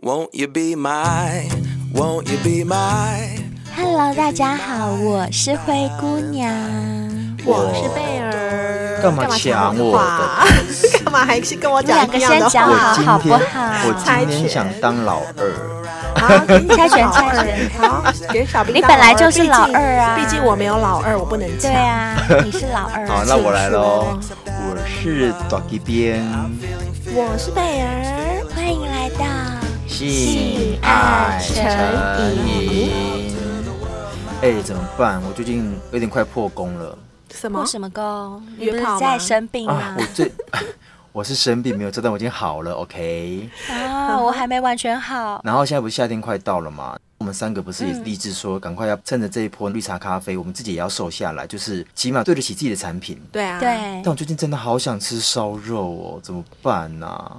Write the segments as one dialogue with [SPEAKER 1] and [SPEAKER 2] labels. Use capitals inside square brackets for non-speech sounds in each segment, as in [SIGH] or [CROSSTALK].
[SPEAKER 1] Won't you be my? Won't you be my?
[SPEAKER 2] Hello，大家好，我是灰姑娘。
[SPEAKER 3] 我是贝尔，
[SPEAKER 4] 干嘛抢我
[SPEAKER 3] 话？干嘛还是跟我
[SPEAKER 2] 你们
[SPEAKER 3] 讲
[SPEAKER 2] 两
[SPEAKER 3] 一
[SPEAKER 2] 个
[SPEAKER 3] 样
[SPEAKER 2] 先
[SPEAKER 3] 的
[SPEAKER 2] 讲
[SPEAKER 3] 话？
[SPEAKER 4] [LAUGHS]
[SPEAKER 2] 好好
[SPEAKER 4] 我今
[SPEAKER 2] 不
[SPEAKER 4] 天
[SPEAKER 2] 好？
[SPEAKER 4] 我今天想当老二，
[SPEAKER 3] 好，给你
[SPEAKER 2] 猜拳
[SPEAKER 3] 老
[SPEAKER 2] 猜
[SPEAKER 3] 二
[SPEAKER 2] 拳
[SPEAKER 3] 好，给小兵
[SPEAKER 2] 你
[SPEAKER 3] 当
[SPEAKER 2] 本来
[SPEAKER 3] 老二
[SPEAKER 2] 就是
[SPEAKER 3] 毕
[SPEAKER 2] 老
[SPEAKER 3] 竟
[SPEAKER 2] 二啊
[SPEAKER 3] 毕竟我没有老二，我不能
[SPEAKER 2] 对
[SPEAKER 3] 抢。
[SPEAKER 4] [LAUGHS]
[SPEAKER 2] 啊，你是老二。
[SPEAKER 4] 好，那我来喽。我是短一边，
[SPEAKER 3] 我是贝尔，
[SPEAKER 2] 欢迎来到
[SPEAKER 4] 性爱
[SPEAKER 2] 性爱
[SPEAKER 4] 成
[SPEAKER 2] 成
[SPEAKER 4] 瘾。哎，怎么办？我最近有点快破功了
[SPEAKER 3] 什么
[SPEAKER 2] 破？什么功？你不
[SPEAKER 3] 约炮
[SPEAKER 2] 是
[SPEAKER 3] 吗
[SPEAKER 2] 在生病
[SPEAKER 4] 啊
[SPEAKER 2] 吗！
[SPEAKER 4] 我？最 [LAUGHS] 我是生病没有这但我已经好了，OK。
[SPEAKER 2] 啊，我还没完全好。
[SPEAKER 4] 然后现在不是夏天快到了嘛？我们三个不是也立志说，赶快要趁着这一波绿茶咖啡，我们自己也要瘦下来，就是起码对得起自己的产品。
[SPEAKER 3] [LAUGHS] 对啊，，
[SPEAKER 2] 对
[SPEAKER 4] 但，我最近真的好想吃烧肉哦，怎么办呢、啊？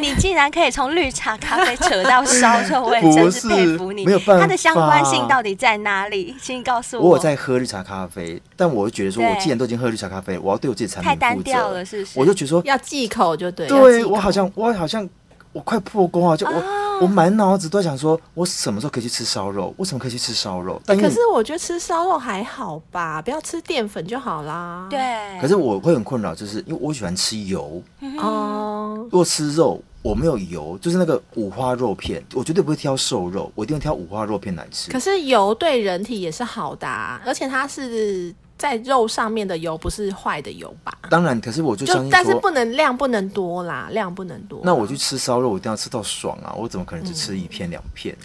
[SPEAKER 2] 你竟然可以从绿茶咖啡扯到烧肉，我也
[SPEAKER 4] 不
[SPEAKER 2] 真是佩
[SPEAKER 4] 是
[SPEAKER 2] 服你。
[SPEAKER 4] 没有办
[SPEAKER 2] 它的相关
[SPEAKER 4] 法
[SPEAKER 2] 性到底在哪里？请你告诉
[SPEAKER 4] 我有在喝绿茶咖啡，但我就觉得说，
[SPEAKER 2] 对
[SPEAKER 4] 我既然都已经喝绿茶咖啡，我要对我自己的产
[SPEAKER 2] 太
[SPEAKER 4] 品
[SPEAKER 2] 单
[SPEAKER 4] 负
[SPEAKER 2] 调
[SPEAKER 4] 责
[SPEAKER 2] 了，。是不是？
[SPEAKER 4] 我就觉得说，
[SPEAKER 3] 要忌口就对。要忌
[SPEAKER 4] 对
[SPEAKER 3] 口
[SPEAKER 4] 我好像我好像我快破功啊！就我、我满脑子都在想说，我什么时候可以去吃烧肉？为什么可以去吃烧肉？但因为
[SPEAKER 3] 可是我觉得吃烧肉还好吧，不要吃淀粉就好啦。，
[SPEAKER 2] 对，
[SPEAKER 4] 可是我会很困扰，就是因为我喜欢吃油，
[SPEAKER 3] 嗯哦，
[SPEAKER 4] 如果吃肉。我没有油，就是那个五花肉片，我绝对不会挑瘦肉，我一定会挑五花肉片来吃
[SPEAKER 3] 可。是油对人体也是好的啊，而且它是在肉上面的油，不是坏的油吧？
[SPEAKER 4] 当然，可是我就相
[SPEAKER 3] 就
[SPEAKER 4] 信
[SPEAKER 3] 但是
[SPEAKER 4] 说，
[SPEAKER 3] 不能量不能多啦，量不能多。
[SPEAKER 4] 那我去吃烧肉，我一定要吃到爽啊！我怎么可能只吃一片两片？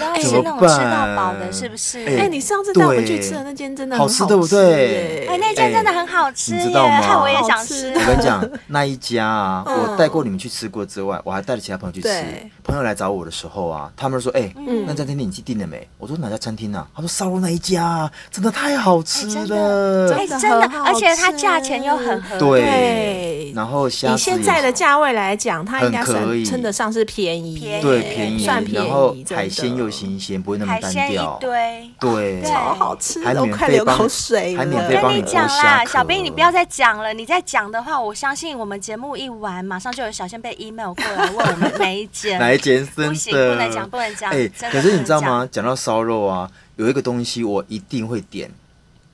[SPEAKER 2] 然后也
[SPEAKER 4] 怎
[SPEAKER 2] 是
[SPEAKER 4] 么
[SPEAKER 2] 那种吃到
[SPEAKER 4] 办
[SPEAKER 2] 饱的，是不是？
[SPEAKER 4] 哎
[SPEAKER 3] 哎、
[SPEAKER 2] 哎、
[SPEAKER 3] 你上次带我们去
[SPEAKER 4] 对
[SPEAKER 3] 吃的那间真的很
[SPEAKER 4] 好
[SPEAKER 3] 吃哎
[SPEAKER 4] 吃对不对
[SPEAKER 3] 耶
[SPEAKER 2] 那间哎真的很好吃
[SPEAKER 4] 哎你
[SPEAKER 2] 耶，
[SPEAKER 4] 知道吗
[SPEAKER 2] 害
[SPEAKER 3] [LAUGHS]
[SPEAKER 2] 我也
[SPEAKER 3] 好
[SPEAKER 2] 想吃。
[SPEAKER 3] 吃
[SPEAKER 4] 我跟你讲，那一家啊，
[SPEAKER 3] [LAUGHS] 嗯
[SPEAKER 4] 我带过你们去吃过之外，我还带了其他朋友去吃
[SPEAKER 3] 对。嗯
[SPEAKER 4] 朋友来找我的时候啊，他们说：“哎、
[SPEAKER 2] 嗯
[SPEAKER 4] 那家餐厅你去订了没？”我说：“哪家餐厅啊？”他说：“烧肉那一家啊，真的太好吃
[SPEAKER 2] 哎真
[SPEAKER 4] 了。
[SPEAKER 2] 哎、
[SPEAKER 3] 真的
[SPEAKER 2] 真的
[SPEAKER 3] 很，好
[SPEAKER 2] 而且它价钱又很合理。
[SPEAKER 4] 对，
[SPEAKER 3] 对
[SPEAKER 4] 然后
[SPEAKER 3] 以
[SPEAKER 4] 虾子
[SPEAKER 3] 现在
[SPEAKER 4] 也
[SPEAKER 3] 的价位来讲，它应该
[SPEAKER 4] 很可
[SPEAKER 3] 算
[SPEAKER 4] 以
[SPEAKER 3] 称得上是便宜，
[SPEAKER 2] 哎便宜
[SPEAKER 4] 对便宜，
[SPEAKER 3] 算便宜
[SPEAKER 4] 然后
[SPEAKER 3] 真的
[SPEAKER 4] 海鲜又新鲜，不会那么
[SPEAKER 2] 海
[SPEAKER 4] 单
[SPEAKER 2] 鲜一
[SPEAKER 4] 调。
[SPEAKER 2] 堆。
[SPEAKER 4] 对，
[SPEAKER 3] 好好吃
[SPEAKER 4] 还，
[SPEAKER 3] 我
[SPEAKER 4] 免
[SPEAKER 3] 快
[SPEAKER 4] 费
[SPEAKER 3] 流
[SPEAKER 4] 帮
[SPEAKER 3] 口水了。哎
[SPEAKER 4] 还免费
[SPEAKER 2] 跟
[SPEAKER 4] 帮
[SPEAKER 2] 你
[SPEAKER 4] 你剥
[SPEAKER 2] 讲啦，
[SPEAKER 4] 虾壳
[SPEAKER 2] 小兵，你不要再讲了。你再讲的话，我相信我们节目一完，马上就有小先辈 email 过来问我们哪一间。
[SPEAKER 4] [LAUGHS] 哪一间真的
[SPEAKER 2] 不行不能讲不能讲
[SPEAKER 4] 哎、
[SPEAKER 2] 真的
[SPEAKER 4] 可是你知道
[SPEAKER 2] 不能
[SPEAKER 4] 吗？讲到烧肉啊，有一个东西我一定会点。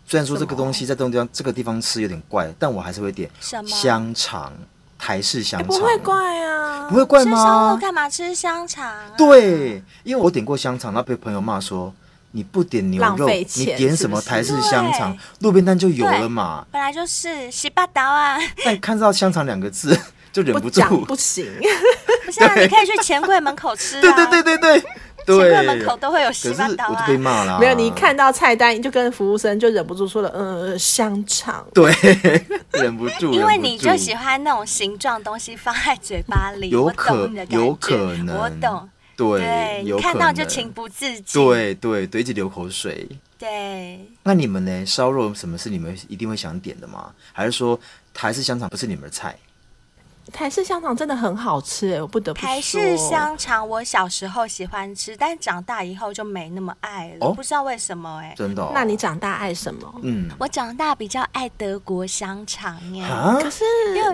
[SPEAKER 4] 虽然说这个东西在这种地方这个地方吃有点怪，但我还是会点
[SPEAKER 2] 什么
[SPEAKER 4] 香肠，台式香
[SPEAKER 3] 哎
[SPEAKER 4] 肠、
[SPEAKER 3] 不会，怪啊
[SPEAKER 4] 不。会怪
[SPEAKER 2] 吃烧肉
[SPEAKER 4] 吗？
[SPEAKER 2] 干嘛？吃香肠、啊。
[SPEAKER 4] 对，因为我点过香肠，然后被朋友骂说你不点牛
[SPEAKER 3] 浪
[SPEAKER 4] 肉，
[SPEAKER 3] 费
[SPEAKER 4] 你
[SPEAKER 3] 钱
[SPEAKER 4] 点什么
[SPEAKER 3] 是不是
[SPEAKER 4] 台式香肠
[SPEAKER 2] 对，
[SPEAKER 4] 路边摊就有了嘛。
[SPEAKER 2] 本来就是洗八刀
[SPEAKER 4] [LAUGHS]
[SPEAKER 2] 啊，
[SPEAKER 4] 但看到香肠两个字 [LAUGHS] 就忍
[SPEAKER 3] 不
[SPEAKER 4] 住，
[SPEAKER 3] 讲不
[SPEAKER 4] [LAUGHS]
[SPEAKER 3] 行，
[SPEAKER 2] 不是啊？你可以去钱柜门口吃啊。
[SPEAKER 4] 对对对对对
[SPEAKER 2] 钱柜
[SPEAKER 4] 对，
[SPEAKER 2] 门口都会有
[SPEAKER 4] 可
[SPEAKER 2] 洗
[SPEAKER 4] 是
[SPEAKER 2] 八刀
[SPEAKER 4] 我
[SPEAKER 2] 啊
[SPEAKER 4] 就。被骂了。
[SPEAKER 3] 没有你一看到菜单就跟服务生就忍不住说了，呃，香肠。
[SPEAKER 4] 对，忍不住，
[SPEAKER 2] 因为
[SPEAKER 4] 忍不
[SPEAKER 2] 你就
[SPEAKER 4] 住
[SPEAKER 2] 喜欢那种形状东西放在嘴巴里，
[SPEAKER 4] 有
[SPEAKER 2] 我
[SPEAKER 4] 可
[SPEAKER 2] 懂你的感觉
[SPEAKER 4] 有可能，
[SPEAKER 2] 我懂。
[SPEAKER 4] 对
[SPEAKER 2] 对，，
[SPEAKER 4] 有
[SPEAKER 2] 你
[SPEAKER 4] 可
[SPEAKER 2] 看到就
[SPEAKER 4] 能
[SPEAKER 2] 情不自禁。
[SPEAKER 4] 对对对，一直流口水。
[SPEAKER 2] 对
[SPEAKER 4] 那你们呢？烧肉什么是你们一定会想点的吗？还是说台式香肠不是你们的菜？
[SPEAKER 3] 台式香肠真的很好吃，哎我不得不说。
[SPEAKER 2] 台式香肠我小时候喜欢吃，但长大以后就没那么爱了，
[SPEAKER 4] 哦
[SPEAKER 2] 不知道为什么哎、
[SPEAKER 4] 真的、哦？
[SPEAKER 3] 那你长大爱什么？
[SPEAKER 4] 嗯
[SPEAKER 2] 我长大比较爱德国香肠耶。
[SPEAKER 4] 啊
[SPEAKER 3] 可，是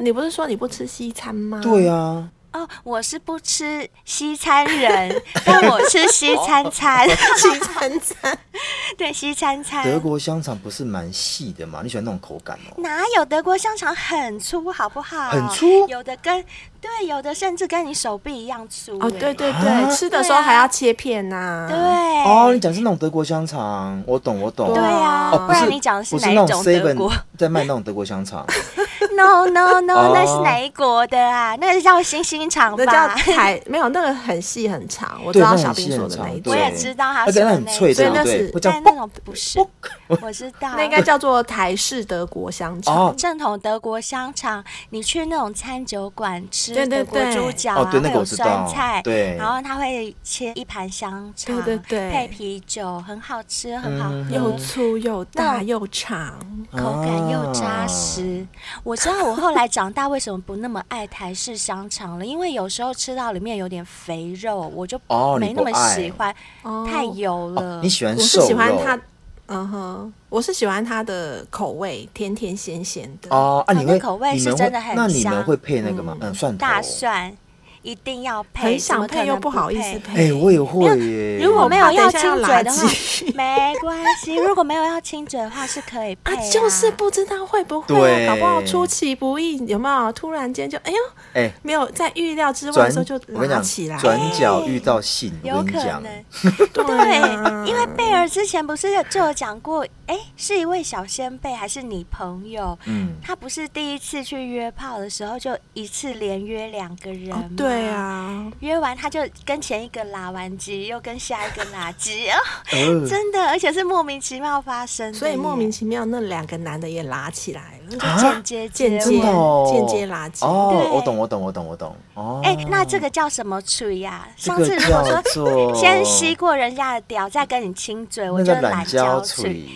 [SPEAKER 3] 你不是说你不吃西餐吗？ [LAUGHS]
[SPEAKER 4] 对啊，
[SPEAKER 2] 哦，我是不吃西餐 [LAUGHS] 人，但我吃西
[SPEAKER 4] 哦
[SPEAKER 2] 餐
[SPEAKER 4] [LAUGHS]
[SPEAKER 2] 餐，
[SPEAKER 3] 西餐餐。
[SPEAKER 2] 对西餐餐。
[SPEAKER 4] 德国香肠不是蛮细的嘛？你喜欢那种口感哦？
[SPEAKER 2] 哪有德国香肠很粗，好不好？
[SPEAKER 4] 很粗
[SPEAKER 2] 有的跟对，有的甚至跟你手臂一样粗、
[SPEAKER 3] 哦，
[SPEAKER 2] 哎
[SPEAKER 3] 对对
[SPEAKER 4] 啊
[SPEAKER 3] 对，吃的时候还要切片呐、
[SPEAKER 2] 对，啊
[SPEAKER 4] 哦，你讲是那种德国香肠，我懂我懂。
[SPEAKER 2] 对啊，
[SPEAKER 4] 哦，
[SPEAKER 2] 不
[SPEAKER 4] 不是
[SPEAKER 2] 然你讲的
[SPEAKER 4] 不
[SPEAKER 2] 哪
[SPEAKER 4] 那
[SPEAKER 2] 一
[SPEAKER 4] 种
[SPEAKER 2] 种德国
[SPEAKER 4] seven 在卖那种德国香肠，
[SPEAKER 2] ？No No No，
[SPEAKER 4] 哦
[SPEAKER 2] 那是哪一国的啊？那是叫星星肠
[SPEAKER 3] 那叫
[SPEAKER 2] 吧？
[SPEAKER 3] 台没有那个很细很长，我知
[SPEAKER 4] 对
[SPEAKER 3] 道
[SPEAKER 4] 那
[SPEAKER 3] 小
[SPEAKER 4] 很
[SPEAKER 3] 兵
[SPEAKER 4] 细
[SPEAKER 3] 说
[SPEAKER 4] 很
[SPEAKER 3] 的
[SPEAKER 4] 长
[SPEAKER 3] 那一
[SPEAKER 4] 对哎
[SPEAKER 2] 我
[SPEAKER 3] 种，
[SPEAKER 2] 也知道它
[SPEAKER 4] 而且
[SPEAKER 2] 说
[SPEAKER 4] 它
[SPEAKER 2] 的
[SPEAKER 4] 很脆，
[SPEAKER 2] 那
[SPEAKER 4] 对
[SPEAKER 2] 一
[SPEAKER 3] 所以
[SPEAKER 4] 不
[SPEAKER 2] 种但
[SPEAKER 3] 那是？
[SPEAKER 4] 对会叫
[SPEAKER 2] 那种不是，我知道。
[SPEAKER 3] 那应该叫做台式德国香肠。
[SPEAKER 4] 哦
[SPEAKER 2] 正统德国香肠，你去那种餐酒馆吃
[SPEAKER 3] 对对
[SPEAKER 2] 德国
[SPEAKER 3] 对
[SPEAKER 2] 猪脚
[SPEAKER 4] 哦
[SPEAKER 2] 啊，
[SPEAKER 4] 对
[SPEAKER 2] 会
[SPEAKER 4] 那个
[SPEAKER 2] 有
[SPEAKER 4] 我知
[SPEAKER 2] 酸
[SPEAKER 4] 道
[SPEAKER 2] 菜，
[SPEAKER 4] 对
[SPEAKER 2] 然后它会切一盘香肠，
[SPEAKER 3] 对对对
[SPEAKER 2] 配啤酒，很好吃，很好
[SPEAKER 4] 嗯
[SPEAKER 2] 喝，
[SPEAKER 3] 又粗又大
[SPEAKER 2] 那
[SPEAKER 3] 又长，
[SPEAKER 2] 口感又扎实。
[SPEAKER 4] 啊
[SPEAKER 2] 我知道我后来长大为什么不那么爱台式香肠了，因为有时候吃到里面有点肥肉，我就
[SPEAKER 4] 哦你
[SPEAKER 2] 没那
[SPEAKER 4] 不
[SPEAKER 2] 么
[SPEAKER 4] 爱
[SPEAKER 2] 喜欢，
[SPEAKER 3] 哦
[SPEAKER 2] 太油了。
[SPEAKER 4] 你喜欢
[SPEAKER 3] 我
[SPEAKER 4] 瘦
[SPEAKER 3] 是
[SPEAKER 4] 肉？
[SPEAKER 3] 喜欢它，嗯哼，我是喜欢它的口味，甜甜咸咸的。
[SPEAKER 4] 哦，啊，
[SPEAKER 2] 它
[SPEAKER 4] 你
[SPEAKER 2] 的
[SPEAKER 4] 会
[SPEAKER 2] 口味
[SPEAKER 4] 你
[SPEAKER 2] 是
[SPEAKER 4] 们
[SPEAKER 2] 真
[SPEAKER 4] 会
[SPEAKER 2] 的很
[SPEAKER 4] 那你嗯
[SPEAKER 2] 香
[SPEAKER 4] 们会配那个吗？嗯，蒜头。
[SPEAKER 2] 大蒜。一定要配，
[SPEAKER 3] 很
[SPEAKER 2] 怎么
[SPEAKER 3] 想
[SPEAKER 2] 可
[SPEAKER 3] 配又
[SPEAKER 2] 能不
[SPEAKER 3] 好意
[SPEAKER 2] 配
[SPEAKER 3] 思
[SPEAKER 4] 哎、
[SPEAKER 3] 配。
[SPEAKER 4] 我也会
[SPEAKER 2] 没
[SPEAKER 4] 耶。
[SPEAKER 2] 有如果没有
[SPEAKER 3] 我怕等
[SPEAKER 2] 要
[SPEAKER 3] 一下
[SPEAKER 2] 亲
[SPEAKER 3] 要
[SPEAKER 2] 嘴
[SPEAKER 3] 垃
[SPEAKER 2] 的话， [LAUGHS] 没关系。如果没有要亲嘴的话，是可以配、
[SPEAKER 3] 啊
[SPEAKER 2] 啊，
[SPEAKER 3] 就是不知道会不会、
[SPEAKER 4] 对
[SPEAKER 3] 啊，搞不好出其不意，有没有？突然间就哎呦，
[SPEAKER 4] 哎、
[SPEAKER 3] 没有在预料之外
[SPEAKER 4] 转
[SPEAKER 3] 的时候就
[SPEAKER 4] 我跟你
[SPEAKER 3] 拉
[SPEAKER 4] 讲
[SPEAKER 3] 起来，，
[SPEAKER 4] 转角遇到性，
[SPEAKER 2] 哎有
[SPEAKER 4] 我跟你
[SPEAKER 2] 可
[SPEAKER 4] 讲， [LAUGHS]
[SPEAKER 2] 能。
[SPEAKER 3] 对啊
[SPEAKER 2] 对，因为贝尔之前不是就有讲过，哎，是一位小先辈还是你朋友？
[SPEAKER 4] 嗯，
[SPEAKER 2] 他不是第一次去约炮的时候就一次连约两个人、
[SPEAKER 3] 哦对。啊，
[SPEAKER 2] 约完他就跟前一个拉完机，又跟下一个拉机，哦，
[SPEAKER 4] 呃
[SPEAKER 2] 真的，而且是莫名其妙发生的耶，
[SPEAKER 3] 所以莫名其妙那两个男的也拉起来了，
[SPEAKER 4] 啊
[SPEAKER 2] 就间接接
[SPEAKER 3] 间
[SPEAKER 2] 吻
[SPEAKER 3] 接
[SPEAKER 4] 真的哦
[SPEAKER 3] 间接垃圾
[SPEAKER 4] 哦
[SPEAKER 2] 对，
[SPEAKER 4] 我懂，我懂，我懂，我懂。哦，
[SPEAKER 2] 哎、那这个叫什么嘴呀、
[SPEAKER 4] 这
[SPEAKER 2] 上
[SPEAKER 4] 个
[SPEAKER 2] 次如果
[SPEAKER 4] 叫
[SPEAKER 2] 说
[SPEAKER 4] 做
[SPEAKER 2] 先吸过人家的屌，再跟你亲嘴，我
[SPEAKER 4] 那
[SPEAKER 2] 就
[SPEAKER 4] 个
[SPEAKER 2] 懒
[SPEAKER 4] 懒
[SPEAKER 2] 胶
[SPEAKER 4] 胶
[SPEAKER 2] 嘴。
[SPEAKER 4] 锤，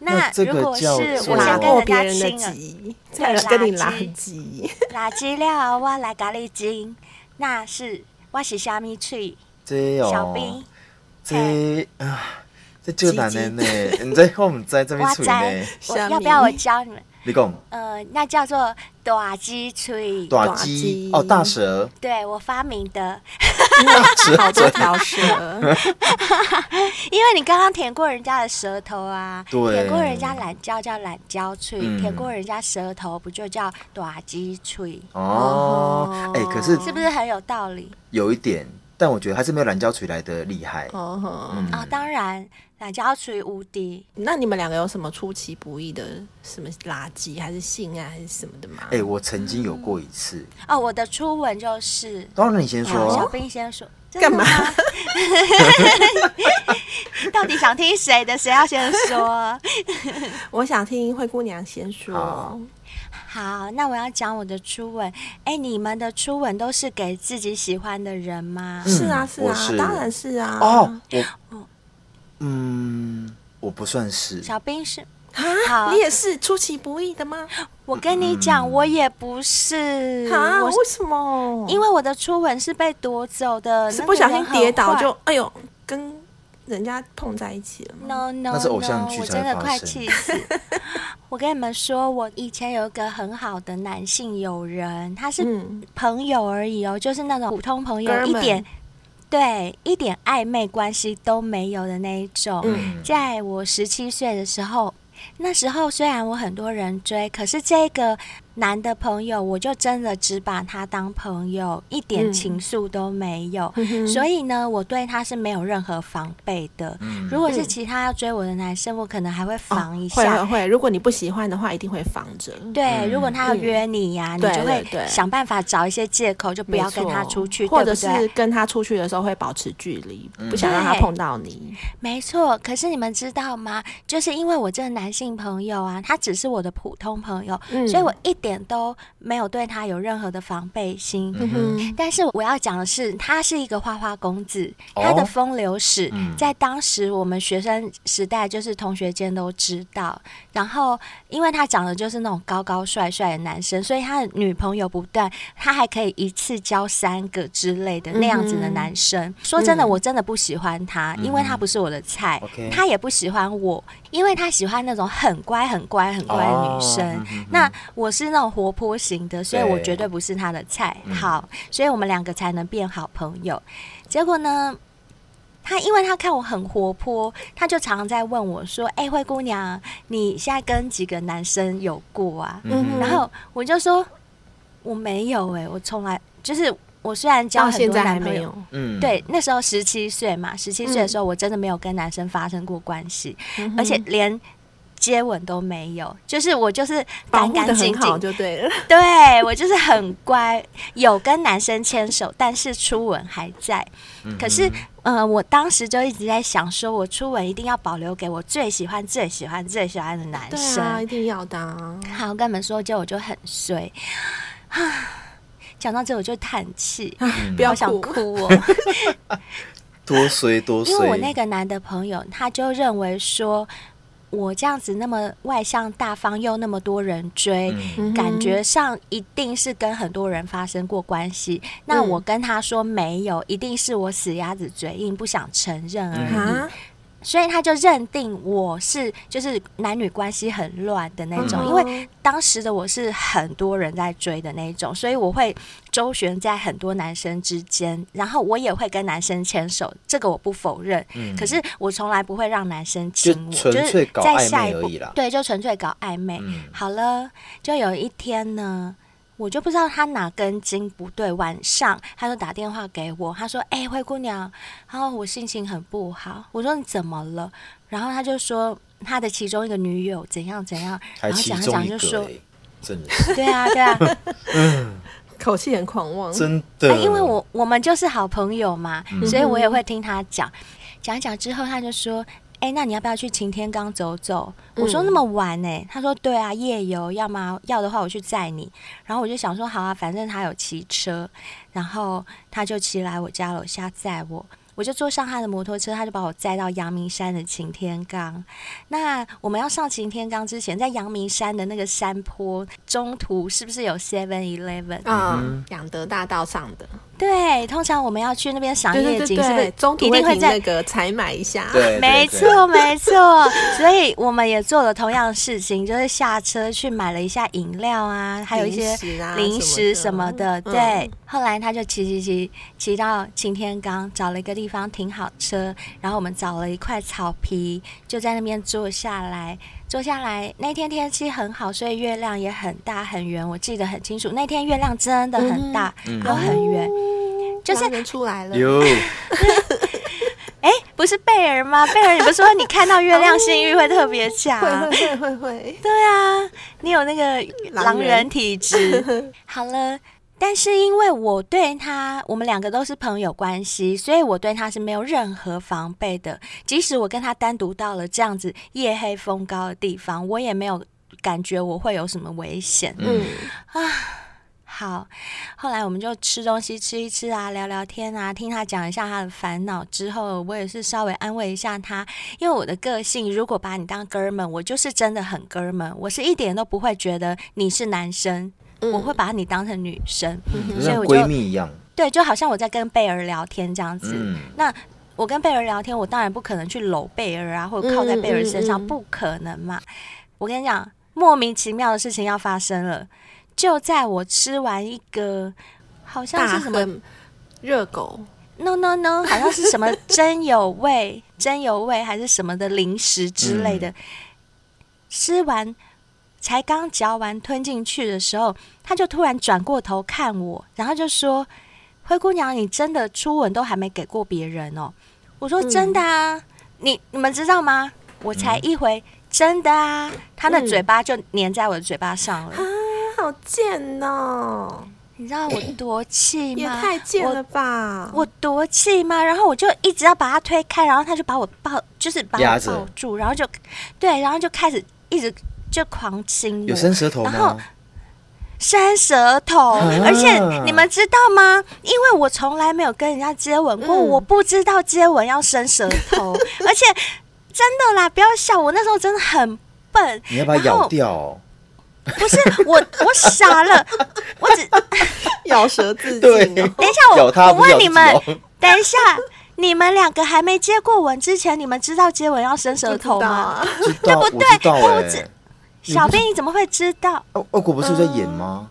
[SPEAKER 2] 那
[SPEAKER 4] 那这个
[SPEAKER 2] 如果是
[SPEAKER 4] 叫
[SPEAKER 2] 我
[SPEAKER 4] 做
[SPEAKER 2] 先
[SPEAKER 3] 拉
[SPEAKER 2] 跟
[SPEAKER 3] 过
[SPEAKER 2] 人
[SPEAKER 3] 别
[SPEAKER 2] 家
[SPEAKER 3] 人的
[SPEAKER 2] 亲啊了，
[SPEAKER 3] 鸡，再
[SPEAKER 2] 对
[SPEAKER 3] 跟你
[SPEAKER 2] 垃
[SPEAKER 3] 拉
[SPEAKER 2] 圾
[SPEAKER 3] 鸡，
[SPEAKER 2] 垃圾料啊我来咖喱精，那是我是虾米脆
[SPEAKER 4] 这
[SPEAKER 2] 小
[SPEAKER 4] 哦
[SPEAKER 2] 兵，，
[SPEAKER 4] 这啊，这就难的呢。 [LAUGHS] 你在我们在这边
[SPEAKER 2] 我
[SPEAKER 4] 吹
[SPEAKER 2] 知
[SPEAKER 4] 呢，
[SPEAKER 2] 我
[SPEAKER 3] 虾米
[SPEAKER 2] 要不要我教你们？
[SPEAKER 4] 你讲
[SPEAKER 2] 呃，那叫做大鸡脆，
[SPEAKER 4] 大
[SPEAKER 3] 大
[SPEAKER 4] 鸡
[SPEAKER 3] 鸡
[SPEAKER 4] 哦，大蛇，
[SPEAKER 2] 对我发明的，啊
[SPEAKER 3] 好多条蛇，
[SPEAKER 2] [LAUGHS] 因为你刚刚舔过人家的舌头啊，
[SPEAKER 4] 对
[SPEAKER 2] 舔过人家懒胶叫懒胶脆，
[SPEAKER 4] 嗯
[SPEAKER 2] 舔过人家舌头不就叫大鸡脆？
[SPEAKER 4] 哦，哎，可是
[SPEAKER 2] 是不是很有道理
[SPEAKER 4] 有一点，但我觉得还是没有懒胶锤来的厉害。
[SPEAKER 3] 哦吼
[SPEAKER 4] 嗯
[SPEAKER 2] 啊、当然，懒胶锤无敌。
[SPEAKER 3] 那你们两个有什么出其不意的什么垃圾，还是性啊爱，还是什么的吗？
[SPEAKER 4] 哎，我曾经有过一次，
[SPEAKER 2] 哦，我的初吻就是，
[SPEAKER 4] 当然你先
[SPEAKER 2] 好小
[SPEAKER 4] 说，
[SPEAKER 2] 兵先说。真的
[SPEAKER 3] 干嘛？
[SPEAKER 2] 吗 [LAUGHS] 到底想听谁的？谁要先说？
[SPEAKER 3] 我想听灰姑娘先
[SPEAKER 4] 好
[SPEAKER 3] 说。
[SPEAKER 2] 好，那我要讲我的初吻。哎、你们的初吻都是给自己喜欢的人吗？
[SPEAKER 4] 嗯
[SPEAKER 3] 是啊，是
[SPEAKER 4] 我
[SPEAKER 3] 啊，
[SPEAKER 4] 是
[SPEAKER 3] 当然是啊。
[SPEAKER 4] 哦，，我，嗯，我不算是，
[SPEAKER 2] 小兵是，好
[SPEAKER 3] 啊，你也是出其不意的吗？
[SPEAKER 2] 我跟你
[SPEAKER 4] 嗯
[SPEAKER 2] 讲，我也不是，
[SPEAKER 3] 啊，
[SPEAKER 2] 嗯我
[SPEAKER 3] 为什么？
[SPEAKER 2] 因为我的初吻是被夺走的，
[SPEAKER 3] 是
[SPEAKER 2] 那
[SPEAKER 3] 不
[SPEAKER 2] 个
[SPEAKER 3] 小
[SPEAKER 2] 人
[SPEAKER 3] 心
[SPEAKER 2] 很
[SPEAKER 3] 跌倒
[SPEAKER 2] 坏
[SPEAKER 3] 就哎呦，跟人家碰在一起了吗？
[SPEAKER 2] No no，
[SPEAKER 4] 那是偶像剧
[SPEAKER 2] no, 我
[SPEAKER 4] 才
[SPEAKER 2] 真的
[SPEAKER 4] 发
[SPEAKER 2] 快
[SPEAKER 4] 生
[SPEAKER 2] 气死！ [LAUGHS] 我跟你们说，我以前有一个很好的男性友人，他是 [LAUGHS]
[SPEAKER 3] 嗯，
[SPEAKER 2] 朋友而已哦，就是那种普通朋
[SPEAKER 3] 哥
[SPEAKER 2] 友，
[SPEAKER 3] 们
[SPEAKER 2] 一点对一点暧昧关系都没有的那一种。
[SPEAKER 4] 嗯，
[SPEAKER 2] 在我十七岁的时候，那时候虽然我很多人追，可是这个男的朋友，我就真的只把他当朋友，一点
[SPEAKER 3] 嗯
[SPEAKER 2] 情愫都没有。
[SPEAKER 3] 嗯哼
[SPEAKER 2] 所以呢，我对他是没有任何防备的。
[SPEAKER 4] 嗯
[SPEAKER 2] 如果是其他要追我的男生，我可能还会
[SPEAKER 3] 哦
[SPEAKER 2] 防一
[SPEAKER 3] 会
[SPEAKER 2] 下。
[SPEAKER 3] 会会，如果你不喜欢的话，一定会防着。
[SPEAKER 2] 对，
[SPEAKER 4] 嗯
[SPEAKER 2] 如果他要约你呀、你
[SPEAKER 3] 对
[SPEAKER 2] 就
[SPEAKER 3] 对对
[SPEAKER 2] 会想办法找一些借口，就不要跟他
[SPEAKER 3] 没错
[SPEAKER 2] 出去，
[SPEAKER 3] 或
[SPEAKER 2] 对
[SPEAKER 3] 者
[SPEAKER 2] 不
[SPEAKER 3] 是
[SPEAKER 2] 对？
[SPEAKER 3] 跟他出去的时候会保持距离，
[SPEAKER 4] 嗯
[SPEAKER 3] 不想让他
[SPEAKER 2] 对
[SPEAKER 3] 碰到你。
[SPEAKER 2] 没错。可是你们知道吗？就是因为我这个男性朋友啊，他只是我的普通朋友，
[SPEAKER 3] 嗯
[SPEAKER 2] 所以我一点都没有对他有任何的防备心。
[SPEAKER 4] 嗯
[SPEAKER 3] 嗯，
[SPEAKER 2] 但是我要讲的是，他是一个花花公子，
[SPEAKER 4] 哦
[SPEAKER 2] 他的风流史、
[SPEAKER 4] 嗯
[SPEAKER 2] 在当时我们学生时代就是同学间都知道。然后，因为他长得就是那种高高帅帅的男生，所以他的女朋友不断，他还可以一次交三个之类的那样子的男生。说真的，
[SPEAKER 3] 嗯
[SPEAKER 2] 我真的不喜欢他，因为他不是我的菜
[SPEAKER 4] 嗯 OK
[SPEAKER 2] 他也不喜欢我，因为他喜欢那种很乖、很乖、很乖的女生。
[SPEAKER 4] 哦嗯哼哼
[SPEAKER 2] 那我是那种活泼型的，所以我
[SPEAKER 4] 对
[SPEAKER 2] 绝对不是他的菜。
[SPEAKER 4] 嗯
[SPEAKER 2] 好，所以我们两个才能变好朋友。结果呢，他因为他看我很活泼，他就常常在问我说：“哎、灰姑娘，你现在跟几个男生有过啊？”
[SPEAKER 4] 嗯
[SPEAKER 2] 然后我就说：“我没有哎、我从来就是我虽然交
[SPEAKER 3] 到
[SPEAKER 2] 很
[SPEAKER 3] 现
[SPEAKER 2] 多
[SPEAKER 3] 在还
[SPEAKER 2] 男朋
[SPEAKER 3] 没
[SPEAKER 2] 友，
[SPEAKER 3] 有。嗯
[SPEAKER 4] 嗯，
[SPEAKER 2] 对，那时候十七岁嘛，十七岁的时候我真的没有跟男生发生过关系，而且连接吻都没有，就是我就是
[SPEAKER 3] 保
[SPEAKER 2] 干
[SPEAKER 3] 护
[SPEAKER 2] 干
[SPEAKER 3] 的
[SPEAKER 2] 净
[SPEAKER 3] 很好
[SPEAKER 2] 净，
[SPEAKER 3] 就对了。
[SPEAKER 2] 对我就是很乖，有跟男生牵手，但是初吻还在。
[SPEAKER 4] 嗯
[SPEAKER 2] 可是，呃，我当时就一直在想，说我初吻一定要保留给我最喜欢、最喜欢、最喜欢的男
[SPEAKER 3] 对
[SPEAKER 2] 生。
[SPEAKER 3] 啊，一定要的啊。
[SPEAKER 2] 好，我跟你们说，就我就很衰 [SIGHS] 啊。讲到这我就叹
[SPEAKER 3] [LAUGHS]
[SPEAKER 2] 气，
[SPEAKER 3] 不要
[SPEAKER 2] 好想
[SPEAKER 3] 哭，
[SPEAKER 2] 哭
[SPEAKER 3] [LAUGHS]
[SPEAKER 2] 哦。
[SPEAKER 4] 嗯多衰多衰，
[SPEAKER 2] 因为我那个男的朋友，他就认为说，我这样子那么外向大方，又那么多人追，
[SPEAKER 4] 嗯
[SPEAKER 3] 嗯哼
[SPEAKER 2] 感觉上一定是跟很多人发生过关系。那
[SPEAKER 3] 嗯
[SPEAKER 2] 我跟他说没有，一定是我死鸭子嘴硬，不想承认而已。
[SPEAKER 4] 嗯
[SPEAKER 3] 啊，
[SPEAKER 2] [LAUGHS] 所以他就认定我是就是男女关系很乱的那
[SPEAKER 4] 嗯
[SPEAKER 2] 种，因为当时的我是很多人在追的那种，所以我会周旋在很多男生之间，然后我也会跟男生牵手，这个我不否认。可是我从来不会让男生亲我，
[SPEAKER 4] 嗯就纯
[SPEAKER 2] 就
[SPEAKER 4] 粹
[SPEAKER 2] 是
[SPEAKER 4] 搞
[SPEAKER 2] 在
[SPEAKER 4] 暧
[SPEAKER 2] 下
[SPEAKER 4] 昧
[SPEAKER 2] 一
[SPEAKER 4] 而
[SPEAKER 2] 步
[SPEAKER 4] 已啦嗯
[SPEAKER 2] 对，就纯粹搞暧昧。好了，就有一天呢。我就不知道他哪根筋不对，晚上他就打电话给我，他说：“哎、灰姑娘，然后我心情很不好。”我说：“你怎么了？”然后他就说他的其中一个女友怎样怎样，
[SPEAKER 4] 还
[SPEAKER 2] 然后
[SPEAKER 4] 其
[SPEAKER 2] 讲一
[SPEAKER 4] 中
[SPEAKER 2] 讲
[SPEAKER 4] 一
[SPEAKER 2] 就
[SPEAKER 4] 个、
[SPEAKER 2] 说
[SPEAKER 4] 欸，
[SPEAKER 2] [LAUGHS]
[SPEAKER 4] 真的是
[SPEAKER 2] 对啊对啊，
[SPEAKER 3] 口气很狂妄，
[SPEAKER 4] 真的、
[SPEAKER 2] 哎因为我我们就是好朋友嘛，所以我也会听他讲，讲一讲之后他就说。哎、那你要不要去擎天岗走走？我说
[SPEAKER 3] 嗯
[SPEAKER 2] 那么晚呢、他说对啊，夜游，要吗？要的话我去载你。然后我就想说好啊，反正他有骑车，然后他就骑来我家楼下载我，我就坐上他的摩托车，他就把我载到阳明山的擎天岗。那我们要上擎天岗之前，在阳明山的那个山坡中途是不是有 Seven Eleven？
[SPEAKER 3] 啊，
[SPEAKER 4] 嗯
[SPEAKER 3] 养德大道上的，
[SPEAKER 2] 对，通常我们要去那边赏
[SPEAKER 3] 对
[SPEAKER 2] 夜
[SPEAKER 3] 对
[SPEAKER 2] 景，
[SPEAKER 3] 对
[SPEAKER 2] 是不
[SPEAKER 3] 对
[SPEAKER 2] 是，
[SPEAKER 3] 中
[SPEAKER 2] 一
[SPEAKER 3] 途
[SPEAKER 2] 定会
[SPEAKER 3] 停那
[SPEAKER 2] 在？
[SPEAKER 3] 个采买一下，
[SPEAKER 4] 对对
[SPEAKER 2] 没
[SPEAKER 4] 对
[SPEAKER 2] 错，没错， [LAUGHS] 所以我们也做了同样的事情，就是下车去买了一下饮料啊，还有一些
[SPEAKER 3] 零食啊
[SPEAKER 2] 零食什么的。
[SPEAKER 3] 什么的嗯
[SPEAKER 2] 对，后来他就骑骑骑骑到擎天岗，找了一个地方停好车，然后我们找了一块草皮，就在那边坐下来。坐下来那天天气很好，所以月亮也很大很圆，我记得很清楚。那天月亮真的很大，
[SPEAKER 4] 嗯
[SPEAKER 2] 又很圆。就是
[SPEAKER 3] 完全出来了，
[SPEAKER 4] 有
[SPEAKER 2] 哎，不是贝尔吗？ [LAUGHS] 贝尔，你不是说你看到月亮性欲会特别强？
[SPEAKER 3] [LAUGHS] 会会会会会，
[SPEAKER 2] 对啊，你有那个
[SPEAKER 3] 狼
[SPEAKER 2] 狼
[SPEAKER 3] 人
[SPEAKER 2] 人体
[SPEAKER 3] [LAUGHS]
[SPEAKER 2] 质。好了。但是因为我对他，我们两个都是朋友关系，所以我对他是没有任何防备的。即使我跟他单独到了这样子夜黑风高的地方，我也没有感觉我会有什么危险。
[SPEAKER 3] 嗯，
[SPEAKER 2] 好，后来我们就吃东西吃一吃啊，聊聊天啊，听他讲一下他的烦恼之后，我也是稍微安慰一下他，因为我的个性，如果把你当哥们，我就是真的很哥们，我是一点都不会觉得你是男生，
[SPEAKER 3] 嗯
[SPEAKER 2] 我会把你当成女生，
[SPEAKER 4] 就
[SPEAKER 2] 所以
[SPEAKER 4] 嗯像
[SPEAKER 2] 我
[SPEAKER 4] 闺
[SPEAKER 2] 就
[SPEAKER 4] 蜜一样，
[SPEAKER 2] 对，就好像我在跟贝尔聊天这样子，
[SPEAKER 4] 嗯，
[SPEAKER 2] 那我跟贝尔聊天，我当然不可能去搂贝尔啊，或者靠在贝尔身上，
[SPEAKER 3] 嗯嗯嗯
[SPEAKER 2] 不可能嘛。我跟你讲，莫名其妙的事情要发生了，就在我吃完一个好像
[SPEAKER 3] 大
[SPEAKER 2] 是什么
[SPEAKER 3] 亨热狗，
[SPEAKER 2] no no no，好像是什
[SPEAKER 3] [LAUGHS]
[SPEAKER 2] 么真有味、真有味还是什么的零食之类
[SPEAKER 3] 嗯
[SPEAKER 2] 的，吃完。才刚嚼完吞进去的时候，他就突然转过头看我，然后就说：“灰姑娘，你真的初吻都还没给过别人哦？”我说：“
[SPEAKER 3] 嗯
[SPEAKER 2] 真的啊，你你们知道吗？”我才一回，真的啊，他的
[SPEAKER 3] 嗯
[SPEAKER 2] 嘴巴就粘在我的嘴巴上了。
[SPEAKER 3] 好贱哦，
[SPEAKER 2] 你知道我多气
[SPEAKER 3] 也
[SPEAKER 2] 吗？
[SPEAKER 3] 太贱
[SPEAKER 2] 我
[SPEAKER 3] 了吧！
[SPEAKER 2] 我多气吗？然后我就一直要把他推开，然后他就把我抱，就是把
[SPEAKER 4] 压
[SPEAKER 2] 我
[SPEAKER 4] 着
[SPEAKER 2] 抱住，然后就对，然后就开始一直就狂亲
[SPEAKER 4] 有
[SPEAKER 2] 我，
[SPEAKER 4] 伸舌头
[SPEAKER 2] 然后
[SPEAKER 4] 吗？
[SPEAKER 2] 伸舌头，
[SPEAKER 4] 啊
[SPEAKER 2] 而且你们知道吗？因为我从来没有跟人家接吻过，
[SPEAKER 3] 嗯
[SPEAKER 2] 我不知道接吻要伸舌
[SPEAKER 4] [LAUGHS]
[SPEAKER 2] 头，而且真的啦，不要笑，我那时候真的很笨，
[SPEAKER 4] 你要把它
[SPEAKER 2] 然后
[SPEAKER 4] 咬掉、哦，
[SPEAKER 2] 不是我，我傻了，我只 [LAUGHS]
[SPEAKER 3] 咬舌自
[SPEAKER 4] 对
[SPEAKER 3] [LAUGHS] 尽哦，
[SPEAKER 2] 等一下我，
[SPEAKER 4] 咬它
[SPEAKER 2] 我
[SPEAKER 4] 不是咬
[SPEAKER 2] 问
[SPEAKER 4] 自
[SPEAKER 2] 你
[SPEAKER 4] 己
[SPEAKER 2] 们
[SPEAKER 4] 哦，
[SPEAKER 2] 等一下，你们两个还没接过吻之前，你们知道接吻要伸舌头吗？
[SPEAKER 3] 不知道啊
[SPEAKER 4] 知道
[SPEAKER 2] 对不
[SPEAKER 4] 我
[SPEAKER 2] 对
[SPEAKER 4] 知道
[SPEAKER 2] 哎我
[SPEAKER 4] 哎、
[SPEAKER 2] 只
[SPEAKER 4] 欸，
[SPEAKER 2] 小编你怎么会知道？
[SPEAKER 4] 哦，恶果不是有在演吗？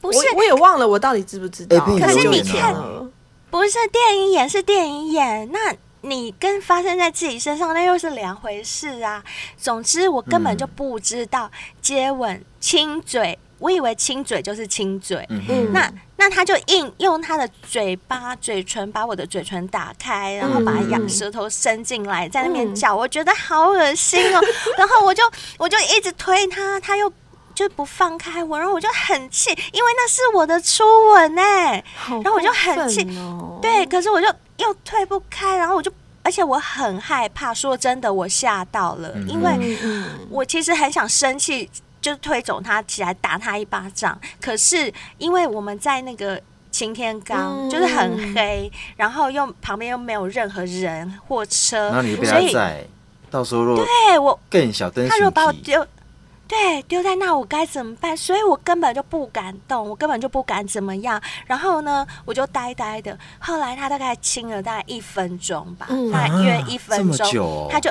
[SPEAKER 2] 不是，
[SPEAKER 3] 我我也忘了我到底知不知道。
[SPEAKER 4] 哎被你
[SPEAKER 2] 可是你
[SPEAKER 3] 很久以前
[SPEAKER 2] 看
[SPEAKER 3] 了
[SPEAKER 2] 不是电影演是电影演，那你跟发生在自己身上那又是两回事啊。总之，我根
[SPEAKER 3] 嗯
[SPEAKER 2] 本就不知道接吻、亲嘴，我以为亲嘴就是亲嘴，
[SPEAKER 4] 嗯
[SPEAKER 3] 嗯
[SPEAKER 4] 哼，
[SPEAKER 2] 那那他就硬用他的嘴巴、嘴唇把我的嘴唇打开，然后把
[SPEAKER 3] 嗯
[SPEAKER 2] 羊舌头伸进来，在那边
[SPEAKER 3] 嗯
[SPEAKER 2] 叫，我觉得好恶心哦。 [LAUGHS] 然后我就我就一直推他，他又就不放开我，然后我就很气，因为那是我的初吻哎、
[SPEAKER 3] 好
[SPEAKER 2] 然后我就很气
[SPEAKER 3] 过分哦，
[SPEAKER 2] 对，可是我就又推不开，然后我就，而且我很害怕。说真的，我吓到了，因为
[SPEAKER 3] 嗯嗯，
[SPEAKER 2] 我其实很想生气，就是推走他起来打他一巴掌。可是因为我们在那个擎天岗，
[SPEAKER 3] 嗯
[SPEAKER 2] 就是很黑，然后又旁边又没有任何人或
[SPEAKER 4] 然后
[SPEAKER 2] 车，
[SPEAKER 4] 你就被
[SPEAKER 2] 所
[SPEAKER 4] 他
[SPEAKER 2] 以
[SPEAKER 4] 载，到时候若
[SPEAKER 2] 对我
[SPEAKER 4] 更小灯
[SPEAKER 2] 他如果把我
[SPEAKER 4] 寻体，
[SPEAKER 2] 丢，对，丢在那我该怎么办？所以我根本就不敢动，我根本就不敢怎么样。然后呢，我就呆呆的。后来他大概亲了大概一分钟吧，
[SPEAKER 3] 嗯
[SPEAKER 2] 大概约
[SPEAKER 4] 啊
[SPEAKER 2] 一
[SPEAKER 4] 这
[SPEAKER 2] 分
[SPEAKER 4] 么
[SPEAKER 2] 钟，
[SPEAKER 4] 久哦
[SPEAKER 2] 他就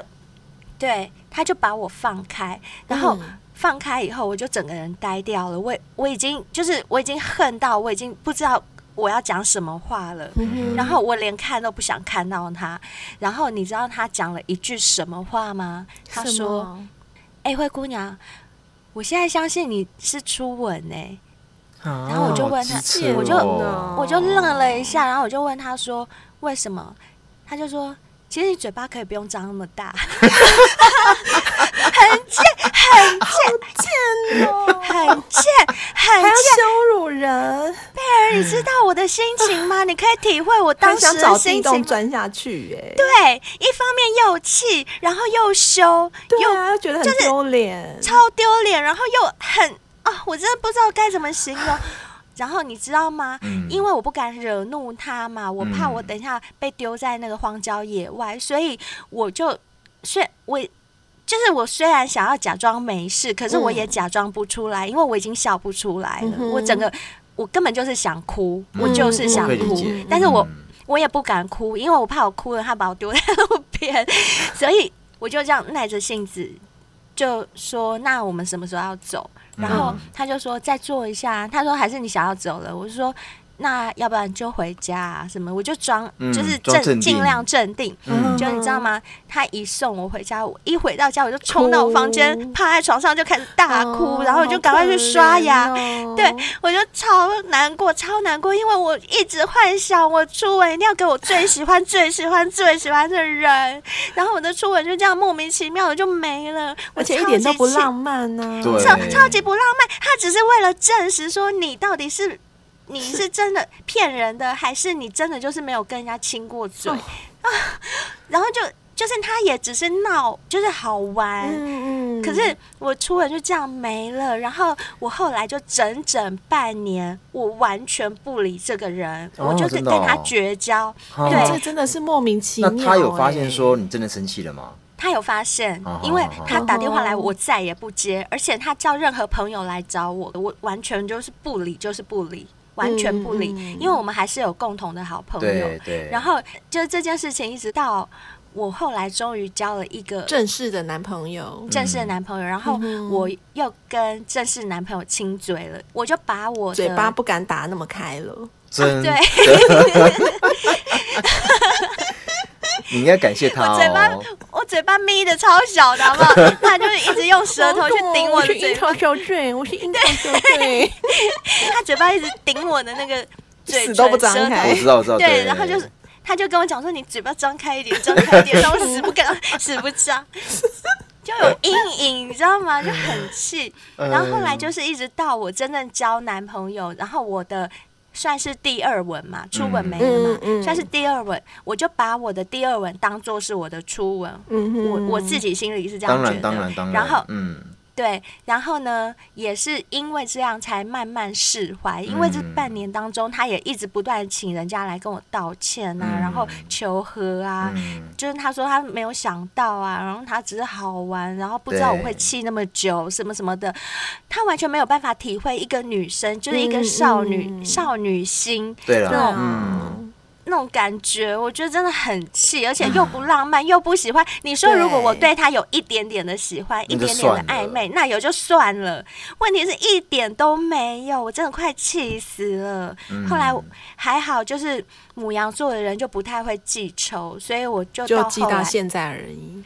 [SPEAKER 2] 对，他就把我放开，然后。
[SPEAKER 3] 嗯
[SPEAKER 2] 放开以后，我就整个人呆掉了。我我已经就是我已经恨到我已经不知道我要讲什么话了。
[SPEAKER 3] 嗯哼
[SPEAKER 2] 然后我连看都不想看到他。然后你知道他讲了一句什么话吗？他
[SPEAKER 3] 什
[SPEAKER 2] 说：“
[SPEAKER 3] 么
[SPEAKER 2] 哎、灰姑娘，我现在相信你是初吻哎、
[SPEAKER 4] 然
[SPEAKER 2] 后我就问他我就
[SPEAKER 4] 哦
[SPEAKER 2] 嗯我
[SPEAKER 3] 哦
[SPEAKER 2] 就愣了一下，然后我就问他说：“为什么？”他就说：“其实你嘴巴可以不用张那么大。” [LAUGHS] 很贱，很贱，很
[SPEAKER 3] 哦还要
[SPEAKER 2] 贱，
[SPEAKER 3] 羞辱人，
[SPEAKER 2] 很贱！你知道我的心情吗？你可以体会我当
[SPEAKER 3] 很
[SPEAKER 2] 时
[SPEAKER 3] 想
[SPEAKER 2] 的
[SPEAKER 3] 找地
[SPEAKER 2] 心
[SPEAKER 3] 洞
[SPEAKER 2] 情吗。
[SPEAKER 3] 钻下去哎、
[SPEAKER 2] 对，一方面又气，然后又羞，
[SPEAKER 3] 对
[SPEAKER 2] 又
[SPEAKER 3] 啊，又觉得很
[SPEAKER 2] 就是
[SPEAKER 3] 丢脸，
[SPEAKER 2] 超丢脸，然后又很啊，我真的不知道该怎么形
[SPEAKER 3] [SIGHS]
[SPEAKER 2] 容。然后你知道吗？
[SPEAKER 4] 嗯
[SPEAKER 2] 因为我不敢惹怒他嘛，我怕我
[SPEAKER 4] 嗯
[SPEAKER 2] 等一下被丢在那个荒郊野外，所以我就虽我就是我虽然想要假装没事，可是我
[SPEAKER 3] 嗯
[SPEAKER 2] 也假装不出来，因为我已经笑不出来了
[SPEAKER 3] 嗯，哼
[SPEAKER 2] 我整个我根本就是想哭，
[SPEAKER 4] 嗯
[SPEAKER 2] 我就是想
[SPEAKER 4] 我可以理
[SPEAKER 2] 哭，
[SPEAKER 4] 解
[SPEAKER 2] 但是我
[SPEAKER 4] 嗯
[SPEAKER 2] 我也不敢哭，因为我怕我哭了，他把我丢在路边，所以我就这样耐着性子就说：“那我们什么时候要走？”然后
[SPEAKER 4] 嗯
[SPEAKER 2] 他就说：“再坐一下。”他说：“还是你想要走了？”我就说：“那要不然就回家、啊、什么？”我就装
[SPEAKER 4] 嗯
[SPEAKER 2] 就是
[SPEAKER 4] 装镇
[SPEAKER 2] 镇尽
[SPEAKER 4] 定
[SPEAKER 2] 量镇定。
[SPEAKER 4] 嗯
[SPEAKER 2] 就你知道吗？他一送我回家，我一回到家我就冲到我房间，
[SPEAKER 3] 哭
[SPEAKER 2] 趴在床上就开始大哭，
[SPEAKER 3] 哦
[SPEAKER 2] 然后我就赶快去刷牙，
[SPEAKER 3] 好可怜哦、
[SPEAKER 2] 对，我就超难过，超难过，因为我一直幻想我初吻一定要给我最喜
[SPEAKER 3] [LAUGHS]
[SPEAKER 2] 欢、最喜欢、最喜欢的人，然后我的初吻就这样莫名其妙的就没了，我
[SPEAKER 3] 而且一
[SPEAKER 2] 超
[SPEAKER 3] 点都
[SPEAKER 2] 级
[SPEAKER 3] 不
[SPEAKER 2] 气
[SPEAKER 3] 浪漫啊呢、
[SPEAKER 4] 对
[SPEAKER 2] 超超级不浪漫。他只是为了证实说你到底是你是真的骗人的，还是你真的就是没有跟人家亲过嘴、
[SPEAKER 3] 哦
[SPEAKER 2] 啊？ [LAUGHS] 然后就就是他也只是闹，就是好玩。
[SPEAKER 3] 嗯嗯，
[SPEAKER 2] 可是我初吻就这样没了，然后我后来就整整半年，我完全不理这个人，
[SPEAKER 4] 哦
[SPEAKER 2] 我就是
[SPEAKER 4] 真的
[SPEAKER 2] 跟
[SPEAKER 4] 哦
[SPEAKER 2] 他绝交。
[SPEAKER 4] 哦
[SPEAKER 2] 对
[SPEAKER 3] 这真的是莫名其
[SPEAKER 4] 那
[SPEAKER 3] 妙、
[SPEAKER 4] 他有发现
[SPEAKER 3] 哎
[SPEAKER 4] 说你真的生气了吗？
[SPEAKER 2] 他有发现
[SPEAKER 4] 哦，
[SPEAKER 2] 因为他打电话来，
[SPEAKER 3] 哦
[SPEAKER 2] 我再也不接，而且他叫任何朋友来找我，我完全就是不理，就是不理，完全不理，
[SPEAKER 3] 嗯嗯嗯
[SPEAKER 2] 因为我们还是有共同的好朋友
[SPEAKER 4] 对。对。
[SPEAKER 2] 然后就是这件事情，一直到我后来终于交了一个
[SPEAKER 3] 正式的男朋友，
[SPEAKER 2] 正式的男朋友，然后
[SPEAKER 3] 嗯哼
[SPEAKER 2] 我又跟正式男朋友亲嘴了，我就把我的
[SPEAKER 3] 嘴
[SPEAKER 2] [LAUGHS]
[SPEAKER 3] 巴不敢打那么开了，
[SPEAKER 4] 真
[SPEAKER 2] 对
[SPEAKER 4] 的，你应该感谢他
[SPEAKER 2] 我嘴巴
[SPEAKER 4] 哦。
[SPEAKER 2] 我嘴巴眯的超小的，好不好？他就是一直用舌
[SPEAKER 3] 哦
[SPEAKER 2] 头去顶我的
[SPEAKER 3] 是
[SPEAKER 2] 嘴
[SPEAKER 3] 樱
[SPEAKER 2] 巴，
[SPEAKER 3] 桃小嘴，我是樱桃小嘴，
[SPEAKER 2] 他嘴巴一直顶我的那个嘴
[SPEAKER 3] [LAUGHS] 死都不
[SPEAKER 2] 唇
[SPEAKER 3] 张
[SPEAKER 2] 舌头
[SPEAKER 3] 开
[SPEAKER 4] 我知道，我知道。
[SPEAKER 2] 对，然后就是他就跟我讲说：“你嘴巴张开一点，张开
[SPEAKER 4] [LAUGHS]
[SPEAKER 2] 一点。”然后我死不敢，死不张，就有阴影，你知道吗？就很气。
[SPEAKER 4] 嗯
[SPEAKER 2] 然后后来就是一直到我真正交男朋友，然后我的算是第二吻嘛，初吻没了嘛，
[SPEAKER 3] 嗯嗯嗯
[SPEAKER 2] 算是第二吻，我就把我的第二吻当做是我的初吻。
[SPEAKER 3] 嗯哼，
[SPEAKER 2] [LAUGHS] 我我自己心里是这样
[SPEAKER 4] 当
[SPEAKER 2] 觉得，
[SPEAKER 4] 然，当然，当然。
[SPEAKER 2] 然后
[SPEAKER 4] 嗯，
[SPEAKER 2] 对，然后呢，也是因为这样才慢慢释怀，因为这
[SPEAKER 4] 嗯
[SPEAKER 2] 半年当中，他也一直不断请人家来跟我道歉啊，
[SPEAKER 4] 嗯
[SPEAKER 2] 然后求和啊。
[SPEAKER 4] 嗯，
[SPEAKER 2] 就是他说他没有想到啊，然后他只是好玩，然后不知道我
[SPEAKER 4] 对
[SPEAKER 2] 会气那么久，什么什么的，他完全没有办法体会一个女生，就是一个
[SPEAKER 3] 嗯
[SPEAKER 2] 少女、
[SPEAKER 3] 嗯
[SPEAKER 2] 少女心
[SPEAKER 4] 对
[SPEAKER 3] 对
[SPEAKER 4] 了
[SPEAKER 3] 啊，
[SPEAKER 4] 嗯，
[SPEAKER 2] 那种感觉，我觉得真的很气，而且又不浪漫，又不喜欢。你说，
[SPEAKER 3] 对
[SPEAKER 2] 如果我对他有一点点的喜欢，一
[SPEAKER 4] 那就
[SPEAKER 2] 点点的
[SPEAKER 4] 算了
[SPEAKER 2] 暧昧，那也就算了。问题是一点都没有，我真的快气死了。
[SPEAKER 4] 嗯
[SPEAKER 2] 后来我还好，就是母羊座的人就不太会记仇，所以我就
[SPEAKER 3] 就
[SPEAKER 2] 到
[SPEAKER 3] 记
[SPEAKER 2] 后
[SPEAKER 3] 到
[SPEAKER 2] 来，
[SPEAKER 3] 现在而已。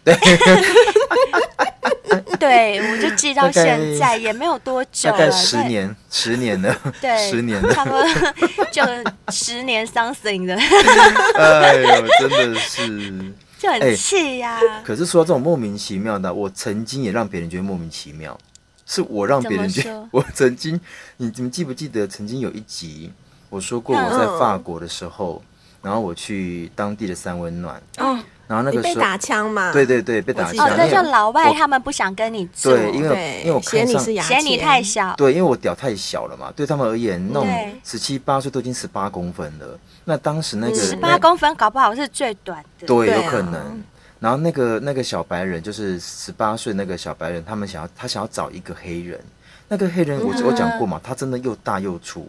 [SPEAKER 2] 对我就记到
[SPEAKER 4] [LAUGHS] 大概
[SPEAKER 2] 现在，也没有多久
[SPEAKER 4] 大
[SPEAKER 2] 了，
[SPEAKER 4] 概十
[SPEAKER 2] 对
[SPEAKER 4] 年，十年了，
[SPEAKER 2] 对，
[SPEAKER 4] 十年了。 [LAUGHS]
[SPEAKER 2] 差不多 [LAUGHS] 就十年 something 的， [LAUGHS]
[SPEAKER 4] 哎呦，真的是。
[SPEAKER 2] 就
[SPEAKER 4] 哎
[SPEAKER 2] 很气呀、
[SPEAKER 4] 可是说到这种莫名其妙的，我曾经也让别人觉得莫名其妙，是我让别人觉
[SPEAKER 2] 怎么
[SPEAKER 4] 得 [LAUGHS]
[SPEAKER 2] 说。
[SPEAKER 4] 我曾经，你你们记不记得曾经有一集我说过我在法国的时候，然后我去当地的三温暖，
[SPEAKER 3] 哦，
[SPEAKER 4] 然后那
[SPEAKER 3] 你
[SPEAKER 4] 个
[SPEAKER 3] 被
[SPEAKER 4] 时候，
[SPEAKER 3] 打枪嘛？
[SPEAKER 4] 对对对，被打
[SPEAKER 3] 我记得
[SPEAKER 2] 哦
[SPEAKER 4] 枪，，
[SPEAKER 2] 那
[SPEAKER 4] 因为
[SPEAKER 2] 就老外
[SPEAKER 4] 我
[SPEAKER 2] 他们不想跟你做，
[SPEAKER 4] 对，因为
[SPEAKER 3] 对，
[SPEAKER 4] 因为我
[SPEAKER 3] 嫌
[SPEAKER 4] 看
[SPEAKER 3] 你
[SPEAKER 4] 上
[SPEAKER 3] 是牙
[SPEAKER 2] 嫌你
[SPEAKER 3] 签
[SPEAKER 2] 太小，
[SPEAKER 4] 对，因为我屌太小了嘛，对他们而言，那种
[SPEAKER 2] 对
[SPEAKER 4] 十七八岁都已经十八公分了。那当时那个
[SPEAKER 3] 嗯
[SPEAKER 2] 十八公分搞不好是最短的。
[SPEAKER 4] 对，
[SPEAKER 3] 对
[SPEAKER 4] 有
[SPEAKER 3] 啊
[SPEAKER 4] 可能。然后那个那个小白人就是十八岁那个小白人，他们想要他想要找一个黑人，那个黑人我、我讲过嘛，他真的又大又粗。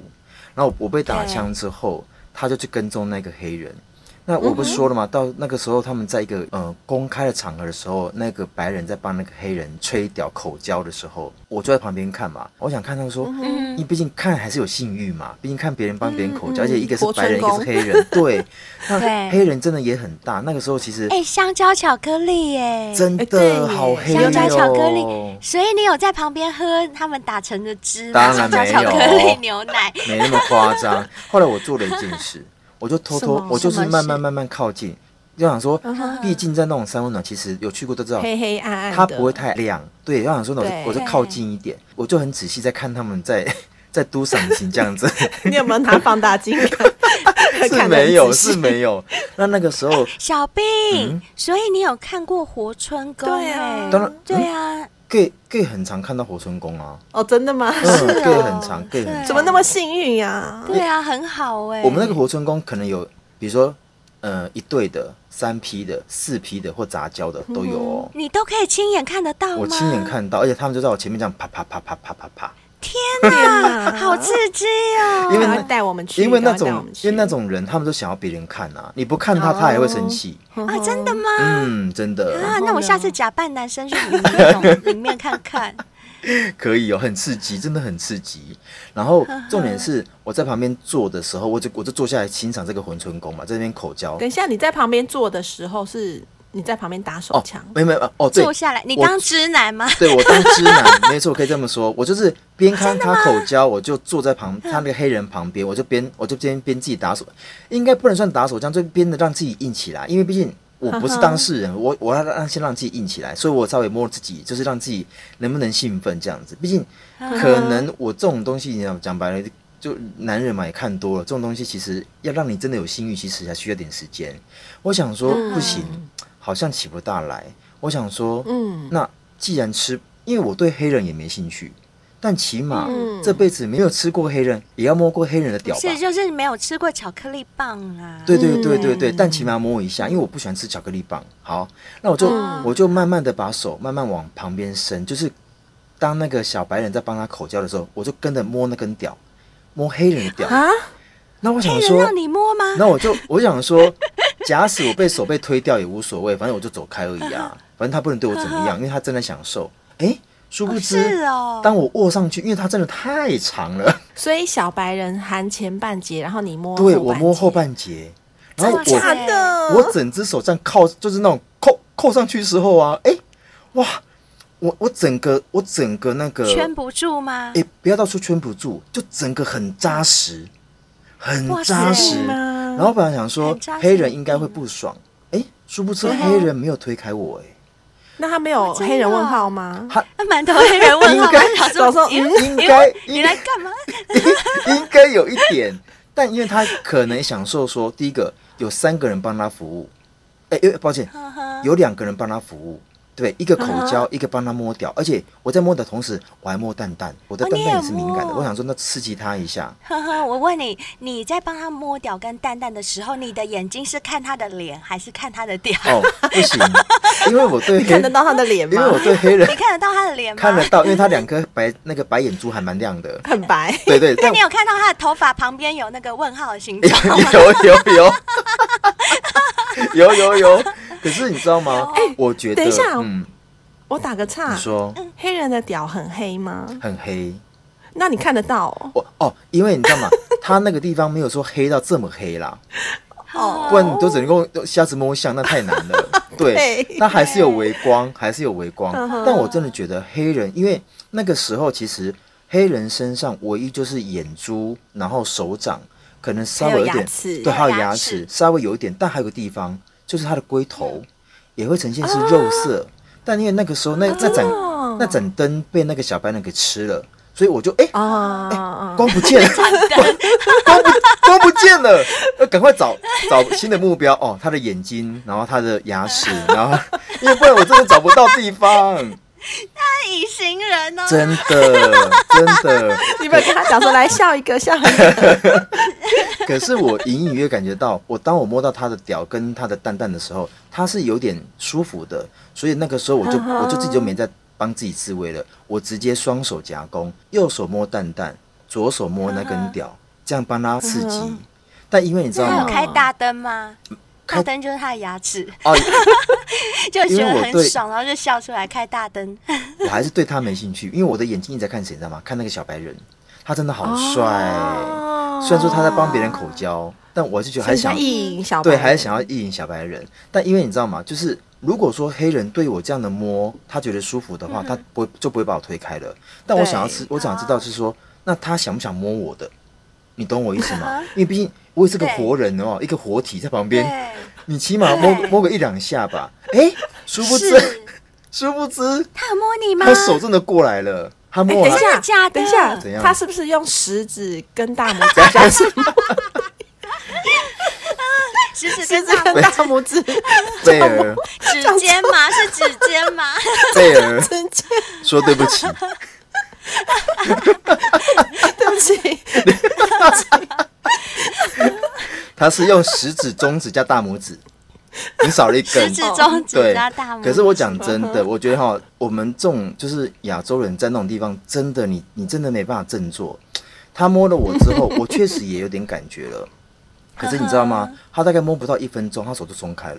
[SPEAKER 4] 然后我我被打
[SPEAKER 2] 对
[SPEAKER 4] 枪之后，他就去跟踪那个黑人。那我不是说了嘛，到那个时候他们在一个呃公开的场合的时候，那个白人在帮那个黑人吹屌口交的时候，我就在旁边看嘛，我想看他们说，
[SPEAKER 2] 嗯
[SPEAKER 4] 你毕竟看还是有性欲嘛，毕竟看别人帮别人口
[SPEAKER 3] 嗯
[SPEAKER 4] 交，而且一个是
[SPEAKER 3] 活
[SPEAKER 4] 白人，一
[SPEAKER 3] 春
[SPEAKER 4] 个是黑
[SPEAKER 3] [LAUGHS]
[SPEAKER 4] 人，对，
[SPEAKER 2] 对
[SPEAKER 4] 那黑人真的也很大。那个时候其实
[SPEAKER 2] 哎、香蕉巧克力耶，
[SPEAKER 4] 真
[SPEAKER 3] 哎对耶
[SPEAKER 4] 的好黑
[SPEAKER 2] 香蕉巧克力
[SPEAKER 4] 哦，，
[SPEAKER 2] 所以你有在旁边喝他们打成的汁吗？
[SPEAKER 4] 当
[SPEAKER 2] 香
[SPEAKER 4] 然
[SPEAKER 2] 蕉
[SPEAKER 4] 没
[SPEAKER 2] 巧
[SPEAKER 4] 有
[SPEAKER 2] 克力牛
[SPEAKER 4] [LAUGHS]
[SPEAKER 2] 奶，
[SPEAKER 4] 没那么夸张。后来我做了一件事，我就偷
[SPEAKER 3] 什
[SPEAKER 4] 偷
[SPEAKER 3] 么，嗯
[SPEAKER 4] 我就是
[SPEAKER 2] 什么
[SPEAKER 4] 慢慢
[SPEAKER 2] 事
[SPEAKER 4] 慢慢靠近，就想说
[SPEAKER 3] 哼，
[SPEAKER 4] 毕竟在那种三温暖，其实有去过都知道，
[SPEAKER 3] 黑黑暗暗的，
[SPEAKER 4] 它不会太亮。对，要想说，我就
[SPEAKER 3] 对
[SPEAKER 4] 我就靠近一点，我就很仔细在看他们在 [LAUGHS] 在嘟嗓型这样子，
[SPEAKER 3] 你有没有拿放大镜看？
[SPEAKER 4] [LAUGHS] 是
[SPEAKER 3] [LAUGHS] 看得很
[SPEAKER 4] 没有
[SPEAKER 3] 仔细
[SPEAKER 4] 是没有。那那个时候，
[SPEAKER 2] 小病。所以你有看过活春宫、
[SPEAKER 3] 对啊
[SPEAKER 2] 哎
[SPEAKER 4] 嗯当然嗯
[SPEAKER 2] 对啊，
[SPEAKER 4] gay gay 很常看到活春宫
[SPEAKER 3] [LAUGHS]
[SPEAKER 4] 啊，
[SPEAKER 3] 哦，真的吗？
[SPEAKER 4] 嗯
[SPEAKER 2] 哦
[SPEAKER 4] ，gay 很常 gay 很
[SPEAKER 2] 对
[SPEAKER 4] 常。
[SPEAKER 3] 怎么那么幸运呀？
[SPEAKER 2] 对啊，很好哎、
[SPEAKER 4] 我们那个活春宫可能有，比如说，呃，一对的、三批的、四批的或杂交的都有哦。
[SPEAKER 2] 你都可以亲眼看得到吗？
[SPEAKER 3] 嗯
[SPEAKER 4] 我亲眼，看到，而且他们就在我前面这样啪啪啪啪啪啪啪，
[SPEAKER 2] 天哪，好刺激
[SPEAKER 4] [LAUGHS]
[SPEAKER 2] 哦！
[SPEAKER 4] 因为
[SPEAKER 3] 赶
[SPEAKER 4] 那
[SPEAKER 3] 快带我们啊去，
[SPEAKER 4] 因为那
[SPEAKER 3] 赶快带
[SPEAKER 4] 种
[SPEAKER 3] 我们去
[SPEAKER 4] 因为那种人，他们都想要别人看啊，你不看他，他还会生气。
[SPEAKER 3] 哦
[SPEAKER 2] 啊，真的吗？
[SPEAKER 4] 嗯，真
[SPEAKER 2] 啊
[SPEAKER 4] 的，
[SPEAKER 2] 那我下次假扮男生去
[SPEAKER 4] [LAUGHS]
[SPEAKER 2] 你们那种里面看看。
[SPEAKER 4] 可以哦，很刺激，真的很刺激。然后重点是我在旁边坐的时候，我就我就坐下来欣赏这个混春宫嘛，在那边口交
[SPEAKER 3] 等。一下，你在旁边坐的时候是你在旁边打手
[SPEAKER 4] 哦
[SPEAKER 3] 枪，，
[SPEAKER 4] 没有没有哦，对
[SPEAKER 2] 坐，下来，你
[SPEAKER 4] 我
[SPEAKER 2] 当直男吗？
[SPEAKER 4] 对我当直男，没错，可以这么说。我就是边看他口交，我就坐在旁他那个黑人旁边，我就边我就边边自己打手，应该不能算打手枪，就边的让自己硬起来，因为毕竟我不是当事人，我我要让先让自己硬起来，所以我稍微摸自己，就是让自己能不能兴奋这样子。毕竟可能我这种东西，你讲讲白了。就男人嘛，也看多了，这种东西其实要让你真的有性欲，其实还需要点时间。我想说，不行，好像起不大来。我想说，
[SPEAKER 3] 嗯，
[SPEAKER 4] 那既然吃，因为我对黑人也没兴趣，但起码
[SPEAKER 3] 嗯
[SPEAKER 4] 这辈子没有吃过黑人，也要摸过黑人的屌吧？
[SPEAKER 2] 是，就是没有吃过巧克力棒啊。
[SPEAKER 4] 对对对对对，但起码摸一下，因为我不喜欢吃巧克力棒。好，那我就、
[SPEAKER 2] 嗯
[SPEAKER 4] 我就慢慢的把手慢慢往旁边伸，就是当那个小白人在帮他口交的时候，我就跟着摸那根屌，摸黑人的屌。
[SPEAKER 3] 啊，
[SPEAKER 4] 那我想
[SPEAKER 2] 黑人
[SPEAKER 4] 说
[SPEAKER 2] 让，你摸吗？
[SPEAKER 4] 那我就我想说，假使我被手被推掉也无所谓，反正我就走开而已
[SPEAKER 2] [LAUGHS]
[SPEAKER 4] 啊，反正他不能对我怎么样，因为他正在享受。哎、殊不知，
[SPEAKER 2] 是哦
[SPEAKER 4] 当我握上去，因为它真的太长了，
[SPEAKER 3] 所以小白人含前半截，然后你摸，
[SPEAKER 4] 对我摸后，半截，然后
[SPEAKER 2] 真的假
[SPEAKER 4] 我
[SPEAKER 3] 真的，
[SPEAKER 4] 我整只手这样靠，就是那种扣扣上去之后啊，哎、哇，我我整个我整个那个
[SPEAKER 2] 圈不住吗？
[SPEAKER 4] 哎、不要到处圈不住，就整个很扎实，很
[SPEAKER 2] 哇塞
[SPEAKER 4] 扎实。
[SPEAKER 3] 吗
[SPEAKER 4] 然后本来想说
[SPEAKER 2] 很扎实啊
[SPEAKER 4] 黑人应该会不爽，哎、殊不知黑人没有推开我、哎，
[SPEAKER 3] 那他没有
[SPEAKER 2] 真的哦
[SPEAKER 3] 黑人问号吗？
[SPEAKER 2] 那满头黑人问号，
[SPEAKER 4] 应该
[SPEAKER 2] 我想说
[SPEAKER 3] 早上
[SPEAKER 2] 你
[SPEAKER 4] 应
[SPEAKER 2] [LAUGHS]
[SPEAKER 4] 该
[SPEAKER 2] 你来干嘛？
[SPEAKER 4] 应 [LAUGHS] 该有一点，但因为他可能享受说，第一个有三个人帮他服务，哎、哎抱歉，
[SPEAKER 2] 呵呵
[SPEAKER 4] 有两个人帮他服务。对，一个口交，一个帮他摸屌，而且我在摸的同时，我还摸蛋蛋，我的
[SPEAKER 2] 哦
[SPEAKER 4] 蛋
[SPEAKER 2] 你
[SPEAKER 4] 蛋
[SPEAKER 2] 也
[SPEAKER 4] 也是敏感的，
[SPEAKER 2] 摸
[SPEAKER 4] 我想说那刺激他一下，
[SPEAKER 2] 呵呵，我问你，你在帮他摸屌跟蛋蛋的时候，你的眼睛是看他的脸还是看他的屌？
[SPEAKER 4] 哦，不行，因为我
[SPEAKER 2] [LAUGHS]
[SPEAKER 4] 对
[SPEAKER 3] 你
[SPEAKER 4] 黑，
[SPEAKER 3] 看得到他的脸
[SPEAKER 4] 因为我
[SPEAKER 3] 吗？。
[SPEAKER 4] [LAUGHS] 对黑人
[SPEAKER 2] 你看得到他的脸吗？
[SPEAKER 4] 看得到，因为他两颗白那个白眼珠还蛮亮的
[SPEAKER 3] [LAUGHS] 很白，
[SPEAKER 4] 对对，
[SPEAKER 2] 那哎
[SPEAKER 4] [LAUGHS] 但
[SPEAKER 2] 你有看到他的头发旁边有那个问号的形
[SPEAKER 4] 哎
[SPEAKER 2] 状？
[SPEAKER 4] [LAUGHS] 有有有 [LAUGHS] 有有有。可是你知道吗？我觉得，
[SPEAKER 3] 哦哎等一下
[SPEAKER 4] 嗯，
[SPEAKER 3] 我啊打个岔
[SPEAKER 4] 你，说
[SPEAKER 3] 黑人的屌很黑吗？
[SPEAKER 4] 很黑，
[SPEAKER 3] 那你看得到哦？
[SPEAKER 4] 我哦，因为你知道吗？他那个地方没有说黑到这么黑啦，
[SPEAKER 3] 哦
[SPEAKER 4] 不然你都只能够瞎子摸象，那太难了。对
[SPEAKER 3] 对，
[SPEAKER 4] 那还是有微光，还是有微光
[SPEAKER 3] 嗯哼。
[SPEAKER 4] 但我真的觉得黑人，因为那个时候其实黑人身上唯一就是眼珠，然后手掌，可能稍微
[SPEAKER 3] 还有
[SPEAKER 4] 有一
[SPEAKER 3] 牙
[SPEAKER 4] 点
[SPEAKER 3] 齿，
[SPEAKER 4] 对，
[SPEAKER 2] 还有
[SPEAKER 4] 还有
[SPEAKER 2] 牙
[SPEAKER 4] 牙
[SPEAKER 2] 齿
[SPEAKER 4] 齿稍微有一点，但还有个地方就是它的龟头也会呈现是肉色，但因为那个时候那那盏
[SPEAKER 3] 哦
[SPEAKER 4] 那盏灯被那个小白人给吃了，所以我就哎
[SPEAKER 3] 啊啊，啊
[SPEAKER 4] 光不见了， [LAUGHS] 光不光不见了，要赶快找找新的目标哦。他的眼睛，然后他的牙齿，然后因为不然我真的找不到地方，
[SPEAKER 2] 他隐形人哦，
[SPEAKER 4] 真的真的。
[SPEAKER 3] 你们跟他讲说来笑一个，笑一个，
[SPEAKER 4] 可是我隐隐约感觉到，我当我摸到他的屌跟他的蛋蛋的时候，他是有点舒服的，所以那个时候我就我就自己就没在帮自己自慰了，我直接双手夹攻，右手摸蛋蛋，左手摸那根屌，这样帮他刺激。但因为你知道
[SPEAKER 2] 他有
[SPEAKER 4] 吗？
[SPEAKER 2] 开大灯吗？
[SPEAKER 4] 开
[SPEAKER 2] 大灯就是他的牙齿， [LAUGHS]
[SPEAKER 4] 哦，
[SPEAKER 2] 就觉得
[SPEAKER 4] 因为我
[SPEAKER 2] 很
[SPEAKER 4] 对
[SPEAKER 2] 爽，然后就笑出来开大灯。
[SPEAKER 4] 我还是对他没兴趣，因为我的眼睛一直在看谁，你知道吗？看那个小白人，他真的好
[SPEAKER 3] 哦
[SPEAKER 4] 帅。虽然说他在帮别人口交，但我还是觉得还
[SPEAKER 3] 还
[SPEAKER 4] 是想
[SPEAKER 3] 想意淫小白
[SPEAKER 4] 对，
[SPEAKER 3] 人
[SPEAKER 4] 还是想要意淫小白人。但因为你知道吗？就是如果说黑人对我这样的摸，他觉得舒服的话，他不会就不会把我推开了。但我想要知，我想知道是说，那他想不想摸我的？你懂我意思吗？因为毕竟我也是个
[SPEAKER 2] 对
[SPEAKER 4] 活人哦，一个活体在旁
[SPEAKER 2] 对，
[SPEAKER 4] 边，你起码摸
[SPEAKER 2] 对
[SPEAKER 4] 摸个一两下吧。哎，殊不知，
[SPEAKER 2] 是
[SPEAKER 4] [LAUGHS] 殊不知
[SPEAKER 2] [LAUGHS] 他有摸你吗？
[SPEAKER 4] 他手真的过来了，他摸
[SPEAKER 3] 哎
[SPEAKER 4] 完
[SPEAKER 3] 等一
[SPEAKER 2] 真
[SPEAKER 3] 下
[SPEAKER 2] 的假的？
[SPEAKER 3] 等一下
[SPEAKER 4] 怎样，
[SPEAKER 3] 他是不是用食指跟大拇
[SPEAKER 2] 哎
[SPEAKER 3] 指
[SPEAKER 4] [LAUGHS]
[SPEAKER 3] 这样子？
[SPEAKER 2] 食指
[SPEAKER 3] 食
[SPEAKER 2] 跟
[SPEAKER 3] 指
[SPEAKER 2] 大
[SPEAKER 3] 跟大拇指
[SPEAKER 4] 贝尔，
[SPEAKER 2] 指尖吗？是指尖
[SPEAKER 4] [LAUGHS]
[SPEAKER 2] 吗？
[SPEAKER 4] 贝尔
[SPEAKER 3] 之间，
[SPEAKER 4] 说对不起，
[SPEAKER 3] 对不 [LAUGHS] 起，
[SPEAKER 4] 他是用食指、中指加大拇指，你少了一根
[SPEAKER 2] 食。指、中指
[SPEAKER 4] 对
[SPEAKER 2] 加大拇指。嗯
[SPEAKER 4] 可是我讲真的，我觉得哈，我们这种就是亚洲人在那种地方，真的你你真的没办法振作。他摸了我之
[SPEAKER 2] [LAUGHS]
[SPEAKER 4] 后，我确实也有点感觉了。可是你知道吗？他大概摸不到一分钟，他手就松开了，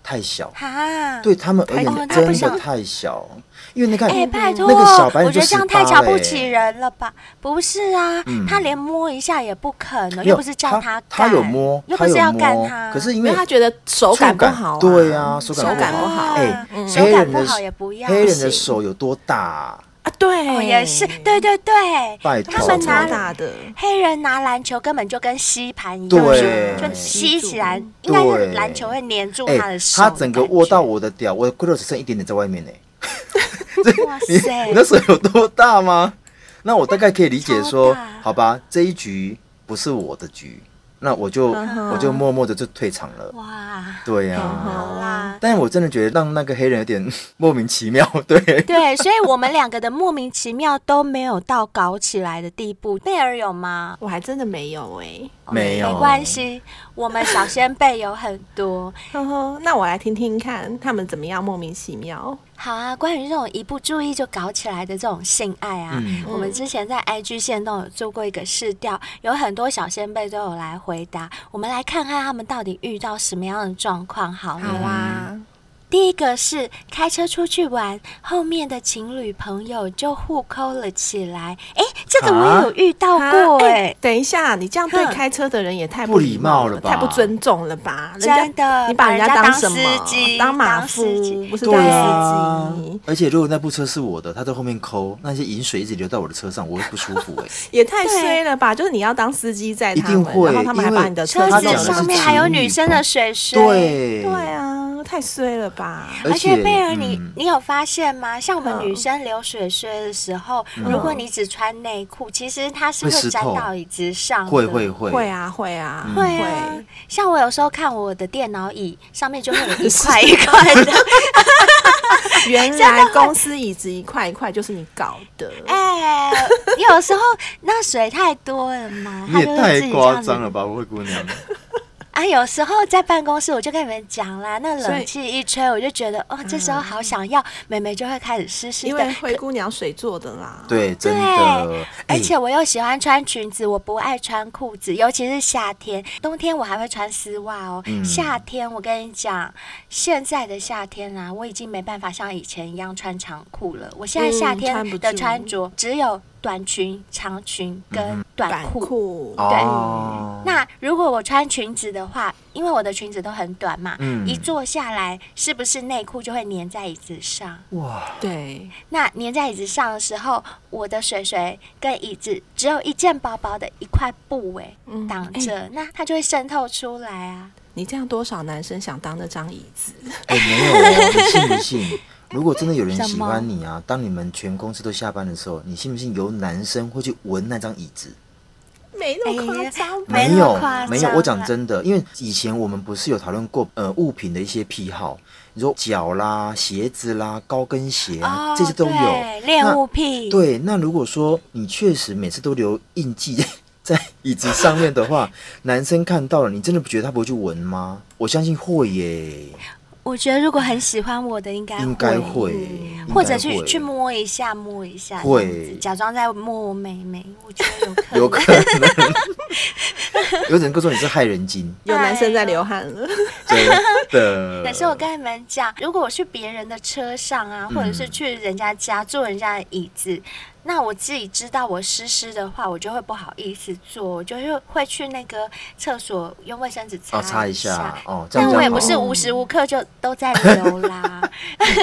[SPEAKER 4] 太小。
[SPEAKER 2] 哈，
[SPEAKER 4] 对他们而
[SPEAKER 2] 太小嗯哦
[SPEAKER 4] 言，
[SPEAKER 2] 他不
[SPEAKER 4] 真
[SPEAKER 2] 想
[SPEAKER 4] 的太小，因为你看，
[SPEAKER 2] 哎、拜托，
[SPEAKER 4] 那个小
[SPEAKER 2] 我
[SPEAKER 4] 白人
[SPEAKER 2] 觉得
[SPEAKER 4] 就
[SPEAKER 2] 这
[SPEAKER 4] 十
[SPEAKER 2] 样
[SPEAKER 4] 八哎
[SPEAKER 2] 太瞧不
[SPEAKER 4] 了
[SPEAKER 2] 起
[SPEAKER 4] 耶
[SPEAKER 2] 人了吧？不是啊，
[SPEAKER 4] 嗯
[SPEAKER 2] 他连摸一下也不肯了，
[SPEAKER 4] 没
[SPEAKER 2] 又
[SPEAKER 4] 有
[SPEAKER 2] 不是叫
[SPEAKER 4] 他
[SPEAKER 2] 干，
[SPEAKER 4] 有摸，
[SPEAKER 2] 又不
[SPEAKER 4] 他
[SPEAKER 2] 是
[SPEAKER 4] 有
[SPEAKER 2] 要干
[SPEAKER 4] 摸，可是因
[SPEAKER 3] 因
[SPEAKER 4] 为
[SPEAKER 3] 为他觉得手
[SPEAKER 4] 触
[SPEAKER 3] 感不好啊。
[SPEAKER 4] 对呀，手
[SPEAKER 3] 手
[SPEAKER 4] 感
[SPEAKER 3] 感不好
[SPEAKER 4] 哎，
[SPEAKER 2] 嗯手
[SPEAKER 4] 黑
[SPEAKER 2] 感
[SPEAKER 4] 人
[SPEAKER 2] 不
[SPEAKER 4] 的
[SPEAKER 2] 好也不要
[SPEAKER 4] 黑人
[SPEAKER 2] 不
[SPEAKER 4] 的手有多大啊？
[SPEAKER 3] 啊，对，
[SPEAKER 2] 哦，也是，对对对，
[SPEAKER 4] 拜
[SPEAKER 2] 他
[SPEAKER 4] 托
[SPEAKER 2] 们
[SPEAKER 3] 哎超
[SPEAKER 2] 拿
[SPEAKER 3] 大的，
[SPEAKER 2] 黑人拿篮球根本就跟吸盘一样，
[SPEAKER 4] 对
[SPEAKER 2] 就就吸起来，应
[SPEAKER 4] 对
[SPEAKER 2] 该是篮球会粘住
[SPEAKER 4] 哎
[SPEAKER 2] 他的，手，
[SPEAKER 4] 他整个握到，我的屌，我的龟头只剩一点点在外面呢。
[SPEAKER 2] 哇
[SPEAKER 4] 你
[SPEAKER 2] 塞
[SPEAKER 4] [LAUGHS] 你，那手有多大吗？那我大概可以理解
[SPEAKER 2] 超
[SPEAKER 4] 说
[SPEAKER 2] 大，
[SPEAKER 4] 好吧，这一局不是我的局，那我就
[SPEAKER 2] 嗯
[SPEAKER 3] 哼
[SPEAKER 4] 我就默默的就退场了。
[SPEAKER 2] 哇，嗯
[SPEAKER 4] 对呀、
[SPEAKER 2] 好啦。
[SPEAKER 4] 但我真的觉得让那个黑人有点 [LAUGHS] 莫名其妙，对。
[SPEAKER 2] 对，所以我们两个的莫名其妙都没有到搞起来的地步。贝尔有吗？
[SPEAKER 3] 我还真的没有哎、
[SPEAKER 4] 没有
[SPEAKER 2] 没关系，我们小先辈有很多。
[SPEAKER 3] 呵呵，那我来听听看他们怎么样莫名其妙。
[SPEAKER 2] 好啊，关于这种一不注意就搞起来的这种性爱啊，
[SPEAKER 4] 嗯
[SPEAKER 2] 我们之前在 IG 线动有做过一个试调，有很多小先辈都有来回答。我们来看看他们到底遇到什么样的状况好了。
[SPEAKER 3] 好啊，
[SPEAKER 2] 嗯第一个是开车出去玩，后面的情侣朋友就互抠了起来。哎、这个我也有遇到过
[SPEAKER 3] 啊
[SPEAKER 2] 哎、
[SPEAKER 3] 等一下，你这样对
[SPEAKER 2] 哼
[SPEAKER 3] 开车的人也太
[SPEAKER 4] 不礼
[SPEAKER 3] 貌
[SPEAKER 4] 貌了吧
[SPEAKER 3] 太不尊重了吧？人
[SPEAKER 2] 真的
[SPEAKER 3] 家你把人
[SPEAKER 2] 把人家
[SPEAKER 3] 家当
[SPEAKER 2] 当
[SPEAKER 3] 什么
[SPEAKER 2] 司机？
[SPEAKER 3] 当马
[SPEAKER 2] 当
[SPEAKER 3] 夫
[SPEAKER 2] 司机，
[SPEAKER 3] 不是当
[SPEAKER 4] 对
[SPEAKER 3] 司
[SPEAKER 4] 啊
[SPEAKER 3] 机，，
[SPEAKER 4] 而且如果那部车是我的，他在后面抠，那些饮水一直流到我的车上，我会不舒服
[SPEAKER 2] [LAUGHS]
[SPEAKER 4] 哎、
[SPEAKER 3] 也太衰了吧？就是你要当司机载
[SPEAKER 4] 一
[SPEAKER 3] 他
[SPEAKER 4] 定
[SPEAKER 3] 们，
[SPEAKER 4] 会
[SPEAKER 3] 然后他们还
[SPEAKER 4] 因为
[SPEAKER 3] 把你的
[SPEAKER 2] 车
[SPEAKER 3] 车
[SPEAKER 4] 他
[SPEAKER 2] 子
[SPEAKER 4] 讲的是
[SPEAKER 2] 上面
[SPEAKER 4] 情
[SPEAKER 2] 还有
[SPEAKER 4] 侣
[SPEAKER 2] 女生的水水。。
[SPEAKER 4] 对
[SPEAKER 3] 对，啊，太衰了吧？
[SPEAKER 2] 而且贝尔，你、
[SPEAKER 4] 嗯
[SPEAKER 2] 你有发现吗？像我们
[SPEAKER 3] 嗯
[SPEAKER 2] 女生流水水的时候，如果你只穿内裤，其实它是
[SPEAKER 4] 嗯会
[SPEAKER 2] 会
[SPEAKER 4] 湿
[SPEAKER 2] 沾
[SPEAKER 4] 透
[SPEAKER 2] 到椅子上的。
[SPEAKER 4] 会会会嗯
[SPEAKER 3] 会啊，会啊，
[SPEAKER 2] 会啊，像我有时候看我的电脑椅上面就会
[SPEAKER 3] [LAUGHS]
[SPEAKER 2] 有一块一块的，
[SPEAKER 3] 原来公司椅子一块一块就是你搞的，
[SPEAKER 2] 哎，你有时候那水太多了嘛，
[SPEAKER 4] 你
[SPEAKER 2] 它
[SPEAKER 4] 也
[SPEAKER 2] 就会自
[SPEAKER 4] 太
[SPEAKER 2] 己这
[SPEAKER 4] 夸
[SPEAKER 2] 样子
[SPEAKER 4] 张了吧，灰姑娘！
[SPEAKER 2] 啊，有时候在办公室，我就跟你们讲啦，那
[SPEAKER 3] 所
[SPEAKER 2] 冷
[SPEAKER 3] 以嗯
[SPEAKER 2] 气一吹，我就觉得哦，这时候好想要，妹妹就会开始湿湿
[SPEAKER 3] 因
[SPEAKER 2] 的
[SPEAKER 3] 为。灰姑娘水做的啦。
[SPEAKER 4] [LAUGHS] 对，真
[SPEAKER 2] 对
[SPEAKER 4] 的，，
[SPEAKER 2] 而
[SPEAKER 4] 哎
[SPEAKER 2] 且我又喜欢穿裙子，我不爱穿裤子，尤其是夏天。冬天我还会穿丝袜哦。
[SPEAKER 4] 嗯
[SPEAKER 2] 夏天我跟你讲，现在的夏天啊，我已经没办法像以前一样穿长裤了。我现在
[SPEAKER 3] 嗯
[SPEAKER 2] 夏
[SPEAKER 3] 穿不
[SPEAKER 2] 天的
[SPEAKER 3] 住
[SPEAKER 2] 穿着只有短裙、长裙跟短
[SPEAKER 3] 嗯短
[SPEAKER 2] 裤。
[SPEAKER 3] 裤，
[SPEAKER 4] 哦，
[SPEAKER 2] 那如果我穿裙子的话，因为我的裙子都很短嘛，
[SPEAKER 4] 嗯
[SPEAKER 2] 一坐下来，是不是内裤就会粘在椅子上？
[SPEAKER 4] 哇，
[SPEAKER 3] 对，
[SPEAKER 2] 那粘在椅子上的时候，我的水水跟椅子只有一件薄薄的一块布哎、
[SPEAKER 3] 嗯
[SPEAKER 2] 挡着，那它就会渗透出来啊。
[SPEAKER 3] 你这样多少男生想当那张椅子？
[SPEAKER 4] 哎，没有哦，你信不
[SPEAKER 2] [LAUGHS]
[SPEAKER 4] 信？如果真的有人
[SPEAKER 2] 什
[SPEAKER 4] 喜
[SPEAKER 2] 么
[SPEAKER 4] 欢你啊，当你们全公司都下班的时候，你信不信有男生会去闻那张椅子？
[SPEAKER 3] 没那么夸张吧？
[SPEAKER 2] 没
[SPEAKER 4] 没
[SPEAKER 2] 那么
[SPEAKER 4] 有
[SPEAKER 2] 夸，
[SPEAKER 4] 没有
[SPEAKER 2] 张，啊
[SPEAKER 4] 我
[SPEAKER 2] 啦
[SPEAKER 4] 讲真的，因为以前我们不是有讨论过呃物品的一些癖好，你说脚啦、鞋子啦、高跟鞋啊，
[SPEAKER 2] 哦，
[SPEAKER 4] 这些都有
[SPEAKER 2] 对。恋
[SPEAKER 4] 那
[SPEAKER 2] 物癖，
[SPEAKER 4] 对，那如果说你确实每次都留印记， [LAUGHS] 在椅子上面的话， [LAUGHS] 男生看到了，你真的不觉得他不会去闻吗？我相信会耶，
[SPEAKER 2] 我觉得如果很喜欢我的，应该
[SPEAKER 4] 应该会
[SPEAKER 2] 嗯
[SPEAKER 4] 应该
[SPEAKER 2] 或者去
[SPEAKER 4] 会
[SPEAKER 2] 去摸一下，摸一下，
[SPEAKER 4] 会
[SPEAKER 2] 这样子假装在摸我妹妹，我觉得有可能。
[SPEAKER 4] 有可能， [LAUGHS] 有人
[SPEAKER 2] [LAUGHS]
[SPEAKER 4] 告诉你是害人精，
[SPEAKER 3] 有男生在流汗了，
[SPEAKER 4] 真的。
[SPEAKER 2] 可是我跟你们讲，如果我去别人的车上啊，
[SPEAKER 4] 嗯
[SPEAKER 2] 或者是去人家家坐人家的椅子，那我自己知道我湿湿的话，我就会不好意思坐，我就是会去那个厕所用卫生纸擦
[SPEAKER 4] 哦，擦一下哦，这
[SPEAKER 2] 但
[SPEAKER 4] 样
[SPEAKER 2] 我
[SPEAKER 4] 这
[SPEAKER 2] 也
[SPEAKER 4] 样
[SPEAKER 2] 不是
[SPEAKER 4] 好
[SPEAKER 2] 无时无刻就都在流
[SPEAKER 4] [LAUGHS]
[SPEAKER 2] 啦，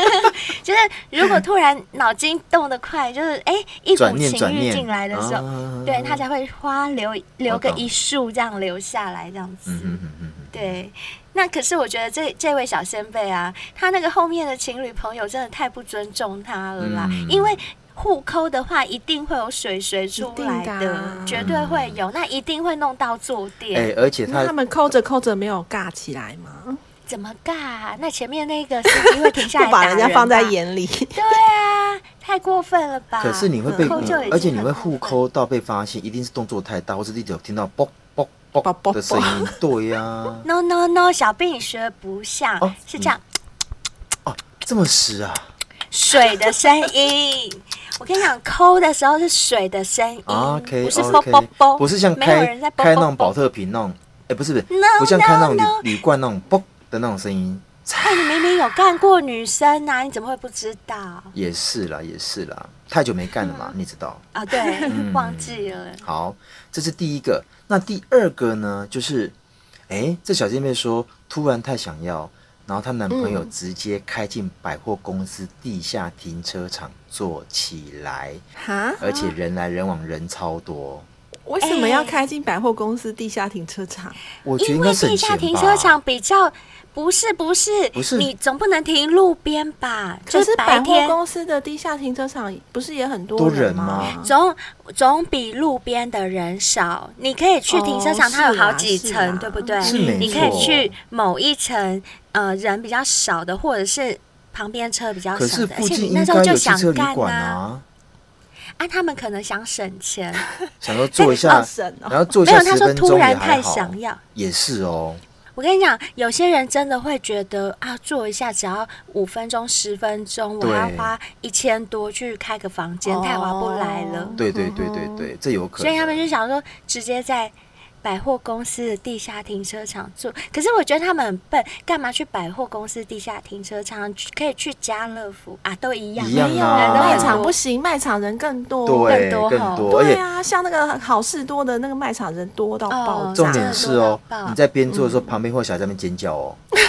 [SPEAKER 2] [LAUGHS] 就是如果突然脑筋动得快，就是哎、一股
[SPEAKER 4] 转念
[SPEAKER 2] 情
[SPEAKER 4] 转
[SPEAKER 2] 欲
[SPEAKER 4] 念
[SPEAKER 2] 进来的时候，
[SPEAKER 4] 啊
[SPEAKER 2] 对它才会哗流流个
[SPEAKER 4] 我懂
[SPEAKER 2] 一束这样流下来这样子。
[SPEAKER 4] 嗯嗯嗯嗯嗯，
[SPEAKER 2] 对，那可是我觉得这这位小先辈啊，他那个后面的情侣朋友真的太不尊重他了啦，
[SPEAKER 4] 嗯
[SPEAKER 2] 因为。互抠的话，一定会有水水出来
[SPEAKER 3] 一定的啊
[SPEAKER 2] 绝对会有，那一定会弄到坐垫。
[SPEAKER 4] 嗯哎，而且
[SPEAKER 3] 那
[SPEAKER 4] 他
[SPEAKER 3] [LAUGHS] 他们抠着抠着没有尬起来吗？
[SPEAKER 2] 怎么尬、啊那前面那个司机会停
[SPEAKER 3] [LAUGHS]
[SPEAKER 2] 下来
[SPEAKER 3] 不把
[SPEAKER 2] 打
[SPEAKER 3] 人家
[SPEAKER 2] 吧
[SPEAKER 3] 放在。眼里，
[SPEAKER 2] 对啊，太过分了吧？
[SPEAKER 4] 可是你会被
[SPEAKER 2] 抠就已，经
[SPEAKER 4] 而且你会
[SPEAKER 2] 很
[SPEAKER 4] 互
[SPEAKER 2] 过分
[SPEAKER 4] 抠到被发现，一定是动作太大，或是一直有听到啵啵
[SPEAKER 3] 啵
[SPEAKER 4] 啵
[SPEAKER 3] 啵
[SPEAKER 4] 的声音。
[SPEAKER 2] [LAUGHS]
[SPEAKER 4] 对呀、
[SPEAKER 2] No no no，小兵你学不像，
[SPEAKER 4] 哦
[SPEAKER 2] 是这样、
[SPEAKER 4] 哦，这么实啊！
[SPEAKER 2] 水的声音。我跟你讲，抠的时候是水的声音
[SPEAKER 4] 啊，OK
[SPEAKER 2] 不是
[SPEAKER 4] OK，
[SPEAKER 2] 啵啵啵，
[SPEAKER 4] 不是像
[SPEAKER 2] 没有
[SPEAKER 4] 开
[SPEAKER 2] 人在啵啵啵
[SPEAKER 4] 开那种保特瓶那种，哎，不是不是
[SPEAKER 2] No，
[SPEAKER 4] 不像开那种
[SPEAKER 2] no，no
[SPEAKER 4] 铝铝罐那种啵的那种声音，
[SPEAKER 2] 哎，你明明有干过女生呐、你怎么会不知道？
[SPEAKER 4] 也是啦，也是啦，太久没干了嘛，你知道。
[SPEAKER 2] 啊，对，
[SPEAKER 4] 嗯
[SPEAKER 2] 忘记了。
[SPEAKER 4] 好，这是第一个。那第二个呢，就是，哎，这小姐妹说突然太想要，然后她男朋
[SPEAKER 2] 嗯
[SPEAKER 4] 友直接开进百货公司地下停车场坐起来，
[SPEAKER 3] 哈？
[SPEAKER 2] 啊
[SPEAKER 4] 而且人来人往，人超多。
[SPEAKER 3] 为什么要开进百货公司地下停车场？
[SPEAKER 4] 我觉得
[SPEAKER 2] 因
[SPEAKER 4] 应该
[SPEAKER 2] 为
[SPEAKER 4] 省
[SPEAKER 2] 地
[SPEAKER 4] 钱吧。
[SPEAKER 2] 下停车场比较，不是不是，
[SPEAKER 4] 不是
[SPEAKER 2] 你总不能停路边吧？
[SPEAKER 3] 可
[SPEAKER 2] 就是白
[SPEAKER 3] 百货
[SPEAKER 2] 天
[SPEAKER 3] 公司的地下停车场不是也很
[SPEAKER 4] 多
[SPEAKER 3] 多
[SPEAKER 4] 人吗
[SPEAKER 3] 吗？
[SPEAKER 2] 总总比路边的人少。你可以去停车场，
[SPEAKER 3] 哦
[SPEAKER 2] 它有
[SPEAKER 3] 是啊
[SPEAKER 2] 好几层，
[SPEAKER 3] 是啊
[SPEAKER 2] 对不对
[SPEAKER 4] 是没？
[SPEAKER 2] 你可以
[SPEAKER 4] 错
[SPEAKER 2] 去某一层，呃，人比较少的，或者是旁边车比较
[SPEAKER 4] 可
[SPEAKER 2] 少
[SPEAKER 4] 是
[SPEAKER 2] 的，而
[SPEAKER 4] 附
[SPEAKER 2] 且
[SPEAKER 4] 近
[SPEAKER 2] 你那
[SPEAKER 4] 应
[SPEAKER 2] 时候
[SPEAKER 4] 该
[SPEAKER 2] 就
[SPEAKER 4] 有汽
[SPEAKER 2] 想
[SPEAKER 4] 车旅
[SPEAKER 2] 干
[SPEAKER 4] 馆
[SPEAKER 2] 啊， [LAUGHS]
[SPEAKER 4] 啊，
[SPEAKER 2] 啊，他们可能想省钱，
[SPEAKER 4] 想说坐
[SPEAKER 3] 好
[SPEAKER 4] 一下，
[SPEAKER 3] 省哦
[SPEAKER 4] 然后坐一
[SPEAKER 2] 没
[SPEAKER 4] 下
[SPEAKER 2] 有，他
[SPEAKER 4] 十
[SPEAKER 2] 说
[SPEAKER 4] 分钟
[SPEAKER 2] 突
[SPEAKER 4] 也
[SPEAKER 2] 然
[SPEAKER 4] 还
[SPEAKER 2] 太
[SPEAKER 4] 好。
[SPEAKER 2] 想要。
[SPEAKER 4] 也是哦，
[SPEAKER 2] 我跟你讲，有些人真的会觉得啊，做一下只要五分钟、十分钟，我
[SPEAKER 4] 对
[SPEAKER 2] 要花一千多去开个房间，
[SPEAKER 3] 哦
[SPEAKER 2] 太划不来了。
[SPEAKER 4] 对对对对对，这有可能。
[SPEAKER 2] 所以他们就想说，直接在百货公司的地下停车场做。可是我觉得他们很笨，干嘛去百货公司地下停车场？可以去家乐福啊，都一样，
[SPEAKER 4] 一样啊
[SPEAKER 2] 没有人
[SPEAKER 3] 卖
[SPEAKER 2] 都
[SPEAKER 3] 场
[SPEAKER 2] 很
[SPEAKER 3] 不
[SPEAKER 2] 多。
[SPEAKER 3] 行，卖场人更多。
[SPEAKER 4] 对
[SPEAKER 2] 更多
[SPEAKER 4] 更
[SPEAKER 2] 吼
[SPEAKER 4] 多，而
[SPEAKER 3] 对
[SPEAKER 4] 且
[SPEAKER 3] 啊，像那个好事多的那个卖场人多到爆炸。
[SPEAKER 2] 哦
[SPEAKER 4] 重点是哦
[SPEAKER 2] 真的多到，爆
[SPEAKER 4] 你在边做的时候，旁边会有小孩在那边尖叫哦。
[SPEAKER 3] [LAUGHS]
[SPEAKER 2] 嗯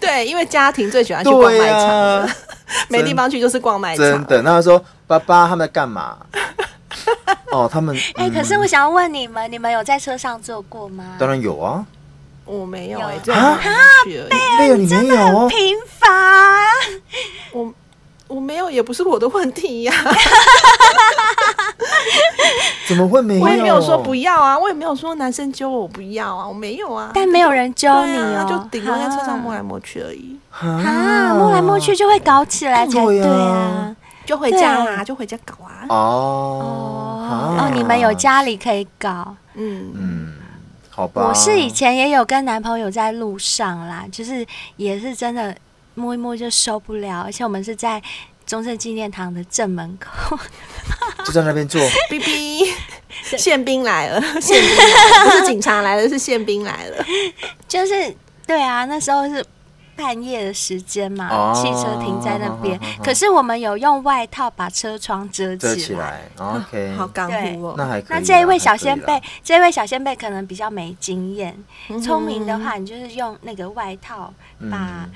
[SPEAKER 3] 对，因为家庭最喜
[SPEAKER 2] 啊
[SPEAKER 3] 欢去逛卖场了，没地方去就是逛卖场。
[SPEAKER 4] 啊真的。那他说：“爸爸，他们在干嘛？”哦，他们
[SPEAKER 2] [LAUGHS] 哎、
[SPEAKER 4] 嗯
[SPEAKER 2] 可是我想要问你们，你们有在车上坐过吗？
[SPEAKER 4] 当然有啊，
[SPEAKER 3] 我没有
[SPEAKER 2] 有
[SPEAKER 3] 哎、
[SPEAKER 2] 啊
[SPEAKER 3] 只有妈妈去而已。
[SPEAKER 4] 没有你没有哦，
[SPEAKER 2] 频繁。
[SPEAKER 3] 我我没有，也不是我的问题呀、
[SPEAKER 4] 怎么会没有？
[SPEAKER 3] 我也没有说不要啊，我也没有说男生揪我我不要啊，我没有啊。
[SPEAKER 2] 但没有人揪
[SPEAKER 3] 对
[SPEAKER 2] 你哦，
[SPEAKER 3] 啊，就顶多在车上摸
[SPEAKER 2] 啊
[SPEAKER 3] 来摸去而已，
[SPEAKER 2] 啊，摸来摸去就会搞起来才
[SPEAKER 4] 对啊
[SPEAKER 2] 对啊。
[SPEAKER 3] 就回家
[SPEAKER 2] 对
[SPEAKER 3] 啦，就回家搞啊。
[SPEAKER 4] 哦
[SPEAKER 2] 哦哦，你们有？
[SPEAKER 4] 啊
[SPEAKER 2] 家里可以搞。
[SPEAKER 3] 嗯，
[SPEAKER 4] 嗯，好吧。
[SPEAKER 2] 我是以前也有跟男朋友在路上啦，就是也是真的摸一摸就受不了，而且我们是在中正纪念堂的正门口，
[SPEAKER 4] 就在那
[SPEAKER 2] [LAUGHS]
[SPEAKER 4] 边做，
[SPEAKER 3] 哔 [LAUGHS] 哔，宪兵来 [LAUGHS] 了，宪兵来了不是警察来了，是宪兵来了。
[SPEAKER 2] 就是对啊，那时候是。半夜的时间嘛，
[SPEAKER 4] 哦嗯
[SPEAKER 2] 汽车停在那边
[SPEAKER 4] 好好好，好
[SPEAKER 2] 可是我们有用外套把车窗遮
[SPEAKER 4] 遮
[SPEAKER 2] 起
[SPEAKER 4] 起
[SPEAKER 2] 来。
[SPEAKER 4] 来。OK，啊
[SPEAKER 3] 好港
[SPEAKER 2] 对
[SPEAKER 3] 湖哦，
[SPEAKER 4] 那还可以啊。
[SPEAKER 2] 那这一位小
[SPEAKER 4] 还
[SPEAKER 2] 先
[SPEAKER 4] 可以啦啊
[SPEAKER 2] 辈，这位小先辈可能比较没经验，
[SPEAKER 3] 嗯哼
[SPEAKER 2] 聪明的话，你就是用那个外套把
[SPEAKER 4] 嗯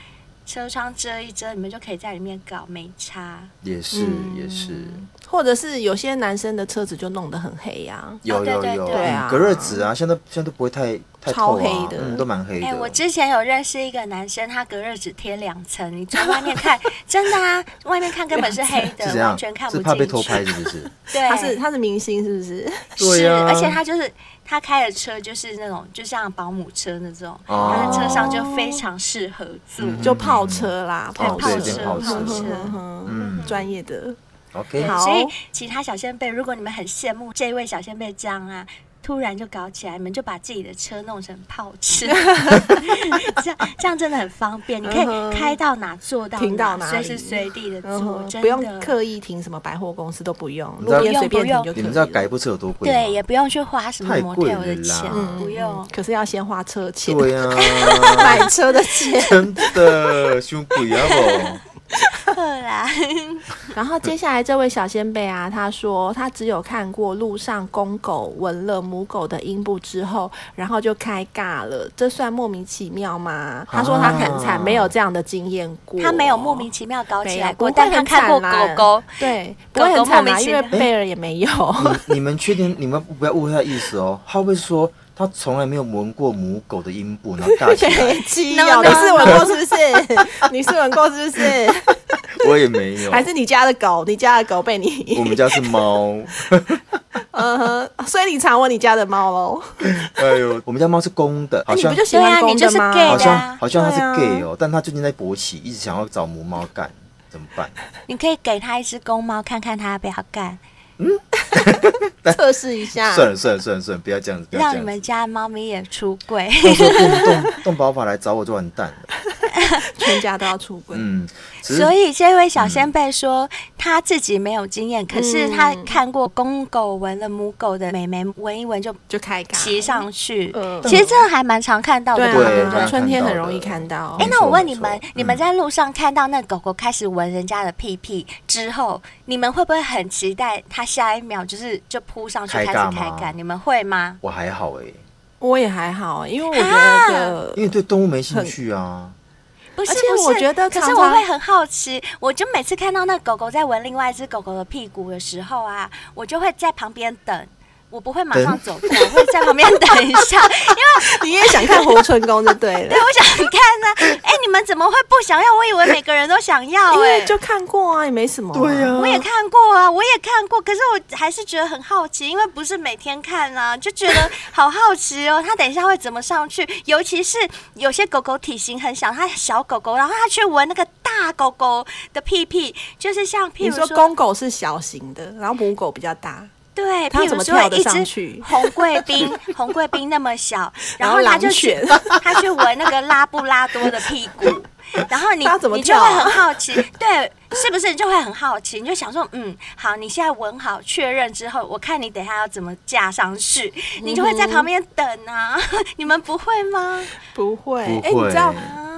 [SPEAKER 2] 车窗遮一遮，你们就可以在里面搞没差。
[SPEAKER 4] 也是
[SPEAKER 3] 嗯
[SPEAKER 4] 也是，
[SPEAKER 3] 或者是有些男生的车子就弄得很黑啊呀、
[SPEAKER 4] 有
[SPEAKER 2] 对
[SPEAKER 4] 有
[SPEAKER 2] 对
[SPEAKER 4] 有
[SPEAKER 2] 对
[SPEAKER 4] 嗯
[SPEAKER 3] 啊
[SPEAKER 4] 隔热纸啊，现在现在都不会太太
[SPEAKER 3] 超
[SPEAKER 4] 透啊
[SPEAKER 3] 黑的
[SPEAKER 4] 嗯，都蛮黑
[SPEAKER 2] 哎、
[SPEAKER 4] 的。
[SPEAKER 2] 我之前有认识一个男生，他隔热纸贴两层，你从外面看， [LAUGHS] 真的啊，外面看根本是黑
[SPEAKER 4] [LAUGHS] 是怎
[SPEAKER 2] 的，
[SPEAKER 4] 样
[SPEAKER 2] 完全看？不
[SPEAKER 4] 是
[SPEAKER 2] 进去。
[SPEAKER 4] 怕被偷拍是不是？
[SPEAKER 2] 对，
[SPEAKER 3] 他是他是明星是不是？
[SPEAKER 4] 对
[SPEAKER 2] 是，
[SPEAKER 4] 啊
[SPEAKER 2] 而且他就是他开的车就是那种就像保姆车那种，
[SPEAKER 4] 哦
[SPEAKER 2] 他的车上就非常适合坐。
[SPEAKER 4] 嗯
[SPEAKER 3] 就泡车啦，车
[SPEAKER 4] 哦
[SPEAKER 3] 嗯
[SPEAKER 2] 对，
[SPEAKER 4] 变泡车
[SPEAKER 3] 嗯
[SPEAKER 2] [LAUGHS]
[SPEAKER 3] 哼
[SPEAKER 4] 嗯
[SPEAKER 3] 专业的，
[SPEAKER 4] OK，
[SPEAKER 3] 好
[SPEAKER 2] 所以其他小先辈，如果你们很羡慕这位小先辈这样啊，突然就搞起来，你们就把自己的车弄成泡
[SPEAKER 3] [LAUGHS]
[SPEAKER 2] 车，这样这样真的很方便，你可
[SPEAKER 3] 嗯哼
[SPEAKER 2] 以开到哪坐到
[SPEAKER 3] 停到哪
[SPEAKER 2] 随
[SPEAKER 3] 里
[SPEAKER 2] 时随地的
[SPEAKER 3] 嗯
[SPEAKER 2] 坐，
[SPEAKER 3] 哼
[SPEAKER 2] 真的
[SPEAKER 3] 不用刻意停什么百货公司都不用，嗯
[SPEAKER 4] 你知
[SPEAKER 3] 路
[SPEAKER 4] 道
[SPEAKER 3] 边随便停就可以了。
[SPEAKER 4] 你们知道改一部车有多贵吗？
[SPEAKER 2] 对，也不用去花什么
[SPEAKER 4] 太
[SPEAKER 2] 模特
[SPEAKER 4] 贵
[SPEAKER 2] 儿的
[SPEAKER 4] 了啦
[SPEAKER 2] 钱，
[SPEAKER 4] 嗯
[SPEAKER 2] 不用。
[SPEAKER 3] 可是要先花车钱，
[SPEAKER 4] 对啊呀、
[SPEAKER 2] [LAUGHS]
[SPEAKER 3] 买车的钱。
[SPEAKER 4] 真的胸贵啊不？
[SPEAKER 2] 对啦，
[SPEAKER 3] 然后接下来这位小先辈啊，他说他只有看过路上公狗闻了母狗的阴部之后，然后就开尬了，这算莫名其妙吗？他
[SPEAKER 4] 啊
[SPEAKER 3] 说他很惨，没有这样的经验 [LAUGHS]
[SPEAKER 2] [LAUGHS]
[SPEAKER 3] 过，
[SPEAKER 2] 他没有莫名其妙搞起来过，
[SPEAKER 3] 没有
[SPEAKER 2] 但
[SPEAKER 3] 啊不
[SPEAKER 2] 他
[SPEAKER 3] 会很
[SPEAKER 2] 看过
[SPEAKER 3] 惨
[SPEAKER 2] 狗
[SPEAKER 3] 啦
[SPEAKER 2] 狗，
[SPEAKER 3] 对，不
[SPEAKER 2] 狗狗
[SPEAKER 3] 会很惨
[SPEAKER 2] 莫
[SPEAKER 3] 啊，
[SPEAKER 2] 名其
[SPEAKER 3] 因
[SPEAKER 2] 妙
[SPEAKER 3] 为贝尔也没
[SPEAKER 4] [LAUGHS]
[SPEAKER 3] 有。
[SPEAKER 4] 你你们确定？你们不要误会他的意思哦。他会不会说他从来没有闻过母狗的阴部，然后尬
[SPEAKER 2] [LAUGHS]
[SPEAKER 4] 起来？
[SPEAKER 3] 基
[SPEAKER 2] No,
[SPEAKER 3] 友，
[SPEAKER 2] no,
[SPEAKER 3] 啊你是闻过是不是？ [LAUGHS] 你是闻过是不
[SPEAKER 4] [LAUGHS]
[SPEAKER 3] 是？
[SPEAKER 4] 我也没有，
[SPEAKER 3] 还是你家的狗？你家的狗被
[SPEAKER 4] 我
[SPEAKER 3] 你，
[SPEAKER 4] 们家是猫。
[SPEAKER 3] 嗯哼，所以你常闻你家的猫喽？
[SPEAKER 4] 哎呦，我们家猫是公的，好
[SPEAKER 3] 你
[SPEAKER 4] 像
[SPEAKER 3] 不就喜
[SPEAKER 2] 对啊
[SPEAKER 3] 欢
[SPEAKER 2] 你
[SPEAKER 3] 公
[SPEAKER 2] 就
[SPEAKER 3] 的
[SPEAKER 2] 是
[SPEAKER 3] 吗？
[SPEAKER 2] gay
[SPEAKER 4] 好
[SPEAKER 2] 的
[SPEAKER 4] 像好像它
[SPEAKER 3] 对啊
[SPEAKER 4] 是 gay 哦，但它最近在勃起，一直想要找母猫干，怎么办？
[SPEAKER 2] 你可以给他一只公猫，看看他要不要干， [LAUGHS]
[SPEAKER 3] 测试一下。
[SPEAKER 4] 算了算了算了算了，不要这样子，不要
[SPEAKER 2] 让你
[SPEAKER 4] 这样
[SPEAKER 2] 们
[SPEAKER 4] 子。
[SPEAKER 2] 家猫咪也出柜。
[SPEAKER 4] 到时候动动动保法来找我就完蛋了。
[SPEAKER 3] 全家都要出轨。
[SPEAKER 4] 嗯，只是
[SPEAKER 2] 所以这位小先辈说、
[SPEAKER 4] 嗯
[SPEAKER 2] 他自己没有经验，可是他
[SPEAKER 3] 嗯
[SPEAKER 2] 看过公狗闻了母狗的美眉闻一闻就
[SPEAKER 3] 就开嘎。
[SPEAKER 2] 骑上去。
[SPEAKER 3] 嗯
[SPEAKER 2] 其实这个还蛮常看到的
[SPEAKER 3] 对
[SPEAKER 2] 嘛，
[SPEAKER 3] 啊，
[SPEAKER 2] 对不
[SPEAKER 4] 对
[SPEAKER 2] 对？
[SPEAKER 3] 春天很容易看到
[SPEAKER 2] 哎、。
[SPEAKER 4] 没
[SPEAKER 2] 那我
[SPEAKER 4] 错
[SPEAKER 2] 问
[SPEAKER 4] 没
[SPEAKER 2] 你们
[SPEAKER 4] 错，嗯
[SPEAKER 2] 你们在路上看到那狗狗开始闻人家的屁屁之后，你们会不会很期待它下一秒就是就扑上去
[SPEAKER 4] 开
[SPEAKER 2] 开始
[SPEAKER 4] 尬
[SPEAKER 2] 开
[SPEAKER 4] 吗
[SPEAKER 2] 干？你们会吗？
[SPEAKER 4] 我还好哎，
[SPEAKER 3] 我也还好，因为我觉
[SPEAKER 2] [LAUGHS]
[SPEAKER 3] 得
[SPEAKER 4] 因为对动物没兴趣啊。
[SPEAKER 2] 不是
[SPEAKER 3] 而且，
[SPEAKER 2] 不是
[SPEAKER 3] 我觉得
[SPEAKER 2] 可
[SPEAKER 3] 常
[SPEAKER 2] 是
[SPEAKER 3] 常
[SPEAKER 2] 我会很好奇，我就每次看到那狗狗在闻另外一只狗狗的屁股的时候啊，我就会在旁边等。我不会马上
[SPEAKER 4] 等
[SPEAKER 2] 走掉，我会在旁边等一
[SPEAKER 3] [LAUGHS]
[SPEAKER 2] 下，因
[SPEAKER 3] 你也想看活春宫就
[SPEAKER 2] [LAUGHS]
[SPEAKER 3] 对了
[SPEAKER 2] 为。我想看呢、哎、你们怎么会不想要？我以为每个人都想要、
[SPEAKER 3] 因
[SPEAKER 2] 哎，
[SPEAKER 3] 为就看过啊，也没什么、
[SPEAKER 4] 对呀，
[SPEAKER 2] 我也看过啊，我也看过，可是我还是觉得很好奇，因为不是每天看啊，就觉
[SPEAKER 3] [LAUGHS]
[SPEAKER 2] 得好好奇哦。它等一下会怎么上去？尤其是有些狗狗体型很小，它小狗狗，然后它去闻那个大狗狗的屁屁，就是像譬
[SPEAKER 3] 你
[SPEAKER 2] 如
[SPEAKER 3] 说
[SPEAKER 2] 说，
[SPEAKER 3] 公狗是小型的，然后母狗比较大，
[SPEAKER 2] 对，
[SPEAKER 3] 它
[SPEAKER 2] 譬
[SPEAKER 3] 怎
[SPEAKER 2] 如
[SPEAKER 3] 么
[SPEAKER 2] 说
[SPEAKER 3] 跳得
[SPEAKER 2] 一
[SPEAKER 3] 上
[SPEAKER 2] 只
[SPEAKER 3] 去
[SPEAKER 2] [LAUGHS] 红贵宾，红贵宾那么
[SPEAKER 3] [LAUGHS]
[SPEAKER 2] 小，然后
[SPEAKER 3] 然后
[SPEAKER 2] 它就
[SPEAKER 3] 狼
[SPEAKER 2] 去 [LAUGHS]
[SPEAKER 3] 犬
[SPEAKER 2] 它去闻那个拉布拉多的屁
[SPEAKER 3] [LAUGHS]
[SPEAKER 2] 股，然后你
[SPEAKER 3] 它怎么
[SPEAKER 2] 你就会
[SPEAKER 3] 跳啊
[SPEAKER 2] 很好奇，对，是不是你就会很好奇？你就想说，嗯，好，你现在闻好确认之后，我看你等一下要怎么架上去，你就会在旁边等啊。 [LAUGHS] 你们不会吗？
[SPEAKER 3] 不会。
[SPEAKER 4] 不
[SPEAKER 3] 哎、你知道
[SPEAKER 4] 会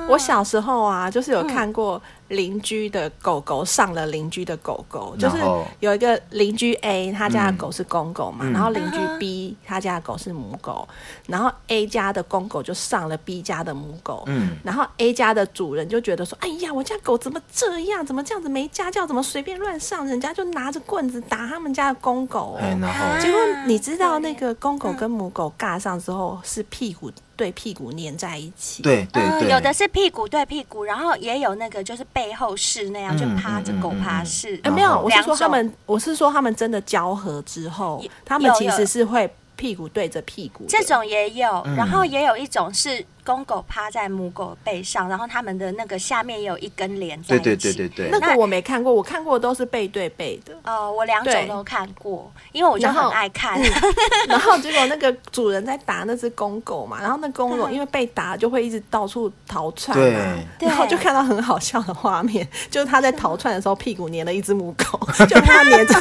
[SPEAKER 3] 我小时候啊，就是有看过邻居的狗狗上了邻居的狗狗，就是
[SPEAKER 4] 嗯然后
[SPEAKER 3] 有一个邻居 A 他家的狗是公狗嘛，
[SPEAKER 4] 嗯
[SPEAKER 3] 然后邻居 B 他家的狗是母狗，然后 A 家的公狗就上了 B 家的母狗，
[SPEAKER 4] 嗯，
[SPEAKER 3] 然后 A 家的主人就觉得说：“哎呀，我家狗怎么这样？怎么这样子没家教？怎么随便乱上？人家就拿着棍子打他们家的公狗、
[SPEAKER 4] 哎，然后
[SPEAKER 3] 结果
[SPEAKER 2] 嗯
[SPEAKER 3] 你知道那个公狗跟母狗尬上之后，是屁股对屁股粘在一起。，
[SPEAKER 4] 对对
[SPEAKER 2] 嗯
[SPEAKER 4] 对，
[SPEAKER 2] 有的是屁股对屁股，然后也有那个就是背后式那样，就
[SPEAKER 4] 嗯
[SPEAKER 2] 趴着
[SPEAKER 4] 嗯嗯
[SPEAKER 2] 狗
[SPEAKER 4] 嗯
[SPEAKER 2] 趴
[SPEAKER 4] 嗯
[SPEAKER 2] 式。
[SPEAKER 3] 哎，没有，我是
[SPEAKER 2] 两
[SPEAKER 3] 说他
[SPEAKER 2] 种
[SPEAKER 3] 们，我是说他们真的交合之后
[SPEAKER 2] 有，
[SPEAKER 3] 他们其
[SPEAKER 2] 有有
[SPEAKER 3] 实是会屁股对着屁股的。
[SPEAKER 2] 这种也有，
[SPEAKER 4] 嗯
[SPEAKER 2] 然后也有一种是公狗趴在母狗背上，然后它们的那个下面也有一根连在
[SPEAKER 4] 对
[SPEAKER 2] 一起。
[SPEAKER 4] 对对对对
[SPEAKER 3] 那，个我没看过，我看过都是背对背的。
[SPEAKER 2] 哦，我两种
[SPEAKER 3] 对
[SPEAKER 2] 都看过，因为我就
[SPEAKER 3] 然
[SPEAKER 2] 很
[SPEAKER 3] 后
[SPEAKER 2] 爱看。
[SPEAKER 3] [LAUGHS] 然后结果那个主人在打那只公狗嘛，然后那公狗因为被打就会一直到处逃窜嘛，
[SPEAKER 2] 对
[SPEAKER 3] 然后就看到很好笑的画面，就是他在逃窜的时候屁股粘了一只母狗， [LAUGHS] 就他粘着，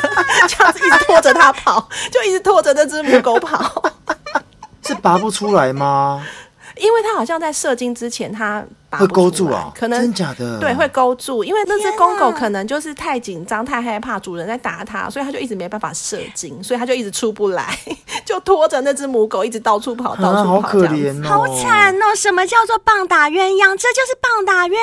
[SPEAKER 3] 这样子一直拖着它跑，就一直拖着那只母狗跑，
[SPEAKER 4] 是拔不出来吗？
[SPEAKER 3] 因为它好像在射精之前它拔
[SPEAKER 4] 会
[SPEAKER 3] 不
[SPEAKER 4] 勾
[SPEAKER 3] 出
[SPEAKER 4] 住
[SPEAKER 3] 来
[SPEAKER 4] 啊？
[SPEAKER 3] 可能
[SPEAKER 4] 真假的？
[SPEAKER 3] 对，会勾住，因为那只公
[SPEAKER 2] 天
[SPEAKER 3] 狗
[SPEAKER 2] 啊
[SPEAKER 3] 可能就是太紧张、太害怕主人在打它，所以它就一直没办法射精，所以它就一直出不来， [LAUGHS] 就拖着那只母狗一直到处跑，到
[SPEAKER 4] 啊，
[SPEAKER 3] 处
[SPEAKER 4] 好
[SPEAKER 3] 跑，这
[SPEAKER 4] 可
[SPEAKER 3] 样子。
[SPEAKER 4] 怜哦，
[SPEAKER 2] 好惨哦！什么叫做棒打鸳鸯？这就是棒打鸳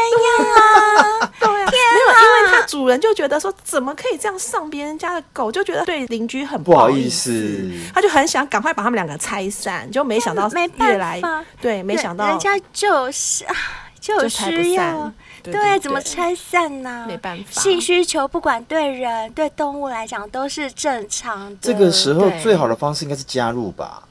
[SPEAKER 2] 鸯啊！
[SPEAKER 3] 对
[SPEAKER 4] 哦
[SPEAKER 3] 啊，没有，因为它主人就觉得说，怎么可以这样上别人家的狗，就觉得对邻居很
[SPEAKER 4] 不好
[SPEAKER 3] 意
[SPEAKER 4] 意思
[SPEAKER 3] 他就很想赶快把他们两个拆散，就没想到
[SPEAKER 2] 没
[SPEAKER 3] 越
[SPEAKER 2] 办
[SPEAKER 3] 来
[SPEAKER 2] 法，
[SPEAKER 3] 对， [LAUGHS] 没想到
[SPEAKER 2] 人人家就是啊就有
[SPEAKER 3] 就拆不
[SPEAKER 2] 需要
[SPEAKER 3] 散，对对
[SPEAKER 2] 怎么
[SPEAKER 3] 对
[SPEAKER 2] 拆散呢？
[SPEAKER 3] 没办法
[SPEAKER 2] 性需求不管对人对动物来讲都是正常的。
[SPEAKER 4] 这个时候
[SPEAKER 3] 对
[SPEAKER 4] 最好的方式应该是加入吧？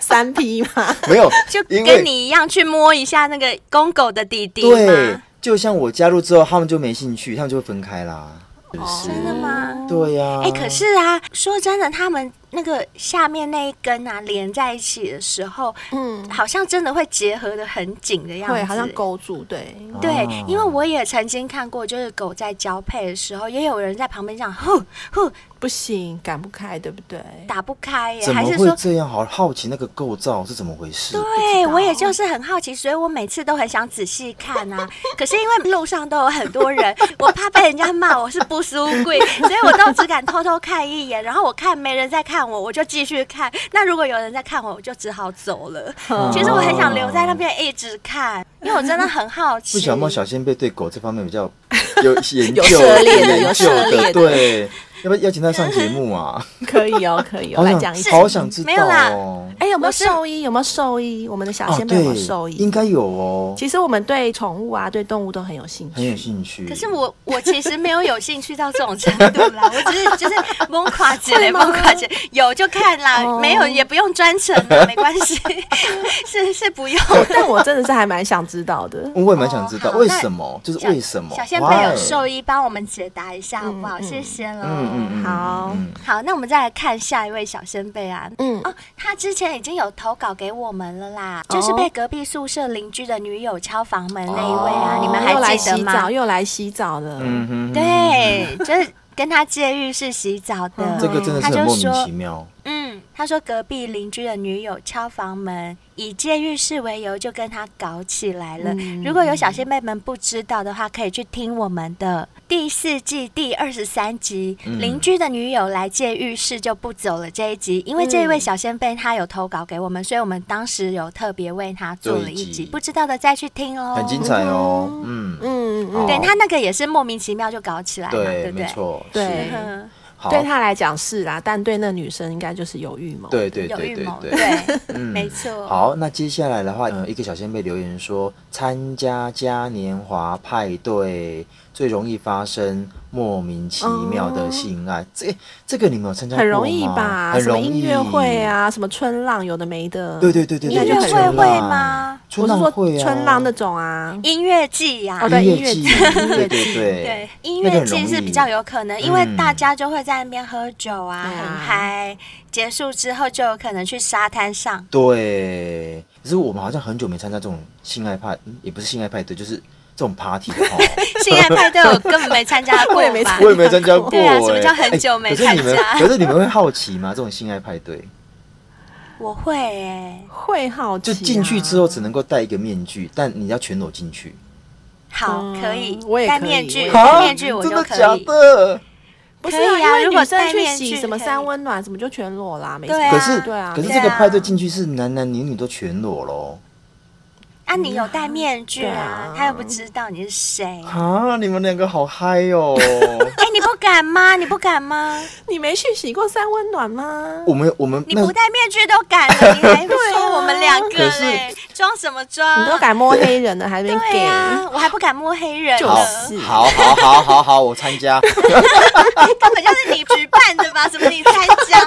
[SPEAKER 3] 三批嘛，
[SPEAKER 4] 没有，
[SPEAKER 2] 就
[SPEAKER 4] 因为
[SPEAKER 2] 跟你一样去摸一下那个公狗的弟弟
[SPEAKER 4] 对
[SPEAKER 2] 吗，
[SPEAKER 4] 就像我加入之后，他们就没兴趣，他们就会分开啦。是不是？
[SPEAKER 2] 真的吗？
[SPEAKER 4] 对呀、
[SPEAKER 2] 哦哎、可是啊，说真的，他们那个下面那一根啊连在一起的时候，
[SPEAKER 3] 嗯，
[SPEAKER 2] 好像真的会结合的很紧的样子，
[SPEAKER 3] [LAUGHS] 会好像。勾住，对，
[SPEAKER 2] 对
[SPEAKER 4] 啊，
[SPEAKER 2] 因为我也曾经看过，就是狗在交配的时候，也有人在旁边这样呼呼
[SPEAKER 3] 不行，赶不开，对不对？
[SPEAKER 2] 打不开耶，
[SPEAKER 4] 怎
[SPEAKER 2] 还
[SPEAKER 4] 么
[SPEAKER 2] 是
[SPEAKER 4] 会
[SPEAKER 2] 说，
[SPEAKER 4] 这样？好好奇那个构造是怎么回事？
[SPEAKER 2] 对啊
[SPEAKER 3] 道
[SPEAKER 2] 我也就是很好奇，所以我每次都很想仔细看啊。可是因为路上都有很多人，我怕被人家骂我是不输贵，所以我都只敢偷偷看一眼。然后我看没人在看我，我就继续看。那如果有人在看我，我就只好走了。
[SPEAKER 3] 哦
[SPEAKER 2] 其实我很想留在那边一直看，因为我真的很
[SPEAKER 3] [LAUGHS]
[SPEAKER 2] 好奇。
[SPEAKER 4] 不晓得有没有小仙贝对狗这方面
[SPEAKER 2] [LAUGHS]
[SPEAKER 4] 比较有研究、
[SPEAKER 3] 有涉猎的
[SPEAKER 4] 研
[SPEAKER 3] 有
[SPEAKER 4] 究
[SPEAKER 3] 涉猎的
[SPEAKER 4] 对，要不要邀请他上节目
[SPEAKER 2] [LAUGHS]
[SPEAKER 4] 啊？
[SPEAKER 3] 可以哦，可以哦，
[SPEAKER 4] 好
[SPEAKER 3] 来讲一
[SPEAKER 4] 想
[SPEAKER 3] 下。
[SPEAKER 4] 好想知
[SPEAKER 2] 没有
[SPEAKER 4] 道
[SPEAKER 2] 啦
[SPEAKER 4] 哦。
[SPEAKER 3] 哎，有没有
[SPEAKER 2] 我是
[SPEAKER 3] 兽医？有没有兽医？我们的小
[SPEAKER 4] 哦，
[SPEAKER 3] 仙贝有没有兽
[SPEAKER 4] 对，
[SPEAKER 3] 医？
[SPEAKER 4] 应该有哦，
[SPEAKER 3] 其实我们对宠物啊，对动物都很有兴
[SPEAKER 4] 很有
[SPEAKER 3] 趣。
[SPEAKER 4] 兴趣。
[SPEAKER 2] 可是我我其实没有有兴趣到这种程度啦，我只是就是蒙垮姐嘞，
[SPEAKER 3] 会吗
[SPEAKER 2] 蒙垮姐有就看啦，
[SPEAKER 3] 哦
[SPEAKER 2] 没有也不用专程啦，没关系， [LAUGHS] 是是不用。
[SPEAKER 3] 但我真的是还蛮想知道的。
[SPEAKER 4] 我也蛮想知道
[SPEAKER 2] 哦好
[SPEAKER 4] 为什么，就是
[SPEAKER 2] 小
[SPEAKER 4] 为什么？
[SPEAKER 2] 小仙贝有
[SPEAKER 4] Why？
[SPEAKER 2] 兽医帮我们解答一下好不好？
[SPEAKER 3] 嗯
[SPEAKER 2] 谢谢喽。
[SPEAKER 4] 嗯嗯嗯，
[SPEAKER 3] 好
[SPEAKER 4] 嗯
[SPEAKER 2] 好，那我们再来看下一位小仙贝啊，
[SPEAKER 3] 嗯，
[SPEAKER 2] 哦，他之前已经有投稿给我们了啦，
[SPEAKER 3] 哦
[SPEAKER 2] 就是被隔壁宿舍邻居的女友敲房门那一位啊，
[SPEAKER 4] 哦
[SPEAKER 2] 你们
[SPEAKER 3] 又
[SPEAKER 2] 还
[SPEAKER 3] 来
[SPEAKER 2] 记得
[SPEAKER 3] 洗
[SPEAKER 2] 吗？
[SPEAKER 3] 澡，嗯又来洗澡了。
[SPEAKER 4] 嗯哼，
[SPEAKER 2] 对，就是跟他借浴室洗澡的。
[SPEAKER 3] 嗯
[SPEAKER 4] 这个真的是
[SPEAKER 2] 他就
[SPEAKER 4] 很莫名
[SPEAKER 2] 说
[SPEAKER 4] 其妙。
[SPEAKER 2] 嗯，他说隔壁邻居的女友敲房门，以借浴室为由就跟他搞起来了。
[SPEAKER 3] 嗯
[SPEAKER 2] 如果有小仙妹们不知道的话，可以去听我们的第四季第二十三集《
[SPEAKER 4] 嗯
[SPEAKER 2] 邻居的女友来借浴室就不走了》这一集，因为这一位小仙贝她有投稿给我们，所以我们当时有特别为她做了一
[SPEAKER 4] 做一
[SPEAKER 2] 集，
[SPEAKER 4] 集
[SPEAKER 2] 不知道的再去听哦。
[SPEAKER 4] 很精彩哦，嗯，
[SPEAKER 3] 嗯
[SPEAKER 4] 好
[SPEAKER 3] 嗯，
[SPEAKER 2] 对他那个也是莫名其妙就搞起来
[SPEAKER 3] 啊
[SPEAKER 2] 嘛，对
[SPEAKER 4] 嗯对，
[SPEAKER 2] 不
[SPEAKER 4] 没
[SPEAKER 2] 对？
[SPEAKER 4] 错，
[SPEAKER 3] 对
[SPEAKER 4] 是
[SPEAKER 2] [LAUGHS] 嗯
[SPEAKER 4] 好，
[SPEAKER 3] 对他来讲是啦，但对那女生应该就是有预谋。，
[SPEAKER 4] 对对
[SPEAKER 2] 有
[SPEAKER 4] 对
[SPEAKER 2] 预
[SPEAKER 4] 对
[SPEAKER 2] 谋，
[SPEAKER 4] 对，
[SPEAKER 2] 对，
[SPEAKER 4] 嗯
[SPEAKER 2] [LAUGHS] 没错。
[SPEAKER 4] 好，那接下来的话，呃，一个小先辈留言说，参加嘉年华派对最容易发生莫名其妙的性爱，这这个你们有参加过
[SPEAKER 3] 哦
[SPEAKER 4] 吗？
[SPEAKER 3] 很容易吧？
[SPEAKER 4] 很
[SPEAKER 3] 什么
[SPEAKER 4] 容易。
[SPEAKER 3] 音乐会，啊，什么春浪，有的没的。
[SPEAKER 4] 对对对对对，
[SPEAKER 3] 音乐
[SPEAKER 4] 就
[SPEAKER 3] 会
[SPEAKER 4] 春
[SPEAKER 2] 会
[SPEAKER 4] 浪
[SPEAKER 2] 吗？
[SPEAKER 4] 春
[SPEAKER 3] 我是
[SPEAKER 4] 浪
[SPEAKER 3] 说
[SPEAKER 4] 会啊，
[SPEAKER 3] 春浪那种啊。
[SPEAKER 2] 音乐季呀、
[SPEAKER 3] 哦对
[SPEAKER 4] 音
[SPEAKER 3] 音乐
[SPEAKER 4] 季，
[SPEAKER 3] 季音
[SPEAKER 4] 对对
[SPEAKER 3] 乐
[SPEAKER 4] 对
[SPEAKER 3] 季
[SPEAKER 2] 对
[SPEAKER 4] 对，，
[SPEAKER 2] 音
[SPEAKER 4] 那个
[SPEAKER 2] 乐
[SPEAKER 4] 很
[SPEAKER 2] 季
[SPEAKER 4] 容
[SPEAKER 2] 是
[SPEAKER 4] 易
[SPEAKER 2] 比较有可能，因为
[SPEAKER 4] 嗯
[SPEAKER 2] 大家就会在那边喝酒啊，
[SPEAKER 3] 对啊
[SPEAKER 2] 很嗨。结束之后就有可能去沙滩上，
[SPEAKER 4] 对。可是我们好像很久没参加这种性爱派，嗯也不是性爱派对，就是这种 party 了哈。
[SPEAKER 2] 性爱派对我根本没参加过
[SPEAKER 3] 啊 [LAUGHS] 我也没
[SPEAKER 2] 吧
[SPEAKER 3] 参？
[SPEAKER 4] 我也没参加过、欸。
[SPEAKER 2] 对啊什么叫很久没参加
[SPEAKER 4] 哎可是你们，可是你们会好奇吗？这种性爱派对，
[SPEAKER 2] 我会哎、
[SPEAKER 3] 会好奇
[SPEAKER 4] 就
[SPEAKER 3] 啊、
[SPEAKER 4] 进去之后只能够戴一个面具，但你要全裸进去。啊
[SPEAKER 2] 好，
[SPEAKER 3] 嗯
[SPEAKER 2] 可以，
[SPEAKER 3] 我也
[SPEAKER 2] 戴
[SPEAKER 3] 可以
[SPEAKER 2] 面具，
[SPEAKER 3] 我也
[SPEAKER 2] 戴面具我就可以。
[SPEAKER 4] 的？
[SPEAKER 3] 不是
[SPEAKER 2] 可
[SPEAKER 3] 啊，
[SPEAKER 2] 以啊
[SPEAKER 3] 因为
[SPEAKER 2] 如果
[SPEAKER 3] 女生
[SPEAKER 2] 戴
[SPEAKER 3] 去
[SPEAKER 2] 面具
[SPEAKER 3] 洗什么
[SPEAKER 2] 可以
[SPEAKER 3] 三温暖，什么就全裸啦，没
[SPEAKER 2] 对
[SPEAKER 4] 可
[SPEAKER 2] 啊
[SPEAKER 4] 是，
[SPEAKER 3] 对啊
[SPEAKER 4] 可是
[SPEAKER 2] 对啊
[SPEAKER 4] 这个派对进去是男男女女都全裸喽。
[SPEAKER 2] 啊，你有戴面具啊
[SPEAKER 3] 对啊，
[SPEAKER 2] 他又不知道你是谁。
[SPEAKER 4] 啊，你们两个好嗨哦！
[SPEAKER 2] 哎、你不敢吗？你不敢
[SPEAKER 3] [LAUGHS]
[SPEAKER 2] 吗？
[SPEAKER 3] 你没去洗过三温暖吗？
[SPEAKER 4] [LAUGHS] 我们我们
[SPEAKER 2] 你
[SPEAKER 4] 那
[SPEAKER 2] 不戴面具都敢了，你还说
[SPEAKER 3] 啊
[SPEAKER 2] 我们两个
[SPEAKER 4] 可是
[SPEAKER 2] 嘞？装什么装？
[SPEAKER 3] 你都敢摸黑人了，还没
[SPEAKER 2] 啊对
[SPEAKER 3] 给？
[SPEAKER 2] 啊，我还不敢摸黑人呢，
[SPEAKER 4] 好
[SPEAKER 3] 就是
[SPEAKER 4] 好好好好好，我参加。
[SPEAKER 2] 根本就是你举办的 [LAUGHS] 吧？怎么你参加？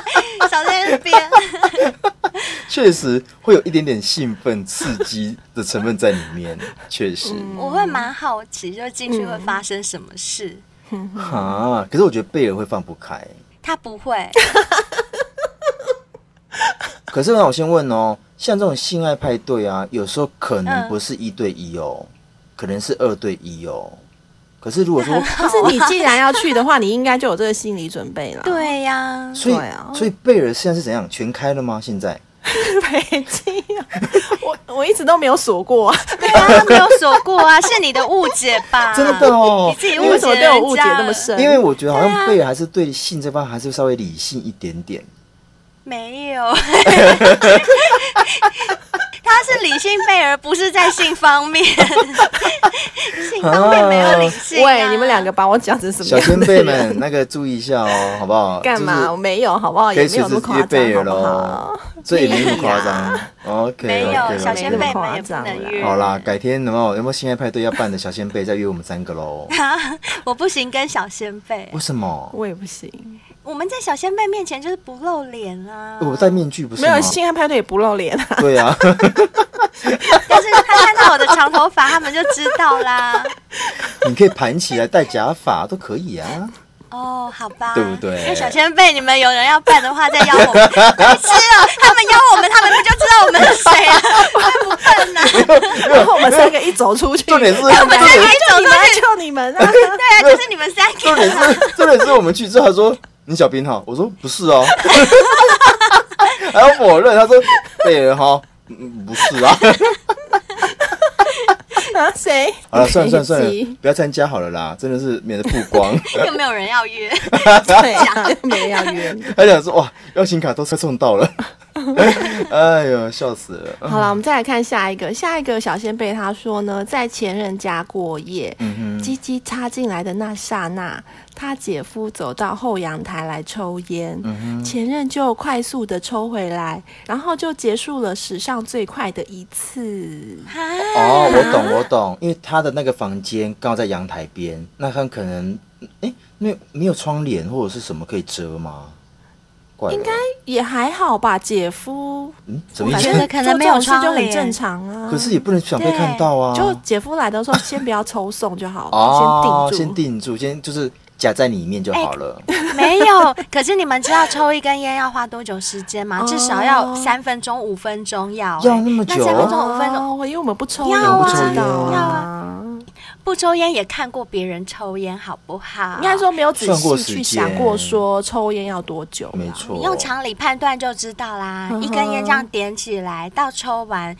[SPEAKER 2] 少在那边，
[SPEAKER 4] 确实会有一点点兴奋刺激的成分在里面，确实。
[SPEAKER 2] [LAUGHS]
[SPEAKER 3] 嗯
[SPEAKER 2] 我会蛮好奇，就进去会发生什么事。
[SPEAKER 4] 啊，可是我觉得贝尔会放不开。
[SPEAKER 2] 他不会，
[SPEAKER 4] 可是那我先问哦，像这种性爱派对啊，有时候可能
[SPEAKER 2] 嗯
[SPEAKER 4] 不是一对一哦，可能是二对一哦。可是如
[SPEAKER 3] [LAUGHS]
[SPEAKER 4] 果说，
[SPEAKER 3] 但是你既然要去的话，你应该就有这个心理准备了。，
[SPEAKER 2] 对呀、
[SPEAKER 4] 所以、
[SPEAKER 3] 对啊
[SPEAKER 4] 所以贝尔现在是怎样？全开了吗？现在？
[SPEAKER 3] [LAUGHS] 北京啊，我我一直都没有锁过
[SPEAKER 2] [LAUGHS]
[SPEAKER 3] 啊，
[SPEAKER 2] 对啊，他没有锁过 [LAUGHS] 啊，是你的误解吧？
[SPEAKER 4] 真的哦
[SPEAKER 2] 你自己
[SPEAKER 3] 你
[SPEAKER 2] 误
[SPEAKER 3] 为什么
[SPEAKER 2] 解
[SPEAKER 3] 对我误解
[SPEAKER 2] 人家
[SPEAKER 3] 那么？深？
[SPEAKER 4] 因为我觉得好像贝尔还是对性这方面还是稍微理性一点点。
[SPEAKER 2] 没
[SPEAKER 4] [LAUGHS]
[SPEAKER 2] 有。他是理性贝尔，不是在性方
[SPEAKER 4] [LAUGHS]
[SPEAKER 2] 面，性方面没有理性、啊。
[SPEAKER 3] 喂，你们两个把我讲成什么
[SPEAKER 4] 小
[SPEAKER 3] 样
[SPEAKER 4] 先
[SPEAKER 3] 的
[SPEAKER 4] 辈
[SPEAKER 3] 人？
[SPEAKER 4] 们，那个注意一下哦，好不好？
[SPEAKER 3] 啊 [LAUGHS] 干嘛？我
[SPEAKER 4] 就是
[SPEAKER 3] 没有，好不好？
[SPEAKER 4] 可
[SPEAKER 3] 也没
[SPEAKER 4] 以随
[SPEAKER 3] 有那
[SPEAKER 4] 时
[SPEAKER 3] 么
[SPEAKER 4] 约
[SPEAKER 3] 夸
[SPEAKER 4] 贝尔
[SPEAKER 3] 张，好不
[SPEAKER 4] 喽
[SPEAKER 3] 好？，
[SPEAKER 4] 所以也没那么夸
[SPEAKER 3] 屁
[SPEAKER 4] 张
[SPEAKER 3] 啦。
[SPEAKER 4] OK，
[SPEAKER 2] 没有，小
[SPEAKER 3] 仙
[SPEAKER 2] 仙
[SPEAKER 3] 贝
[SPEAKER 2] 妹们也
[SPEAKER 3] 没那么
[SPEAKER 2] 不
[SPEAKER 3] 夸张
[SPEAKER 2] 能
[SPEAKER 3] 啦
[SPEAKER 2] 约。
[SPEAKER 4] 好啦，改天有没有有没有性爱派对要办的小先辈再约我们三个喽？
[SPEAKER 2] 我不行跟小仙贝
[SPEAKER 4] 为，什么？
[SPEAKER 3] [LAUGHS] 我也不行，
[SPEAKER 2] 我们在小仙贝面前就是不露脸啊。
[SPEAKER 4] 我戴面具不是
[SPEAKER 3] 没
[SPEAKER 4] 吗
[SPEAKER 3] 有？性爱派对也不露脸啊。
[SPEAKER 4] 对 [LAUGHS] 啊，
[SPEAKER 2] 但是他看到我的长头
[SPEAKER 3] [LAUGHS]
[SPEAKER 2] 发，他们就知道啦。
[SPEAKER 4] 你可以盘起来戴假发都可以啊。
[SPEAKER 2] 哦，好吧，
[SPEAKER 4] 对不对
[SPEAKER 2] 因为小前辈，你们有人要办的话，再邀我们。白痴了，他们邀我们，他们不就知道我们是谁
[SPEAKER 3] [LAUGHS]
[SPEAKER 2] 啊？他们不笨啊呐、
[SPEAKER 3] 然 [LAUGHS] 后我们三个一走出去，
[SPEAKER 4] 重 [LAUGHS] 点是
[SPEAKER 3] 我哎们
[SPEAKER 4] 重点
[SPEAKER 3] 三
[SPEAKER 4] 是
[SPEAKER 3] 个
[SPEAKER 2] 哎
[SPEAKER 3] 一走出去，就你们
[SPEAKER 2] [LAUGHS]
[SPEAKER 3] 啊！
[SPEAKER 2] 对啊，就是你们三
[SPEAKER 4] 重
[SPEAKER 2] 个。
[SPEAKER 4] 点是， [LAUGHS] 重点是我们去之后，他说你小编好，我说不是哦， [LAUGHS] 还要否认，他说对人哈，嗯不是啊， [LAUGHS]
[SPEAKER 3] 啊谁？
[SPEAKER 4] 好了，算了算了 [LAUGHS] 算
[SPEAKER 3] 你
[SPEAKER 4] 了，不要参加好了啦，真的是免得曝光。 [LAUGHS]
[SPEAKER 2] 有没有人要
[SPEAKER 3] [LAUGHS]
[SPEAKER 2] 约？
[SPEAKER 3] 对啊，又没人要约你。
[SPEAKER 4] 他想说哇，邀请卡都快送到了， [LAUGHS] 哎呦，笑死了。
[SPEAKER 3] 好了，我们再来看下一个。下一个小先贝他说呢，在前任家过夜，
[SPEAKER 4] 嗯哼，
[SPEAKER 3] 鸡鸡插进来的那刹那，他姐夫走到后阳台来抽烟，
[SPEAKER 4] 嗯
[SPEAKER 3] 前任就快速的抽回来，然后就结束了史上最快的一次。
[SPEAKER 2] 啊，
[SPEAKER 4] 哦，我懂我懂，因为他的那个房间刚好在阳台边，那他可能哎，没有没有窗帘或者是什么可以遮吗？怪了
[SPEAKER 3] 应该也还好吧，姐夫，
[SPEAKER 4] 嗯，什么意
[SPEAKER 3] 反
[SPEAKER 4] 思
[SPEAKER 3] 正
[SPEAKER 2] 觉？得可能没有
[SPEAKER 3] 做这种事就
[SPEAKER 2] 窗
[SPEAKER 3] 很
[SPEAKER 2] 帘
[SPEAKER 3] 正常啊。
[SPEAKER 4] 可是也不能想被
[SPEAKER 2] 对
[SPEAKER 4] 看到啊，
[SPEAKER 3] 就姐夫来的时候，先不要抽送就好
[SPEAKER 4] 哦
[SPEAKER 3] 了，，先定住。
[SPEAKER 4] 先定住，先就是夹在里面就
[SPEAKER 2] 哎
[SPEAKER 4] 好了。
[SPEAKER 2] 没有。可是你们知道抽一根烟要花多久时间吗？
[SPEAKER 3] 哦
[SPEAKER 2] 至少要三分钟、五分钟要、欸
[SPEAKER 4] 要那么
[SPEAKER 2] 那
[SPEAKER 4] 久
[SPEAKER 2] 三分
[SPEAKER 4] 哦
[SPEAKER 2] 钟、五分钟，
[SPEAKER 3] 哦，因为我们不抽
[SPEAKER 2] 要
[SPEAKER 3] 烟，
[SPEAKER 2] 啊
[SPEAKER 3] 不知道
[SPEAKER 4] 要
[SPEAKER 2] 啊。不抽烟也看过别人抽烟，好不好？
[SPEAKER 3] 应该说没有仔
[SPEAKER 4] 算过
[SPEAKER 3] 细
[SPEAKER 4] 时
[SPEAKER 3] 去
[SPEAKER 4] 间
[SPEAKER 3] 想过说抽烟要多久啦，啊
[SPEAKER 4] 没错，
[SPEAKER 2] 你用常理判断就知道啦。
[SPEAKER 3] 嗯哼
[SPEAKER 2] 一根烟这样点起来，到抽完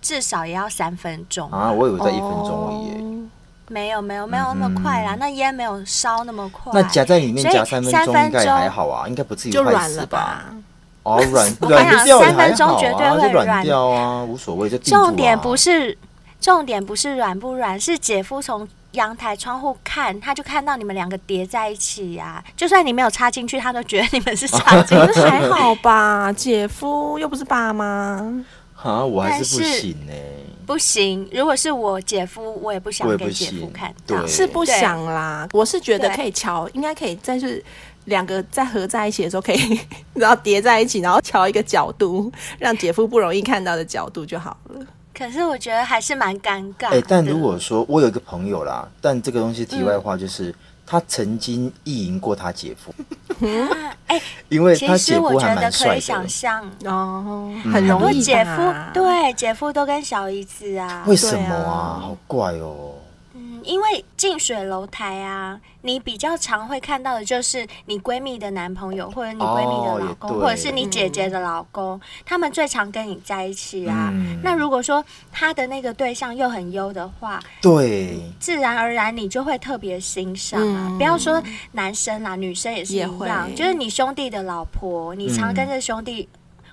[SPEAKER 2] 至少也要三分钟。
[SPEAKER 4] 啊，我以为在一分钟而已。
[SPEAKER 3] 已。
[SPEAKER 2] 没有没有没有那么快啦，那烟没有烧那么快。
[SPEAKER 4] 嗯那夹在里面
[SPEAKER 2] 所以
[SPEAKER 4] 夹三分
[SPEAKER 2] 三哦
[SPEAKER 4] 钟
[SPEAKER 2] 分
[SPEAKER 4] 应该也
[SPEAKER 2] 钟
[SPEAKER 4] 还好啊，应该不至于
[SPEAKER 3] 就
[SPEAKER 4] 坏
[SPEAKER 3] 软
[SPEAKER 4] 死
[SPEAKER 3] 了
[SPEAKER 4] 吧？ [LAUGHS]
[SPEAKER 3] 吧？
[SPEAKER 4] 哦，软
[SPEAKER 2] 我
[SPEAKER 4] 软
[SPEAKER 2] 想
[SPEAKER 4] 不掉也
[SPEAKER 2] 哎三分
[SPEAKER 4] 还
[SPEAKER 2] 钟
[SPEAKER 4] 好
[SPEAKER 2] 绝对
[SPEAKER 4] 啊，
[SPEAKER 2] 会
[SPEAKER 4] 就软
[SPEAKER 2] 软
[SPEAKER 4] 掉啊，无所谓，就定住啊
[SPEAKER 2] 重点不是重点不是软不软，是姐夫从阳台窗户看，他就看到你们两个叠在一起呀、就算你没有插进去，他都觉得你们是插进
[SPEAKER 3] 可
[SPEAKER 2] 去。
[SPEAKER 3] 是还
[SPEAKER 4] [LAUGHS]
[SPEAKER 3] 好吧，姐夫又不是爸妈，
[SPEAKER 4] 啊，我还
[SPEAKER 2] 但
[SPEAKER 4] 是不
[SPEAKER 2] 是
[SPEAKER 4] 行欸呢。
[SPEAKER 2] 不行，如果是我姐夫，我也不想
[SPEAKER 4] 我也不
[SPEAKER 2] 给姐夫
[SPEAKER 4] 行
[SPEAKER 2] 看到
[SPEAKER 4] 对。
[SPEAKER 3] 是不想啦。我是觉得
[SPEAKER 2] 对
[SPEAKER 3] 可以瞧，应该可以再是两个再合在一起的时候，可以 [LAUGHS] 然后叠在一起，然后瞧一个角度，让姐夫不容易看到的角度就好了。
[SPEAKER 2] 可是我觉得还是蛮尴尬的。
[SPEAKER 4] 哎，但如果说我有一个朋友啦，但这个东西题
[SPEAKER 2] 嗯
[SPEAKER 4] 外话就是，他曾经意淫过他姐夫， [LAUGHS]
[SPEAKER 2] 啊哎、
[SPEAKER 4] 因为他
[SPEAKER 2] 其
[SPEAKER 4] 姐
[SPEAKER 2] 实我
[SPEAKER 4] 夫还
[SPEAKER 2] 觉得
[SPEAKER 4] 蛮
[SPEAKER 2] 可
[SPEAKER 4] 帅
[SPEAKER 2] 以想
[SPEAKER 4] 的。
[SPEAKER 2] 象，
[SPEAKER 3] 哦，
[SPEAKER 4] 嗯
[SPEAKER 3] 很
[SPEAKER 2] 我
[SPEAKER 3] 容易吧
[SPEAKER 2] 姐夫对姐夫都跟小姨子啊，
[SPEAKER 4] 为什么
[SPEAKER 3] 对啊
[SPEAKER 4] 啊？好怪哦。
[SPEAKER 2] 嗯因为近水楼台啊，你比较常会看到的就是你闺蜜的男朋友，或者你闺蜜的老公，
[SPEAKER 4] 哦也对
[SPEAKER 2] 或者是你姐姐的老公，他们最常跟你在一起啊。
[SPEAKER 4] 嗯
[SPEAKER 2] 那如果说他的那个对象又很优的话，
[SPEAKER 4] 对，
[SPEAKER 2] 自然而然你就会特别欣赏啊。
[SPEAKER 3] 嗯
[SPEAKER 2] 不要说男生啦，女生也是一
[SPEAKER 3] 也会
[SPEAKER 2] 样，就是你兄弟的老婆，你常跟着兄弟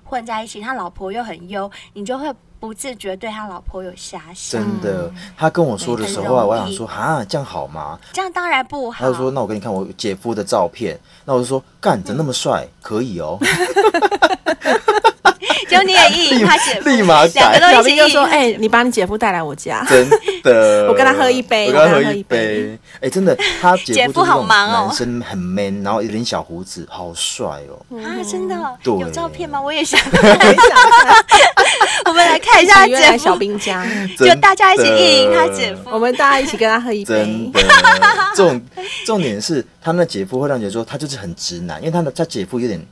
[SPEAKER 2] 混在一起，他老婆又很优，你就会不自觉对他老婆有遐想。
[SPEAKER 4] 真的，他跟我说的时候啊，
[SPEAKER 2] 嗯很容易
[SPEAKER 4] 我想说哈，这样好吗？
[SPEAKER 2] 这样当然不好。
[SPEAKER 4] 他就说那我给你看我姐夫的照片，那我就说干，怎么那么帅？可以哦，
[SPEAKER 2] 就 [LAUGHS] 你也意淫他姐夫，
[SPEAKER 4] [LAUGHS] 立马
[SPEAKER 2] 两
[SPEAKER 4] 改
[SPEAKER 2] 个，都
[SPEAKER 3] 小
[SPEAKER 2] 一
[SPEAKER 3] 兵
[SPEAKER 2] 起
[SPEAKER 3] 就
[SPEAKER 2] 意
[SPEAKER 3] 说：“
[SPEAKER 2] 淫。
[SPEAKER 3] 哎、你把你姐夫带来我家。
[SPEAKER 2] [LAUGHS]
[SPEAKER 4] 真的。
[SPEAKER 3] 我跟他喝一杯
[SPEAKER 4] 我跟他
[SPEAKER 3] 我
[SPEAKER 4] 喝
[SPEAKER 3] 跟他喝
[SPEAKER 4] 一
[SPEAKER 3] 一杯
[SPEAKER 4] 杯。哎，真的，他
[SPEAKER 2] [LAUGHS]
[SPEAKER 4] 姐
[SPEAKER 2] 姐
[SPEAKER 4] 夫
[SPEAKER 2] 夫
[SPEAKER 4] 就是那
[SPEAKER 2] 好
[SPEAKER 4] 种
[SPEAKER 2] 忙哦
[SPEAKER 4] 男生很 man，然后有点小胡子，好帅
[SPEAKER 2] [LAUGHS]
[SPEAKER 4] 哦。
[SPEAKER 2] 啊，真的、哦，
[SPEAKER 4] 对
[SPEAKER 2] 有照片吗？我也
[SPEAKER 3] [LAUGHS]
[SPEAKER 2] 想，
[SPEAKER 3] 很想看
[SPEAKER 2] 我们来看一下
[SPEAKER 3] [LAUGHS] 一起约来哦
[SPEAKER 2] 姐
[SPEAKER 3] 小
[SPEAKER 2] 夫，
[SPEAKER 3] 兵家，
[SPEAKER 4] [LAUGHS]
[SPEAKER 2] [LAUGHS] 就大家一起意淫
[SPEAKER 4] 应
[SPEAKER 2] 他姐。夫。
[SPEAKER 3] 我们大家一起跟他喝一杯
[SPEAKER 4] 真。的，重重点是他那姐夫会让你觉得说他就是很直男，因为他的他姐夫有点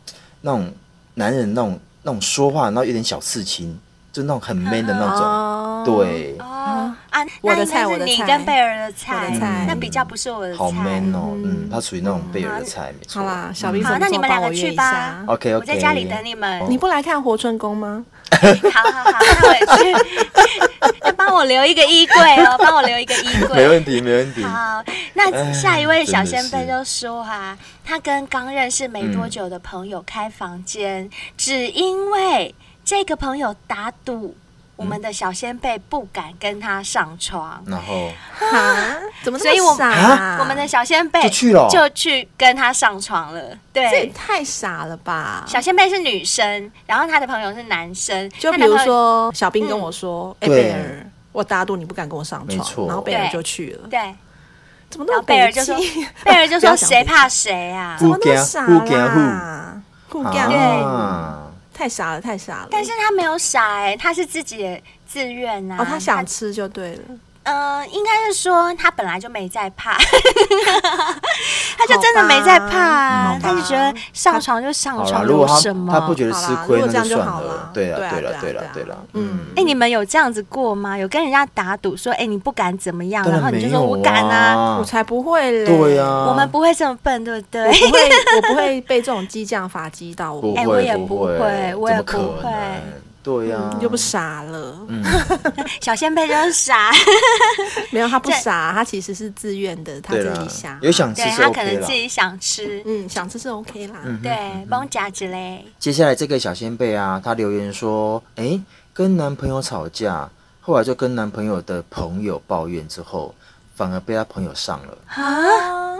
[SPEAKER 4] 那种男人那种那种说话，然后有点小刺青，就那种很 man 的那种。
[SPEAKER 3] 哦，
[SPEAKER 4] 对，
[SPEAKER 2] 哦啊，
[SPEAKER 3] 我
[SPEAKER 2] 那
[SPEAKER 3] 的
[SPEAKER 2] 应
[SPEAKER 3] 菜
[SPEAKER 2] 该
[SPEAKER 3] 我的
[SPEAKER 2] 是你
[SPEAKER 3] 菜
[SPEAKER 2] 跟贝尔的菜，
[SPEAKER 3] 我的菜
[SPEAKER 2] 那比较不是我的菜。
[SPEAKER 4] 好 man 哦，嗯，他属于那种贝尔的菜，没错。
[SPEAKER 3] 好啦，小兵，
[SPEAKER 2] 好，那你们两个去吧。
[SPEAKER 4] OK，OK
[SPEAKER 2] 我在家里等你们。
[SPEAKER 4] 哦
[SPEAKER 3] 哦你不来看活春宫吗？
[SPEAKER 2] [LAUGHS] 好好好，那我 [LAUGHS] 也去。要帮我留一个衣柜
[SPEAKER 3] [LAUGHS]
[SPEAKER 2] 哦，帮我留一个衣柜。
[SPEAKER 4] 没问题，没问题。
[SPEAKER 2] 好，那下一位小先
[SPEAKER 4] 哎
[SPEAKER 2] 辈
[SPEAKER 4] 真
[SPEAKER 2] 就说啊，他跟刚认识没多久的朋友开房间，只因为这个朋友打赌，我们的小先辈不敢跟他上床。
[SPEAKER 4] 然后
[SPEAKER 3] 啊，怎么
[SPEAKER 2] 所以
[SPEAKER 3] 那
[SPEAKER 2] 我
[SPEAKER 3] 么
[SPEAKER 2] 们
[SPEAKER 3] 傻啊？
[SPEAKER 2] 我们的小先辈
[SPEAKER 4] 就去了
[SPEAKER 2] 就去跟他上床了。
[SPEAKER 3] 这也
[SPEAKER 2] 对，
[SPEAKER 3] 太傻了吧？
[SPEAKER 2] 小先辈是女生，然后他的朋友是男生，
[SPEAKER 3] 就
[SPEAKER 2] 她
[SPEAKER 3] 比
[SPEAKER 2] 男
[SPEAKER 3] 如
[SPEAKER 2] 朋友
[SPEAKER 3] 说，小兵跟我说：“哎，
[SPEAKER 4] 对
[SPEAKER 3] 贝尔，我打赌你不敢跟我上
[SPEAKER 4] 没错
[SPEAKER 3] 床。”然后贝尔就去了。
[SPEAKER 2] 对，
[SPEAKER 3] 怎么那
[SPEAKER 2] 然后
[SPEAKER 3] 么
[SPEAKER 2] 贝尔就说
[SPEAKER 3] 气？
[SPEAKER 2] 贝尔就
[SPEAKER 3] [LAUGHS] 不要
[SPEAKER 2] 说
[SPEAKER 3] 讲
[SPEAKER 2] 谁
[SPEAKER 3] 北
[SPEAKER 2] 怕谁啊？
[SPEAKER 4] 哦
[SPEAKER 3] 怎么那么傻
[SPEAKER 4] 互惊互
[SPEAKER 3] 啦？互干
[SPEAKER 4] 啊，
[SPEAKER 3] 太傻了，太傻了。
[SPEAKER 2] 但是他没有傻哎、他是自己自愿啊。
[SPEAKER 3] 哦哦，他想吃就对了。
[SPEAKER 2] 呃，应该是说他本来就没在怕， [LAUGHS] 他就真的没在怕、啊
[SPEAKER 3] 好吧，
[SPEAKER 2] 他就觉得上床就上
[SPEAKER 4] 嗯好啦，
[SPEAKER 2] 床，
[SPEAKER 4] 如果
[SPEAKER 2] 有
[SPEAKER 4] 他
[SPEAKER 2] 什么？
[SPEAKER 4] 他不觉得
[SPEAKER 3] 好啦
[SPEAKER 4] 吃
[SPEAKER 3] 如
[SPEAKER 4] 亏，
[SPEAKER 3] 果这
[SPEAKER 4] 那
[SPEAKER 3] 样就
[SPEAKER 4] 算
[SPEAKER 3] 好
[SPEAKER 4] 了
[SPEAKER 3] 啦。
[SPEAKER 4] 对
[SPEAKER 3] 对啊
[SPEAKER 4] 对
[SPEAKER 3] 对
[SPEAKER 4] 了，
[SPEAKER 3] 啊
[SPEAKER 4] 了，
[SPEAKER 3] 对
[SPEAKER 4] 对
[SPEAKER 3] 啊
[SPEAKER 4] 了。
[SPEAKER 3] 嗯
[SPEAKER 2] 哎、你们有这样子过吗？有跟人家打赌说，哎、你不敢怎么样，
[SPEAKER 4] 当
[SPEAKER 2] 然后
[SPEAKER 4] 然
[SPEAKER 2] 你就
[SPEAKER 4] 没
[SPEAKER 2] 说
[SPEAKER 4] 有
[SPEAKER 2] 我敢啊，
[SPEAKER 4] 啊
[SPEAKER 3] 我，才不会嘞。
[SPEAKER 4] 对啊呀，
[SPEAKER 2] 我们不会这么笨，对不对
[SPEAKER 3] 我？不会，我不会被这种激将法激到，
[SPEAKER 4] 不
[SPEAKER 3] 我
[SPEAKER 2] 哎
[SPEAKER 4] 会，
[SPEAKER 2] 我也
[SPEAKER 4] 不
[SPEAKER 2] 不会我
[SPEAKER 4] 怎
[SPEAKER 2] 也不
[SPEAKER 4] 么可
[SPEAKER 2] 会嗯
[SPEAKER 4] 能？对呀，
[SPEAKER 3] 你就不傻了。
[SPEAKER 4] 啊嗯，
[SPEAKER 2] [LAUGHS] 小先辈就是傻，
[SPEAKER 3] 没有，他不
[SPEAKER 2] 这
[SPEAKER 3] 傻，他其实是自愿的，他
[SPEAKER 4] 对
[SPEAKER 3] 自
[SPEAKER 4] 啦
[SPEAKER 3] 己想，
[SPEAKER 4] 有想吃
[SPEAKER 2] 对
[SPEAKER 4] 是
[SPEAKER 2] 他可
[SPEAKER 4] OK
[SPEAKER 2] 能
[SPEAKER 4] 啦
[SPEAKER 2] 自。己想吃，
[SPEAKER 3] 嗯，想吃是 OK 啦。
[SPEAKER 4] 嗯哼
[SPEAKER 2] 对，蒙夹子嘞。
[SPEAKER 4] 接下来这个小先辈啊，她留言说：“诶，跟男朋友吵架，后来就跟男朋友的朋友抱怨之后，反而被她朋友上了。
[SPEAKER 3] 啊，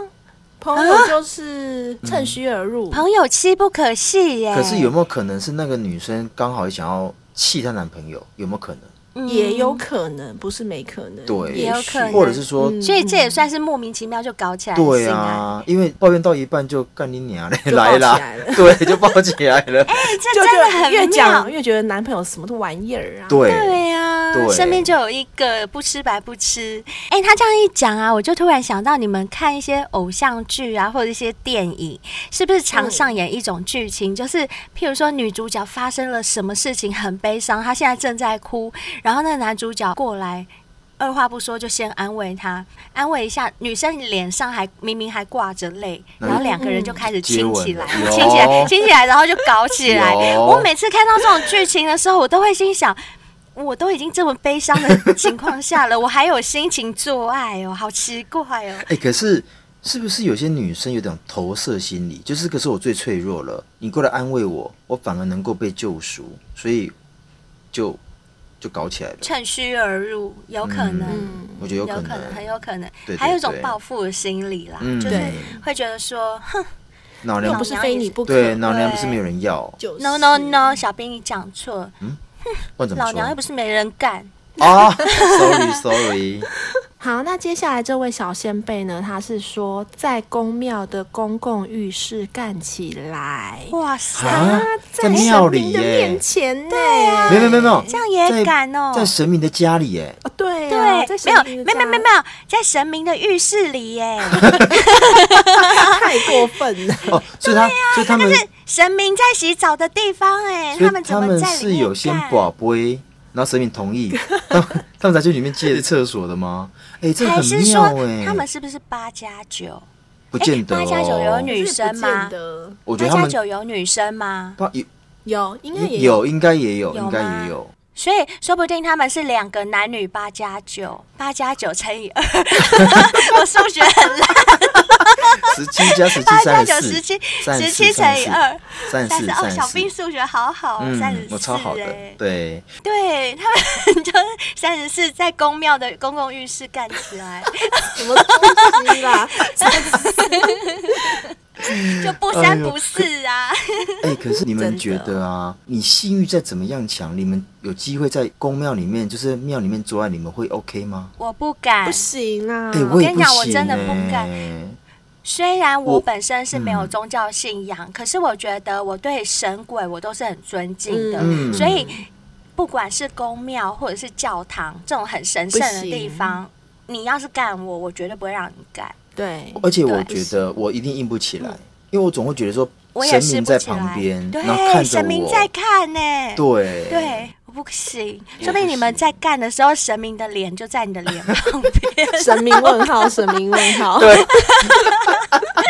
[SPEAKER 3] 朋友就是趁虚而入，
[SPEAKER 2] 啊朋友妻不可戏耶，
[SPEAKER 4] 可是有没有可能是那个女生刚好也想要气她男朋友？有没有可能？
[SPEAKER 2] 嗯
[SPEAKER 3] 也有可能，不是没可能，
[SPEAKER 4] 对
[SPEAKER 2] 也有
[SPEAKER 3] 许
[SPEAKER 2] 可能
[SPEAKER 4] 或者是说，
[SPEAKER 3] 嗯
[SPEAKER 2] 所以这也算是莫名其妙就搞起来的
[SPEAKER 4] 对
[SPEAKER 2] 性爱，
[SPEAKER 4] 啊，因为抱怨到一半就干你娘嘞，
[SPEAKER 3] 就抱
[SPEAKER 4] 来
[SPEAKER 3] 起来
[SPEAKER 4] 啦，
[SPEAKER 3] 了
[SPEAKER 4] 对，就抱起来
[SPEAKER 2] [LAUGHS]
[SPEAKER 4] 了。
[SPEAKER 2] 这
[SPEAKER 3] 就
[SPEAKER 2] 真的
[SPEAKER 3] 觉
[SPEAKER 2] 很
[SPEAKER 3] 得越
[SPEAKER 2] 妙
[SPEAKER 3] 讲。越觉得男朋友什么都玩意儿啊。，
[SPEAKER 4] 对，
[SPEAKER 2] 对呀、
[SPEAKER 4] 对
[SPEAKER 2] 身边就有一个不吃白不吃。哎、他这样一讲啊，我就突然想到，你们看一些偶像剧啊，或者一些电影，是不是常上演一种剧情，就是譬如说女主角发生了什么事情很悲伤，她现在正在哭，然后那个男主角过来。二话不说就先安慰她，安慰一下女生脸上还明明还挂着泪，
[SPEAKER 4] 嗯
[SPEAKER 2] 然后两个人就开始亲起来，
[SPEAKER 4] 接吻了
[SPEAKER 2] 亲起来，
[SPEAKER 4] 有
[SPEAKER 2] 亲起来，然后就搞起来。
[SPEAKER 4] 有
[SPEAKER 2] 我每次看到这种剧情的时候，我都会心想，我都已经这么悲伤的情况下
[SPEAKER 4] [LAUGHS]
[SPEAKER 2] 了，我还有心情做爱哦，好奇怪哦。
[SPEAKER 4] 哎，可是。”是不是有些女生有点投射心理？就是可是我最脆弱了，你过来安慰我，我反而能够被救赎，所以就就搞起来了。
[SPEAKER 2] 趁虚而入，有可能，
[SPEAKER 3] 嗯，
[SPEAKER 4] 我觉得有
[SPEAKER 2] 有
[SPEAKER 4] 可
[SPEAKER 2] 可能，很有可能，
[SPEAKER 4] 对对
[SPEAKER 2] 还有一种
[SPEAKER 4] 对
[SPEAKER 2] 报复的心理啦，
[SPEAKER 4] 嗯
[SPEAKER 2] 就是
[SPEAKER 3] 对
[SPEAKER 2] 会觉得说，哼
[SPEAKER 4] 脑
[SPEAKER 3] 又
[SPEAKER 4] 娘
[SPEAKER 3] 不是非你不可。
[SPEAKER 4] 啊对脑娘不是没有人要，
[SPEAKER 3] 就是
[SPEAKER 2] ，no no no，小兵你讲错了，
[SPEAKER 4] 不然怎么
[SPEAKER 2] 老
[SPEAKER 4] 说？
[SPEAKER 2] 娘又不是没人干，
[SPEAKER 4] 啊，sorry sorry，
[SPEAKER 3] 好，那接下来这位小先辈呢？他是说在宫庙的公共浴室干起来，
[SPEAKER 2] 哇塞，
[SPEAKER 4] 啊，在庙
[SPEAKER 3] 神
[SPEAKER 4] 里
[SPEAKER 3] 明的
[SPEAKER 4] 耶
[SPEAKER 3] 面，前呢？对呀、
[SPEAKER 2] 啊
[SPEAKER 4] 没有没有没有，
[SPEAKER 2] 这样也敢哦
[SPEAKER 4] 在在神明的家里耶，
[SPEAKER 3] 哦，对
[SPEAKER 2] 对，
[SPEAKER 3] 啊、在
[SPEAKER 2] 没有
[SPEAKER 3] 神明的
[SPEAKER 2] 没有没有没
[SPEAKER 3] 家
[SPEAKER 2] 有没有，在神明的浴室里耶，
[SPEAKER 3] 太过分了。
[SPEAKER 4] 哦，所以他所以他们，
[SPEAKER 2] 神明在洗澡的地方哎，
[SPEAKER 4] 所以
[SPEAKER 2] 们怎
[SPEAKER 4] 他
[SPEAKER 2] 么
[SPEAKER 4] 们
[SPEAKER 2] 在里
[SPEAKER 4] 是
[SPEAKER 2] 面
[SPEAKER 4] 有先
[SPEAKER 2] 干
[SPEAKER 4] 寡杯，然后神明
[SPEAKER 2] [LAUGHS]
[SPEAKER 4] 同意，他们他们才去里面借厕所的吗？哎，这
[SPEAKER 2] 还
[SPEAKER 4] 很
[SPEAKER 2] 是说
[SPEAKER 4] 妙哎，
[SPEAKER 2] 他们是不是八加九？
[SPEAKER 4] 不见得
[SPEAKER 2] 八加九有
[SPEAKER 4] 哦，
[SPEAKER 2] [LAUGHS] 女生吗
[SPEAKER 3] 是不见？得
[SPEAKER 4] 我觉
[SPEAKER 2] 八
[SPEAKER 4] 得他
[SPEAKER 2] 加
[SPEAKER 4] 们
[SPEAKER 2] 九有女生吗？
[SPEAKER 4] 八有
[SPEAKER 3] 有，应该也
[SPEAKER 4] 有应该也有，
[SPEAKER 2] 有
[SPEAKER 4] 应该
[SPEAKER 2] 吗
[SPEAKER 4] 也有。
[SPEAKER 2] 所以说不定他们是两个男女八加九，八加九乘以二， [LAUGHS] 我数学很烂，
[SPEAKER 4] 十七加十
[SPEAKER 2] [LAUGHS]
[SPEAKER 4] 七
[SPEAKER 2] 八加
[SPEAKER 4] 三
[SPEAKER 2] 九
[SPEAKER 4] 十
[SPEAKER 2] 十七，
[SPEAKER 4] 三
[SPEAKER 2] 十七乘以二，
[SPEAKER 4] 三
[SPEAKER 2] 三
[SPEAKER 4] 十
[SPEAKER 2] 十哦，
[SPEAKER 4] 三
[SPEAKER 2] 小兵数学好好哦，三十哎
[SPEAKER 4] 我超好的，对，
[SPEAKER 2] 对他们就三十四在公庙的公共浴室干起
[SPEAKER 4] [LAUGHS]
[SPEAKER 2] 来，
[SPEAKER 3] 什么东西
[SPEAKER 2] [LAUGHS]
[SPEAKER 3] 啦？
[SPEAKER 2] 就不三不四啊，
[SPEAKER 4] 哎、可
[SPEAKER 2] [LAUGHS]
[SPEAKER 4] 是你
[SPEAKER 3] 真
[SPEAKER 4] 们
[SPEAKER 3] 的
[SPEAKER 4] 觉得啊，你性欲再怎么样强，你们有机会在宫庙里面，就是庙里面做爱，你们会 OK 吗？
[SPEAKER 2] 我不敢
[SPEAKER 3] 不。行啊！
[SPEAKER 4] 哎、我也
[SPEAKER 2] 跟
[SPEAKER 4] 不
[SPEAKER 2] 你嗯讲我
[SPEAKER 4] 行
[SPEAKER 2] 真的
[SPEAKER 4] 哎、
[SPEAKER 2] 不敢虽然我
[SPEAKER 4] 我
[SPEAKER 2] 本身是没有
[SPEAKER 4] 嗯
[SPEAKER 2] 宗教信仰，可是我觉得我对神鬼我都是很尊敬的，
[SPEAKER 4] 嗯
[SPEAKER 2] 所以不管是宫庙或者是教堂这种很神圣的地方，你要是干我，我绝对不会让你干。
[SPEAKER 3] 对，
[SPEAKER 4] 而且我
[SPEAKER 2] 对嗯
[SPEAKER 4] 觉得我一定硬不起来，因为我总会觉得说
[SPEAKER 2] 我也
[SPEAKER 4] 神
[SPEAKER 2] 是
[SPEAKER 4] 明
[SPEAKER 2] 不
[SPEAKER 4] 在
[SPEAKER 2] 起来
[SPEAKER 4] 旁边，然后
[SPEAKER 2] 对，
[SPEAKER 4] 看着
[SPEAKER 2] 神明
[SPEAKER 4] 我，
[SPEAKER 2] 在看呢、
[SPEAKER 4] 对
[SPEAKER 2] 对，我不行，
[SPEAKER 4] 我
[SPEAKER 2] 说不定
[SPEAKER 4] 不
[SPEAKER 2] 你们
[SPEAKER 4] 行
[SPEAKER 2] 在干的时候，神明的脸就在你的脸旁
[SPEAKER 4] [LAUGHS]
[SPEAKER 2] 边。
[SPEAKER 3] 神明问号，神明问号。
[SPEAKER 4] 对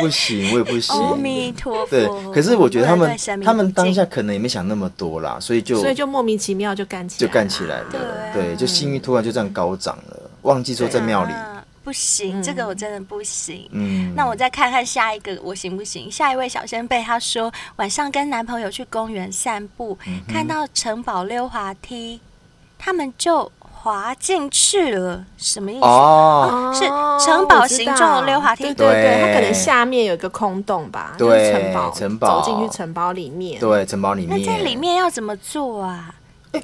[SPEAKER 4] 不行，我也
[SPEAKER 2] [LAUGHS]
[SPEAKER 4] 不行。
[SPEAKER 2] [LAUGHS] 阿弥陀佛。
[SPEAKER 4] 对，可是我觉得他
[SPEAKER 2] 不能
[SPEAKER 4] 们
[SPEAKER 2] 哦对神明
[SPEAKER 4] 他们
[SPEAKER 2] 不敬
[SPEAKER 4] 当下可能也没想那么多啦，所以就
[SPEAKER 3] 所以就莫名其妙就干起
[SPEAKER 4] 就
[SPEAKER 3] 来，
[SPEAKER 4] 干起来了，
[SPEAKER 2] 对
[SPEAKER 4] 对，就性欲突然就这样高涨了，忘记说在庙里，
[SPEAKER 2] 啊不行，这个我真的不行。
[SPEAKER 4] 嗯，
[SPEAKER 2] 那我再看看下一个我行不行？下一位小先辈他说，晚上跟男朋友去公园散步，
[SPEAKER 4] 嗯
[SPEAKER 2] 看到城堡溜滑梯，他们就滑进去了，什么意思？
[SPEAKER 4] 哦，
[SPEAKER 2] 是城堡形状的溜滑梯
[SPEAKER 3] 我知道对对
[SPEAKER 4] 对
[SPEAKER 3] 对，它可能下面有一个空洞吧，
[SPEAKER 4] 对
[SPEAKER 3] 就是城堡，
[SPEAKER 4] 城堡
[SPEAKER 3] 走进去城堡里面，，
[SPEAKER 4] 对，城堡里面，
[SPEAKER 2] 那在里面要怎么做啊？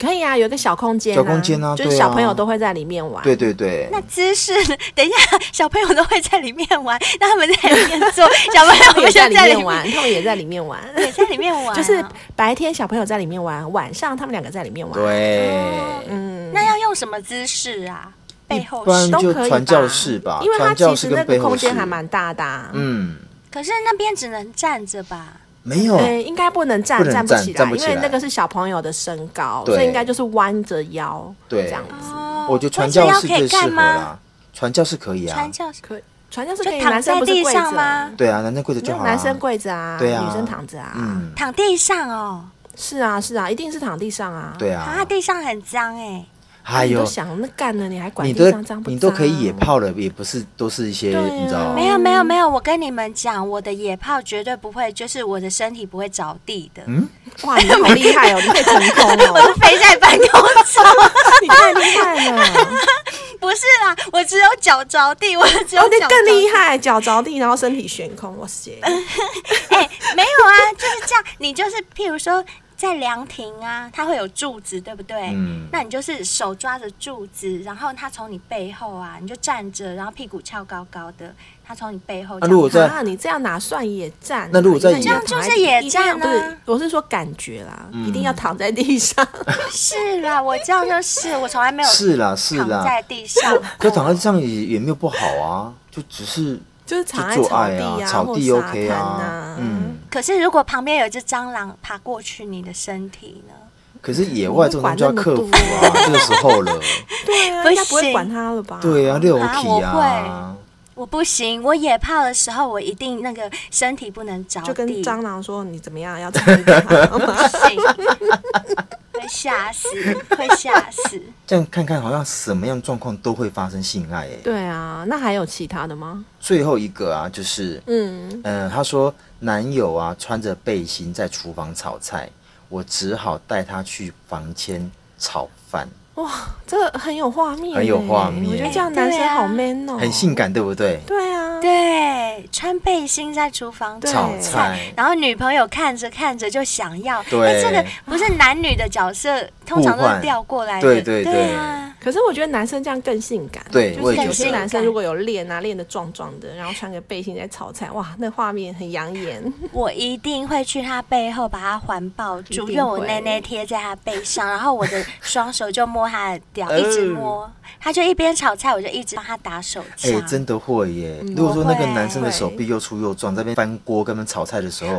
[SPEAKER 3] 可以啊，有一个小空间、啊，
[SPEAKER 4] 小空间啊
[SPEAKER 3] 就是
[SPEAKER 4] 对啊
[SPEAKER 3] 小朋友都会在里面玩，
[SPEAKER 4] 对对对，
[SPEAKER 2] 那姿势，等一下，小朋友都会在里面玩，那他们在里面
[SPEAKER 4] [LAUGHS]
[SPEAKER 2] 做，小朋
[SPEAKER 3] 他
[SPEAKER 2] 友
[SPEAKER 3] 们
[SPEAKER 2] 不
[SPEAKER 3] 也
[SPEAKER 2] 就
[SPEAKER 3] 在里
[SPEAKER 2] 在里
[SPEAKER 3] 面，玩，他们也在里面玩，
[SPEAKER 2] 也在里面玩啊、
[SPEAKER 3] 就是白天小朋友在里
[SPEAKER 2] 哦
[SPEAKER 3] 面玩，晚上他们两个在里面玩，
[SPEAKER 4] 对，
[SPEAKER 3] 嗯，
[SPEAKER 2] 那要用什么姿势啊？背后
[SPEAKER 4] 一般
[SPEAKER 2] 是
[SPEAKER 3] 都
[SPEAKER 4] 就
[SPEAKER 3] 可以
[SPEAKER 4] 传教
[SPEAKER 3] 吧
[SPEAKER 4] 士吧
[SPEAKER 3] 因为它
[SPEAKER 4] 传教
[SPEAKER 3] 其
[SPEAKER 4] 士
[SPEAKER 3] 实
[SPEAKER 4] 跟
[SPEAKER 3] 那
[SPEAKER 4] 背
[SPEAKER 3] 个
[SPEAKER 4] 后
[SPEAKER 3] 空间
[SPEAKER 4] 是
[SPEAKER 3] 还蛮大的、啊，
[SPEAKER 4] 嗯，
[SPEAKER 2] 可是那边只能站着吧？
[SPEAKER 4] 没有，
[SPEAKER 3] 对，应该不能站
[SPEAKER 4] 不，能
[SPEAKER 3] 站
[SPEAKER 4] 站
[SPEAKER 3] 起来，
[SPEAKER 4] 站不
[SPEAKER 3] 因
[SPEAKER 4] 起
[SPEAKER 3] 为
[SPEAKER 4] 来
[SPEAKER 3] 那个是小朋友的身高，
[SPEAKER 4] 对
[SPEAKER 3] 所以应该就是弯着腰，
[SPEAKER 4] 对
[SPEAKER 3] 这样子。
[SPEAKER 2] 哦，
[SPEAKER 4] 我觉得传
[SPEAKER 2] 弯着
[SPEAKER 4] 教
[SPEAKER 2] 腰
[SPEAKER 4] 士
[SPEAKER 2] 可
[SPEAKER 4] 最
[SPEAKER 2] 以
[SPEAKER 4] 适合
[SPEAKER 2] 干吗？
[SPEAKER 4] 啦，传教士可以啊
[SPEAKER 2] 传，教士
[SPEAKER 3] 可以，传教士可
[SPEAKER 2] 就
[SPEAKER 3] 以，
[SPEAKER 2] 躺
[SPEAKER 3] 男生
[SPEAKER 2] 在
[SPEAKER 3] 不是
[SPEAKER 2] 地
[SPEAKER 3] 跪着
[SPEAKER 2] 上吗？？
[SPEAKER 4] 对啊，男生跪着
[SPEAKER 3] 没
[SPEAKER 4] 就
[SPEAKER 3] 有
[SPEAKER 4] 好啊，
[SPEAKER 3] 男生跪着啊，
[SPEAKER 4] 对啊
[SPEAKER 3] 女生躺着啊，
[SPEAKER 4] 嗯，
[SPEAKER 2] 躺地上哦，
[SPEAKER 3] 是啊是啊，一定是躺地上啊。
[SPEAKER 4] 对
[SPEAKER 2] 啊，
[SPEAKER 4] 啊，
[SPEAKER 2] 地上很脏哎，
[SPEAKER 4] 还
[SPEAKER 3] 你
[SPEAKER 4] 有
[SPEAKER 3] 都想那干了，你还管
[SPEAKER 4] 你
[SPEAKER 3] 地
[SPEAKER 4] 都
[SPEAKER 3] 上脏不脏？啊
[SPEAKER 4] 你都可以野炮了，也不是都是一些
[SPEAKER 3] 对啊
[SPEAKER 4] 你知道
[SPEAKER 2] 没有没有没有，我跟你们讲，我的野炮绝对不会，就是我的身体不会着地的，
[SPEAKER 3] 嗯哇，你好厉害哦，你可以腾空
[SPEAKER 2] 我
[SPEAKER 4] [LAUGHS]
[SPEAKER 3] 哦
[SPEAKER 2] 是，飞在半空中，
[SPEAKER 3] 你太厉害 [LAUGHS] 了，
[SPEAKER 2] [LAUGHS] 不是啦，我只有脚着地，我只有
[SPEAKER 3] 哦，你
[SPEAKER 2] 脚
[SPEAKER 3] 更
[SPEAKER 2] 着
[SPEAKER 3] 厉
[SPEAKER 2] 地
[SPEAKER 3] 害，脚着地，然后身体悬空，哇塞！
[SPEAKER 2] 哎、没有啊，就是这样。你就是譬如说在凉亭啊，它会有柱子，对不对？
[SPEAKER 4] 嗯
[SPEAKER 2] 那你就是手抓着柱子，然后它从你背后啊，你就站着，然后屁股翘高高的，它从你背后这样。
[SPEAKER 4] 那如果在
[SPEAKER 3] 啊，你这样哪算野战啊、
[SPEAKER 4] 那如果在
[SPEAKER 3] 你看
[SPEAKER 2] 这
[SPEAKER 3] 你
[SPEAKER 4] 野
[SPEAKER 2] 样
[SPEAKER 3] 躺在
[SPEAKER 2] 就是野战啊
[SPEAKER 3] 一定要不是，我是说感觉啦，
[SPEAKER 4] 嗯
[SPEAKER 3] 一定要躺在地
[SPEAKER 4] [LAUGHS]
[SPEAKER 3] 上。
[SPEAKER 2] 是啦，我这样就是，我从来没有
[SPEAKER 4] 是啦是
[SPEAKER 2] 躺在
[SPEAKER 4] 啦，
[SPEAKER 2] 地
[SPEAKER 4] [LAUGHS]
[SPEAKER 2] 上过。
[SPEAKER 4] 可躺在地上也也没有不好啊，就只是
[SPEAKER 3] 就是
[SPEAKER 4] 就
[SPEAKER 3] 躺在
[SPEAKER 4] 做
[SPEAKER 3] 草
[SPEAKER 4] 爱
[SPEAKER 3] 地
[SPEAKER 4] 啊，
[SPEAKER 3] 啊，
[SPEAKER 4] 草地
[SPEAKER 3] 或沙滩
[SPEAKER 4] OK 啊
[SPEAKER 3] 啊，，
[SPEAKER 4] 嗯，
[SPEAKER 2] 可是如果旁边有一只蟑螂爬过去你的身体呢？
[SPEAKER 4] 可是野外这种东西就要
[SPEAKER 3] 你不
[SPEAKER 4] 克
[SPEAKER 3] 管
[SPEAKER 4] 服
[SPEAKER 3] 那么多
[SPEAKER 4] 啊，这个时
[SPEAKER 3] [LAUGHS]
[SPEAKER 4] 候了，
[SPEAKER 3] 对啊，
[SPEAKER 2] 不
[SPEAKER 3] 应该不会
[SPEAKER 2] 行
[SPEAKER 3] 管他了吧？
[SPEAKER 4] 对啊，六
[SPEAKER 2] 啊
[SPEAKER 4] 体
[SPEAKER 2] 我
[SPEAKER 4] 啊，
[SPEAKER 2] 我不行，我野炮的时候，我一定那个身体不能着地，
[SPEAKER 3] 就跟蟑螂说你怎么样，要吃它吗 [LAUGHS]
[SPEAKER 2] 行，会吓死，会吓
[SPEAKER 3] [LAUGHS]
[SPEAKER 2] 死。
[SPEAKER 4] 这样看看好像什么样状况都会发生性爱诶。
[SPEAKER 3] 对啊，那还有其他的吗？
[SPEAKER 4] 最后一个啊，就是
[SPEAKER 3] 嗯，
[SPEAKER 4] 嗯，她说男友啊穿着背心在厨房炒菜，我只好带他去房间炒饭，
[SPEAKER 3] 哇，这很有画面欸，
[SPEAKER 4] 很有画面
[SPEAKER 3] 我觉得这样男生好 man 哦，
[SPEAKER 4] 很性。感，对不对？
[SPEAKER 3] 对啊，
[SPEAKER 2] 对，穿背心在厨房
[SPEAKER 3] 对
[SPEAKER 4] 炒
[SPEAKER 2] 菜
[SPEAKER 4] 菜，
[SPEAKER 2] 然后女朋友看着看着就想要，
[SPEAKER 4] 对
[SPEAKER 2] 哎这个不是男女的角色，通常都是调过来的，
[SPEAKER 4] 对对对
[SPEAKER 2] 啊，
[SPEAKER 3] 可是我觉得男生这样更性感，
[SPEAKER 4] 对
[SPEAKER 3] 就
[SPEAKER 4] 我
[SPEAKER 3] 是
[SPEAKER 4] 也觉得
[SPEAKER 3] 有些男生如果有练啊，练的壮壮的，然后穿个背心在炒菜，哇，那画面很养眼。
[SPEAKER 2] 我一定会去他背后把他环抱
[SPEAKER 3] 一定
[SPEAKER 2] 住，
[SPEAKER 3] 会
[SPEAKER 2] 用我内内贴在他背上，然后我的双手就摸他的屌，
[SPEAKER 4] 哦
[SPEAKER 2] 一直摸，他就一边炒菜，我就一直帮他打手
[SPEAKER 4] 哎、
[SPEAKER 2] 枪，
[SPEAKER 4] 真的会耶！
[SPEAKER 2] 嗯
[SPEAKER 4] 如果说那个男生的
[SPEAKER 3] 会
[SPEAKER 4] 手臂又粗又壮，在那边翻锅跟他们炒菜的时候，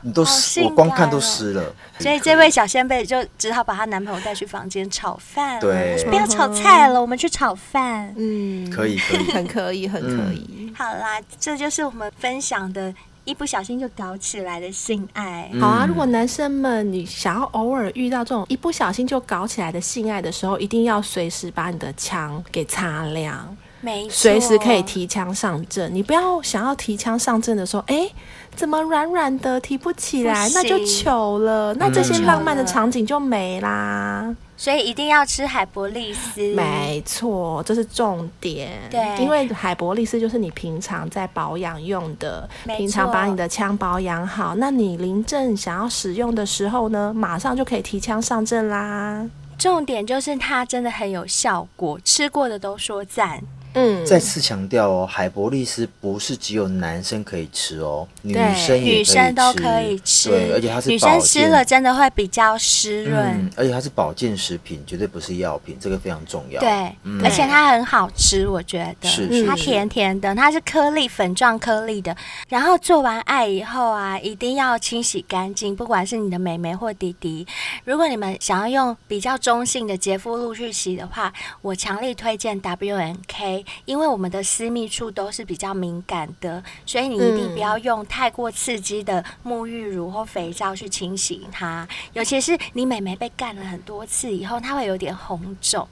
[SPEAKER 4] 你都
[SPEAKER 2] 啊好
[SPEAKER 4] 湿，
[SPEAKER 2] 性
[SPEAKER 4] 我光看
[SPEAKER 2] 感
[SPEAKER 4] 都
[SPEAKER 2] 哦
[SPEAKER 4] 湿了。
[SPEAKER 2] 所以这位小先辈就只好把她男朋友带去房间炒饭了。
[SPEAKER 4] 对
[SPEAKER 2] 她说不要炒菜了，我们去炒饭。
[SPEAKER 3] 嗯，
[SPEAKER 4] 可以可以，
[SPEAKER 3] [LAUGHS]
[SPEAKER 4] 嗯
[SPEAKER 3] 很可以，很可以。
[SPEAKER 2] 好啦，这就是我们分享的，一不小心就搞起来的性爱。
[SPEAKER 4] 嗯
[SPEAKER 3] 好啊，如果男生们你想要偶尔遇到这种一不小心就搞起来的性爱的时候，一定要随时把你的枪给擦亮，
[SPEAKER 2] 没错，
[SPEAKER 3] 随时可以。提枪上阵。你不要想要提枪上阵的时候，哎、怎么软软的提不起来，
[SPEAKER 2] 不
[SPEAKER 3] 那就
[SPEAKER 2] 行
[SPEAKER 3] 糗了，那这些
[SPEAKER 4] 嗯
[SPEAKER 3] 浪漫的场景就没啦。
[SPEAKER 2] 所以一定要吃海博利斯。
[SPEAKER 3] 没错，这是重点。
[SPEAKER 2] 对
[SPEAKER 3] 因为海博利斯就是你平常在保养用的，
[SPEAKER 2] 没错
[SPEAKER 3] 平常把你的枪保养好，那你临阵想要使用的时候呢，马上就可以提枪上阵啦。
[SPEAKER 2] 重点就是它真的很有效果，吃过的都说赞。
[SPEAKER 3] 嗯，
[SPEAKER 4] 再次强调哦，海博利斯不是只有男生可以吃哦，女生也
[SPEAKER 2] 女生都可以吃，
[SPEAKER 4] 对，而且它是
[SPEAKER 2] 女
[SPEAKER 4] 保
[SPEAKER 2] 生
[SPEAKER 4] 健
[SPEAKER 2] 吃了真的会比较湿润。
[SPEAKER 4] 嗯，而且它是保健食品，绝对不是药品，这个非常重要。
[SPEAKER 2] 对，
[SPEAKER 4] 嗯
[SPEAKER 2] 而且它很好吃，我觉得嗯
[SPEAKER 4] 是是
[SPEAKER 2] 它
[SPEAKER 4] 是
[SPEAKER 2] 甜甜的，它是颗粒粉状颗粒的。然后做完爱以后啊，一定要清洗干净，不管是你的美眉或弟弟。如果你们想要用比较中性的洁肤露去洗的话，我强力推荐 W N K，因为我们的私密处都是比较敏感的，所以你一定不要用太过刺激的沐浴乳或肥皂去清洗它。尤其是你美眉被干了很多次以后，它会有点红肿。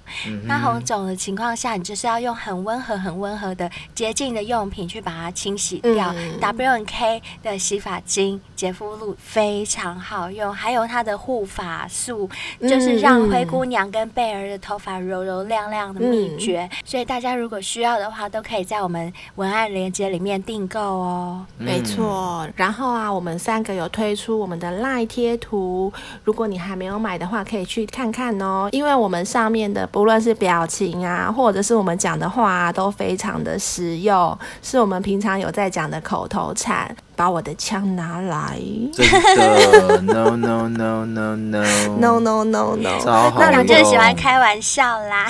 [SPEAKER 2] 那红肿的情况下，你就是要用很温和、很温和的洁净的用品去把它清洗掉。
[SPEAKER 3] 嗯
[SPEAKER 2] W N K 的洗发精、洁肤露非常好用，还有它的护发素，就是让灰姑娘跟贝儿的头发柔柔亮亮的秘诀。所以大家如果需要的话，都可以在我们文案链接里面订购哦。
[SPEAKER 3] 没错，然后啊，我们三个有推出我们的赖贴图，如果你还没有买的话，可以去看看哦。因为我们上面的不论是表情啊，或者是我们讲的话、啊，都非常的实用，是我们平常有在讲的口头禅。把我的枪拿来。
[SPEAKER 4] 真的 no no no no no
[SPEAKER 3] No no no no！
[SPEAKER 4] 超好
[SPEAKER 2] 那
[SPEAKER 4] 用
[SPEAKER 2] 我就是喜欢开玩笑啦。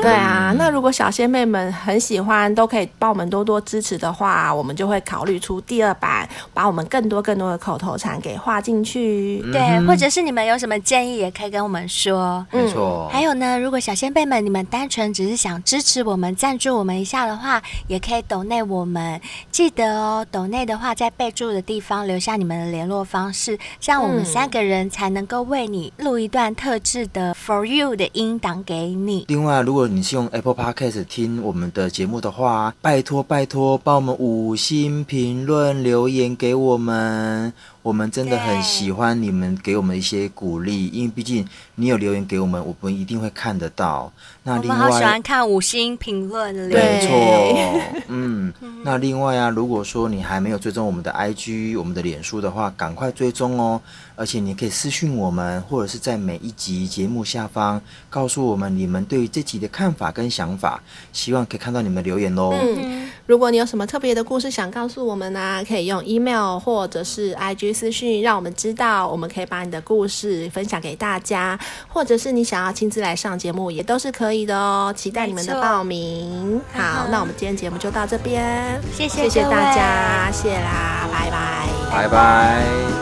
[SPEAKER 3] 对啊，那如果小仙妹们很喜欢，都可以帮我们多多支持的话，我们就会考虑出第二版，把我们更多更多的口头禅给画进
[SPEAKER 4] 嗯
[SPEAKER 3] 去。
[SPEAKER 2] 对，或者是你们有什么建议，也可以跟我们说。
[SPEAKER 4] 没错，
[SPEAKER 2] 嗯还有呢，如果小先辈们你们单纯只是想支持我们、赞助我们一下的话，也可以抖内我们。记得哦，抖内的话在备注的地方留下你们的联络方式，这样我们三个人才能够为你录一段特制的 For You 的音档给你。
[SPEAKER 4] 另外，如果你是用 Apple Podcast 听我们的节目的话，拜托拜托，帮我们五星评论留言给我们，我们真的很
[SPEAKER 2] 对
[SPEAKER 4] 喜欢你们给我们一些鼓励，因为毕竟你有留言给我们，我们一定会看得到。那
[SPEAKER 2] 我
[SPEAKER 4] 另
[SPEAKER 2] 们好喜
[SPEAKER 4] 外
[SPEAKER 2] 欢，看五星评论
[SPEAKER 3] 对
[SPEAKER 2] 留
[SPEAKER 4] 没
[SPEAKER 2] 言
[SPEAKER 4] 错，嗯，那另外啊，如果说你还没有追踪我们的 IG、我们的脸书的话，赶快追踪哦。而且你可以私讯我们，或者是在每一集节目下方告诉我们你们对于这集的看法跟想法，希望可以看到你们的留言喽。
[SPEAKER 3] 嗯，如果你有什么特别的故事想告诉我们呢、啊可以用 email 或者是 IG 私讯让我们知道，我们可以把你的故事分享给大家，或者是你想要亲自来上节目也都是可以的哦。期待你们的
[SPEAKER 2] 没错嗯
[SPEAKER 3] 报名。好，那我们今天节目就到这边，
[SPEAKER 2] 谢谢
[SPEAKER 3] 谢谢
[SPEAKER 2] 各
[SPEAKER 3] 大
[SPEAKER 2] 位
[SPEAKER 3] 家，谢啦，拜拜。
[SPEAKER 4] 拜拜。